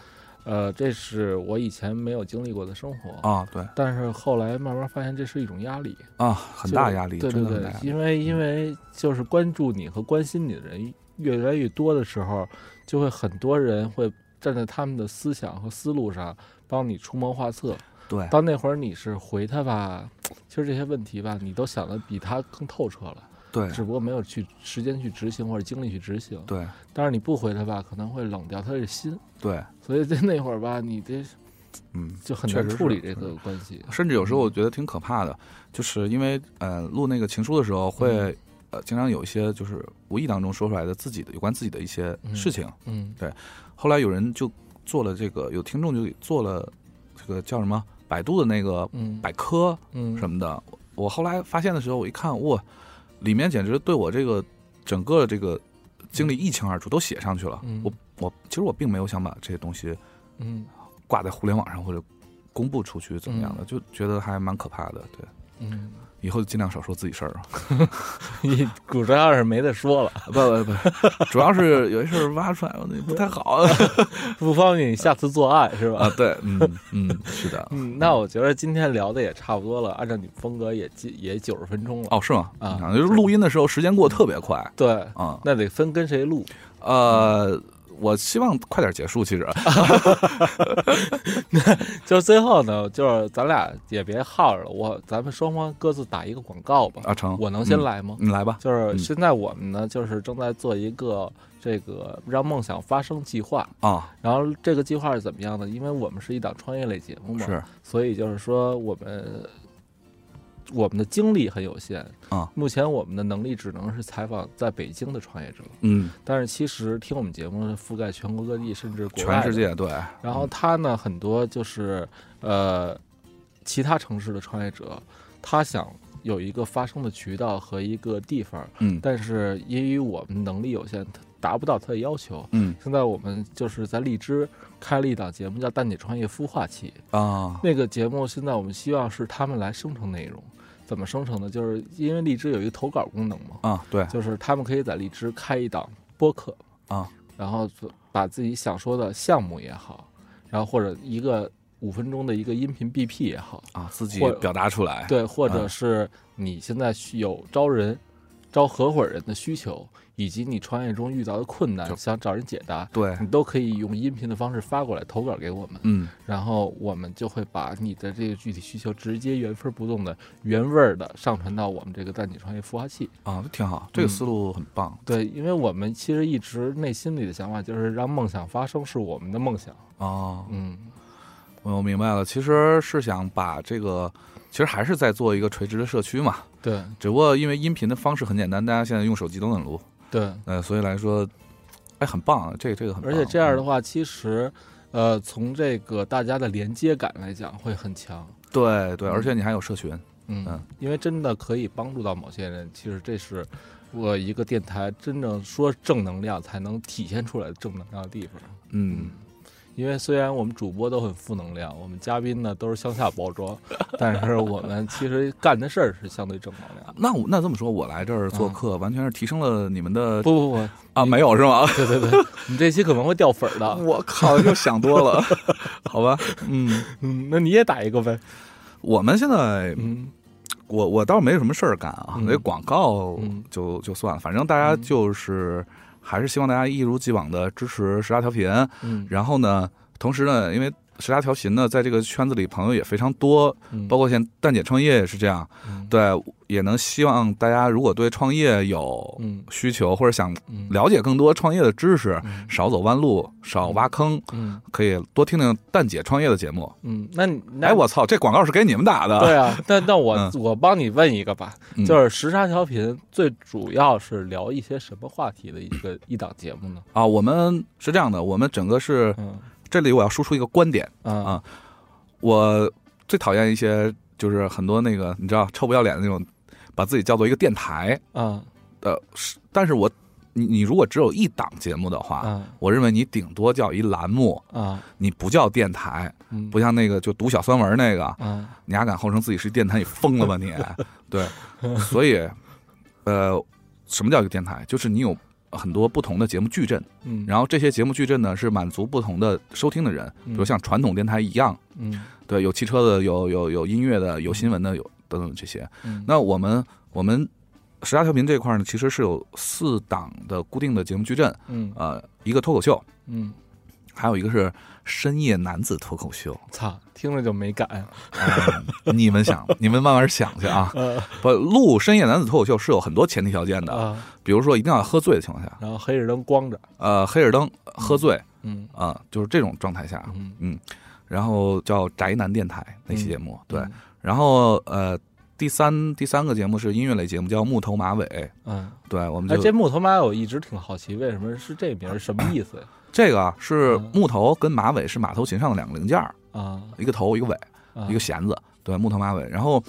A: 呃，这是我以前没有经历过的生活。
B: 啊，对。
A: 但是后来慢慢发现，这是一种压力，
B: 啊，很
A: 就
B: 大压力，
A: 对对
B: 真的很
A: 对
B: 大压，力。
A: 因为因为就是关注你和关心你的人越来越多的时候，就会很多人会站在他们的思想和思路上帮你出谋划
B: 哎
A: 策。
B: 对
A: 到那会儿你是回他吧，其实这些问题吧，你都想的比他更透彻了，
B: 对
A: 只不过没有去时间去执行或者精力去执行。
B: 对
A: 但是你不回他吧，可能会冷掉他的心，
B: 对，
A: 所以在那会儿吧，你这
B: 嗯，
A: 就很
B: 确
A: 难
B: 实是
A: 处理这个关系。
B: 甚至有时候我觉得挺可怕的，就是因为呃录那个情书的时候会。呃，经常有一些就是无意当中说出来的自己的有关自己的一些事情，
A: 嗯
B: 后来有人就做了这个，有听众就给做了这个叫什么百度的那个
A: 嗯
B: 百科
A: 嗯
B: 什么的。我后来发现的时候，我一看，哇，里面简直对我这个整个这个经历一清二楚，都写上去了。
A: 嗯
B: 我我其实我并没有想把这些东西
A: 嗯
B: 挂在互联网上或者公布出去怎么样的，就觉得还蛮可怕的。对，
A: 嗯，
B: 以后就尽量少说自己事儿啊。
A: 你主要是没得说了，
B: 不不不， 主要是有些事儿挖出来我那不太好
A: 不方便你下次作案是吧？
B: 啊。对，嗯嗯，是的。
A: 嗯，那我觉得今天聊的也差不多了，按照你风格也近也九十分钟了。
B: 哦，是吗？
A: 啊
B: 就是录音的时候时间过得特别快
A: 对，
B: 啊。
A: 那得分跟谁录。
B: 呃，我希望快点结束，其实
A: 就是最后呢，就是咱俩也别耗着了，我咱们双方各自打一个广告吧。
B: 啊，成，
A: 我能先
B: 嗯，
A: 来吗？
B: 你来吧。
A: 就是现在我们呢，就是正在做一个这个让梦想发生计划。
B: 啊，
A: 然后这个计划是怎么样呢？因为我们是一档创业类节目嘛，
B: 是
A: 所以就是说我们我们的精力很有限
B: 啊。
A: 目前我们的能力只能是采访在北京的创业者，
B: 嗯，
A: 但是其实听我们节目呢覆盖全国各地，甚至国外
B: 全
A: 的
B: 世。界对。
A: 然后他呢，很多就是呃其他城市的创业者，他想有一个发声的渠道和一个地方，
B: 嗯
A: 但是由于我们能力有限，他达不到他的要求。
B: 嗯
A: 现在我们就是在荔枝开了一档节目，叫“蛋姐创业孵化器”。
B: 啊
A: 那个节目现在我们希望是他们来生成内容，怎么生成呢？就是因为荔枝有一个投稿功能嘛，
B: 啊，对
A: 就是他们可以在荔枝开一档播客
B: 啊，
A: 然后把自己想说的项目也好，然后或者一个五分钟的一个音频 BP 也好，
B: 啊，自己
A: 或
B: 表达出来。
A: 对，或者是你现在需有招人、招合伙人的需求，以及你创业中遇到的困
B: 就
A: 难，想找人解答，
B: 对，
A: 你都可以用音频的方式发过来投稿给我们。
B: 嗯
A: 然后我们就会把你的这个具体需求直接原封不动的、原味儿的上传到我们这个蛋姐创业孵化器。
B: 啊，这挺好，
A: 嗯
B: 这个思路很棒
A: 对，因为我们其实一直内心里的想法就是让梦想发生是我们的梦想。
B: 哦。
A: 嗯，
B: 我明白了，其实是想把这个，其实还是在做一个垂直的社区嘛，
A: 对
B: 只不过因为音频的方式很简单，大家现在用手机都能录，
A: 对，
B: 呃，所以来说，哎，很棒，这个这个很棒，嗯
A: 而且这样的话，其实。呃，从这个大家的连接感来讲，会很强，
B: 嗯对对，而且你还有社群，
A: 嗯，
B: 嗯
A: 因为真的可以帮助到某些人。其实这是我一个电台真正说正能量才能体现出来的正能量的地方。
B: 嗯，
A: 因为虽然我们主播都很负能量，我们嘉宾呢都是向下包装，但是我们其实干的事儿是相对正能量的。
B: 那我那这么说，我来这儿做客，完全是提升了你们的
A: 嗯不不不，
B: 啊，没有是吗？
A: 对对对，你这期可能会掉粉儿的。
B: 我靠，又想多了，啊 好吧，嗯，
A: 嗯，那你也打一个呗。
B: 我们现在
A: 嗯
B: 我我倒没什么事儿干啊，
A: 嗯
B: 那、广告
A: 嗯
B: 就就算了，反正大家就是、还是希望大家一如既往的支持十大调频。
A: 嗯
B: 然后呢，同时呢，因为十大调频呢，在这个圈子里朋友也非常多，
A: 嗯，
B: 包括现在蛋姐创业也是这样，
A: 嗯
B: 对，也能希望大家如果对创业有
A: 嗯
B: 需求或者想
A: 嗯
B: 了解更多创业的知识，
A: 嗯
B: 少走弯路，少挖坑，
A: 嗯
B: 可以多听听蛋姐创业的节目。
A: 嗯，那你那
B: 哎，我操，这广告是给你们打的，
A: 对啊，那那我、
B: 嗯
A: 我帮你问一个吧，
B: 嗯
A: 就是时差调频最主要是聊一些什么话题的一个一档节目呢？
B: 啊，我们是这样的，我们整个是
A: 嗯
B: 这里我要输出一个观点，
A: 啊
B: 啊我最讨厌一些就是很多那个你知道臭不要脸的那种，把自己叫做一个电台
A: 啊
B: 的，是，但是我你你如果只有一档节目的话，
A: 啊
B: 我认为你顶多叫一栏目，
A: 啊！
B: 你不叫电台，
A: 嗯
B: 不像那个就读小酸文那个，
A: 啊
B: 你还敢号称自己是电台，你疯了 吧你？对，所以呃，什么叫一个电台？就是你有很多不同的节目矩阵。
A: 嗯，
B: 然后这些节目矩阵呢是满足不同的收听的人，
A: 嗯
B: 比如像传统电台一样，
A: 嗯
B: 对，有汽车的，有有有音乐的，有新闻的，有等等这些。
A: 嗯
B: 那我们我们十大调频这一块呢，其实是有四档的固定的节目矩阵，
A: 嗯
B: 呃，一个脱口秀，
A: 嗯。
B: 还有一个是深夜男子脱口秀。
A: 操，听着就没感。
B: 嗯 你们想，你们慢慢想去啊。
A: 呃
B: 不，录深夜男子脱口秀是有很多前提条件的，
A: 啊，
B: 比如说一定要喝醉的情况下，
A: 然后黑着灯光着，
B: 呃，黑着灯喝醉
A: 嗯
B: 啊、就是这种状态下，
A: 嗯，
B: 然后叫宅男电台那期节目，对，
A: 嗯，
B: 然后呃，第三第三个节目是音乐类节目，叫木头马尾，
A: 嗯，
B: 对，我们
A: 哎，
B: 就、
A: 这木头妈我一直挺好奇，为什么是这名儿，什么意思呀？
B: 这个啊是
A: 嗯
B: 木头跟马尾是马头琴上的两个零件儿，
A: 啊，
B: 一个头一个尾，
A: 啊
B: 一个弦子，对，木头马尾，然后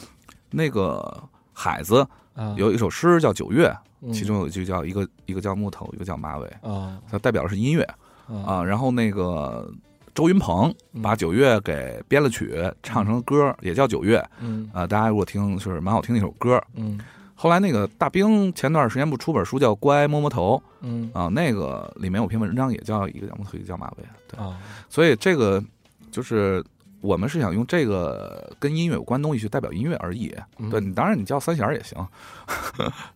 B: 那个。海子
A: 啊，
B: 有一首诗叫《九月》，
A: 嗯
B: 其中有一句叫一个一个叫木头，一个叫马尾，
A: 啊
B: 它代表的是音乐
A: 啊
B: 啊。然后那个周云鹏
A: 嗯
B: 把九月给编了曲，唱成了歌，也叫九月。
A: 嗯
B: 呃，大家如果听是蛮好听的一首歌。
A: 嗯
B: 后来那个大兵前段时间不出本书叫《乖摸摸头
A: 嗯》
B: 啊、那个里面有篇文章也叫一个叫我推叫马尾，对，
A: 啊，
B: 所以这个就是我们是想用这个跟音乐有关的东西去代表音乐而已。
A: 嗯
B: 对你，当然你叫三弦儿也行，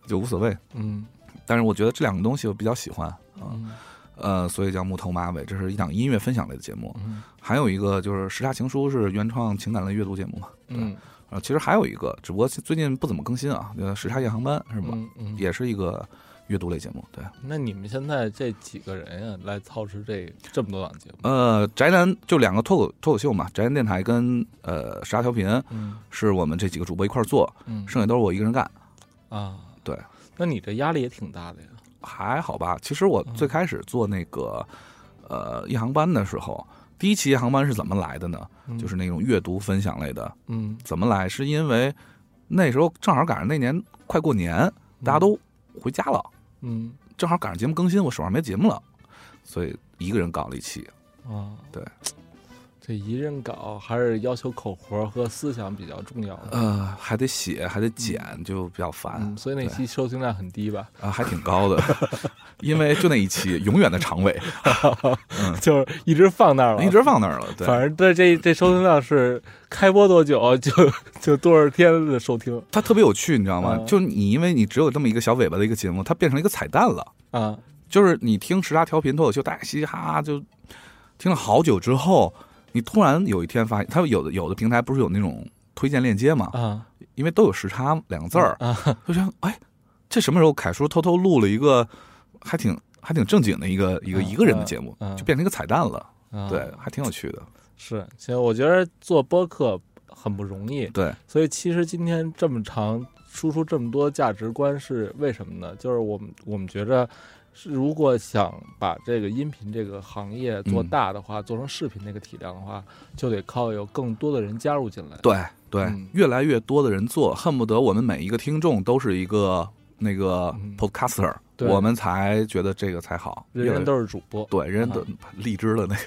B: 就无所谓。
A: 嗯
B: 但是我觉得这两个东西我比较喜欢，
A: 嗯
B: 呃，所以叫木头马尾，这是一档音乐分享类的节目。
A: 嗯
B: 还有一个就是《时差情书》是原创情感类阅读节目嘛。
A: 嗯
B: 啊，其实还有一个，只不过最近不怎么更新啊，呃，《时差夜航班》是吧？
A: 嗯嗯，
B: 也是一个阅读类节目。对，
A: 那你们现在这几个人呀，来操持这这么多档节目？
B: 呃，宅男就两个脱口脱口秀嘛，宅男电台跟呃时差调频
A: 嗯
B: 是我们这几个主播一块儿做，
A: 嗯
B: 剩下都是我一个人干，
A: 啊，
B: 对。
A: 那你这压力也挺大的呀。
B: 还好吧。其实
A: 嗯
B: 我最开始做那个呃夜航班的时候，第一期夜航班是怎么来的呢？
A: 嗯
B: 就是那种阅读分享类的，
A: 嗯，
B: 怎么来？是因为那时候正好赶上那年快过年，大家都回家了，
A: 嗯
B: 正好赶上节目更新，我手上没节目了，所以一个人搞了一期。
A: 啊，
B: 对，
A: 这一人搞还是要求口活和思想比较重要的。
B: 呃，还得写，还得剪，就比较烦，
A: 嗯，所以那期收听量很低 吧？
B: 啊、还挺高的，因为就那一期，永远的长 尾，
A: 就是嗯一直放那儿了，
B: 一直放那儿了。对，
A: 反正这这这收听量是开播多久就就多少天的收听
B: 它特别有趣，你知道吗？
A: 嗯
B: 就是你因为你只有这么一个小尾巴的一个节目，它变成一个彩蛋了。
A: 啊，
B: 就是你听时差调频脱口秀，大家嘻嘻哈哈就听了好久之后，你突然有一天发现，它有的有的平台不是有那种推荐链接嘛？
A: 啊
B: 因为都有时差两个字儿，
A: 啊，
B: 就想哎，这什么时候凯叔偷偷录了一个还挺还挺正经的一个一个
A: 嗯
B: 一个人的节目
A: 嗯嗯，
B: 就变成一个彩蛋了。
A: 啊
B: 对，还挺有趣的。
A: 是，其实我觉得做播客很不容易，
B: 对，
A: 所以其实今天这么长输出这么多价值观是为什么呢？就是我们我们觉着。是，如果想把这个音频这个行业做
B: 嗯
A: 大的话，做成视频那个体量的话，就得靠有更多的人加入进来。
B: 对对
A: 嗯，
B: 越来越多的人做，恨不得我们每一个听众都是一个那个
A: 嗯
B: podcaster，
A: 对
B: 我们才觉得这个才好。
A: 人人
B: 越来
A: 都是嗯主播。
B: 对，人人都 荔枝的那个，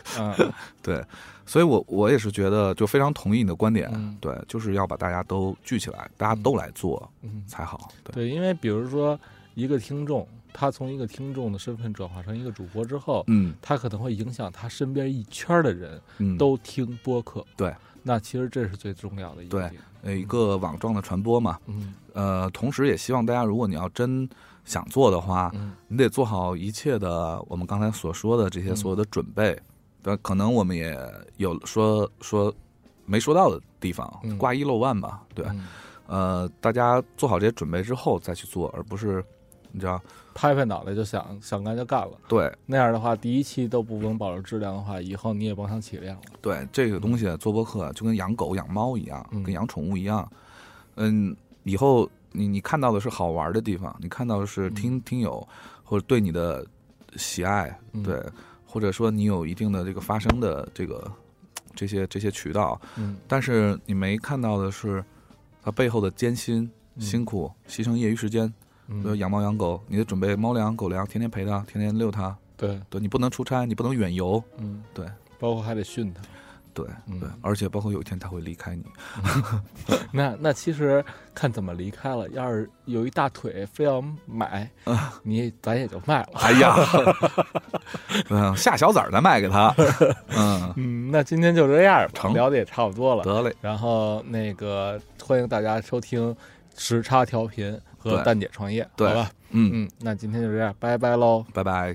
A: 嗯，
B: 对，所以我我也是觉得就非常同意你的观点
A: 嗯，
B: 对，就是要把大家都聚起来，大家都来做
A: 嗯，
B: 才好。对，
A: 对，因为比如说一个听众，他从一个听众的身份转化成一个主播之后，
B: 嗯
A: 他可能会影响他身边一圈儿的人
B: 嗯，
A: 都听播客。
B: 对，
A: 那其实这是最重要的一
B: 对
A: 点。
B: 呃一个网状的传播嘛，
A: 嗯
B: 呃，同时也希望大家，如果你要真想做的话，
A: 嗯
B: 你得做好一切的我们刚才所说的这些
A: 嗯
B: 所有的准备。对，可能我们也有说说没说到的地方
A: 嗯，
B: 挂一漏万吧。对，
A: 嗯，
B: 呃，大家做好这些准备之后再去做，而不是你知道，
A: 拍拍脑袋就想想干就干了。
B: 对
A: 那样的话，第一期都不能保证质量的话，以后你也甭想起量了。
B: 对，这个东西做播客就跟养狗、养猫一样，
A: 嗯
B: 跟养宠物一样。嗯，以后你你看到的是好玩的地方，你看到的是听听友或者对你的喜爱，
A: 嗯
B: 对，，或者说你有一定的这个发声的这个这些这些渠道，
A: 嗯，
B: 但是你没看到的是它背后的艰辛、
A: 嗯
B: 辛苦、牺牲业余时间。
A: 嗯
B: 比如养猫养狗，你得准备猫粮、狗粮，天天陪它，天天遛它。
A: 对，
B: 对你不能出差，你不能远游，
A: 嗯
B: 对，
A: 包括还得训他。
B: 对
A: 嗯
B: 对，而且包括有一天它会离开你。
A: 那那其实看怎么离开了。要是有一大腿非要买，
B: 啊
A: 你咱也就卖了。
B: 哎 呀，嗯，下小崽儿再卖给他。嗯，
A: 嗯，那今天就这样吧，
B: 成
A: 聊的也差不多了。
B: 得嘞，
A: 然后那个欢迎大家收听时差调频和
B: 对
A: 蛋姐创业，
B: 对
A: 好吧？
B: 嗯，
A: 嗯，那今天就这样，拜拜喽。
B: 拜拜。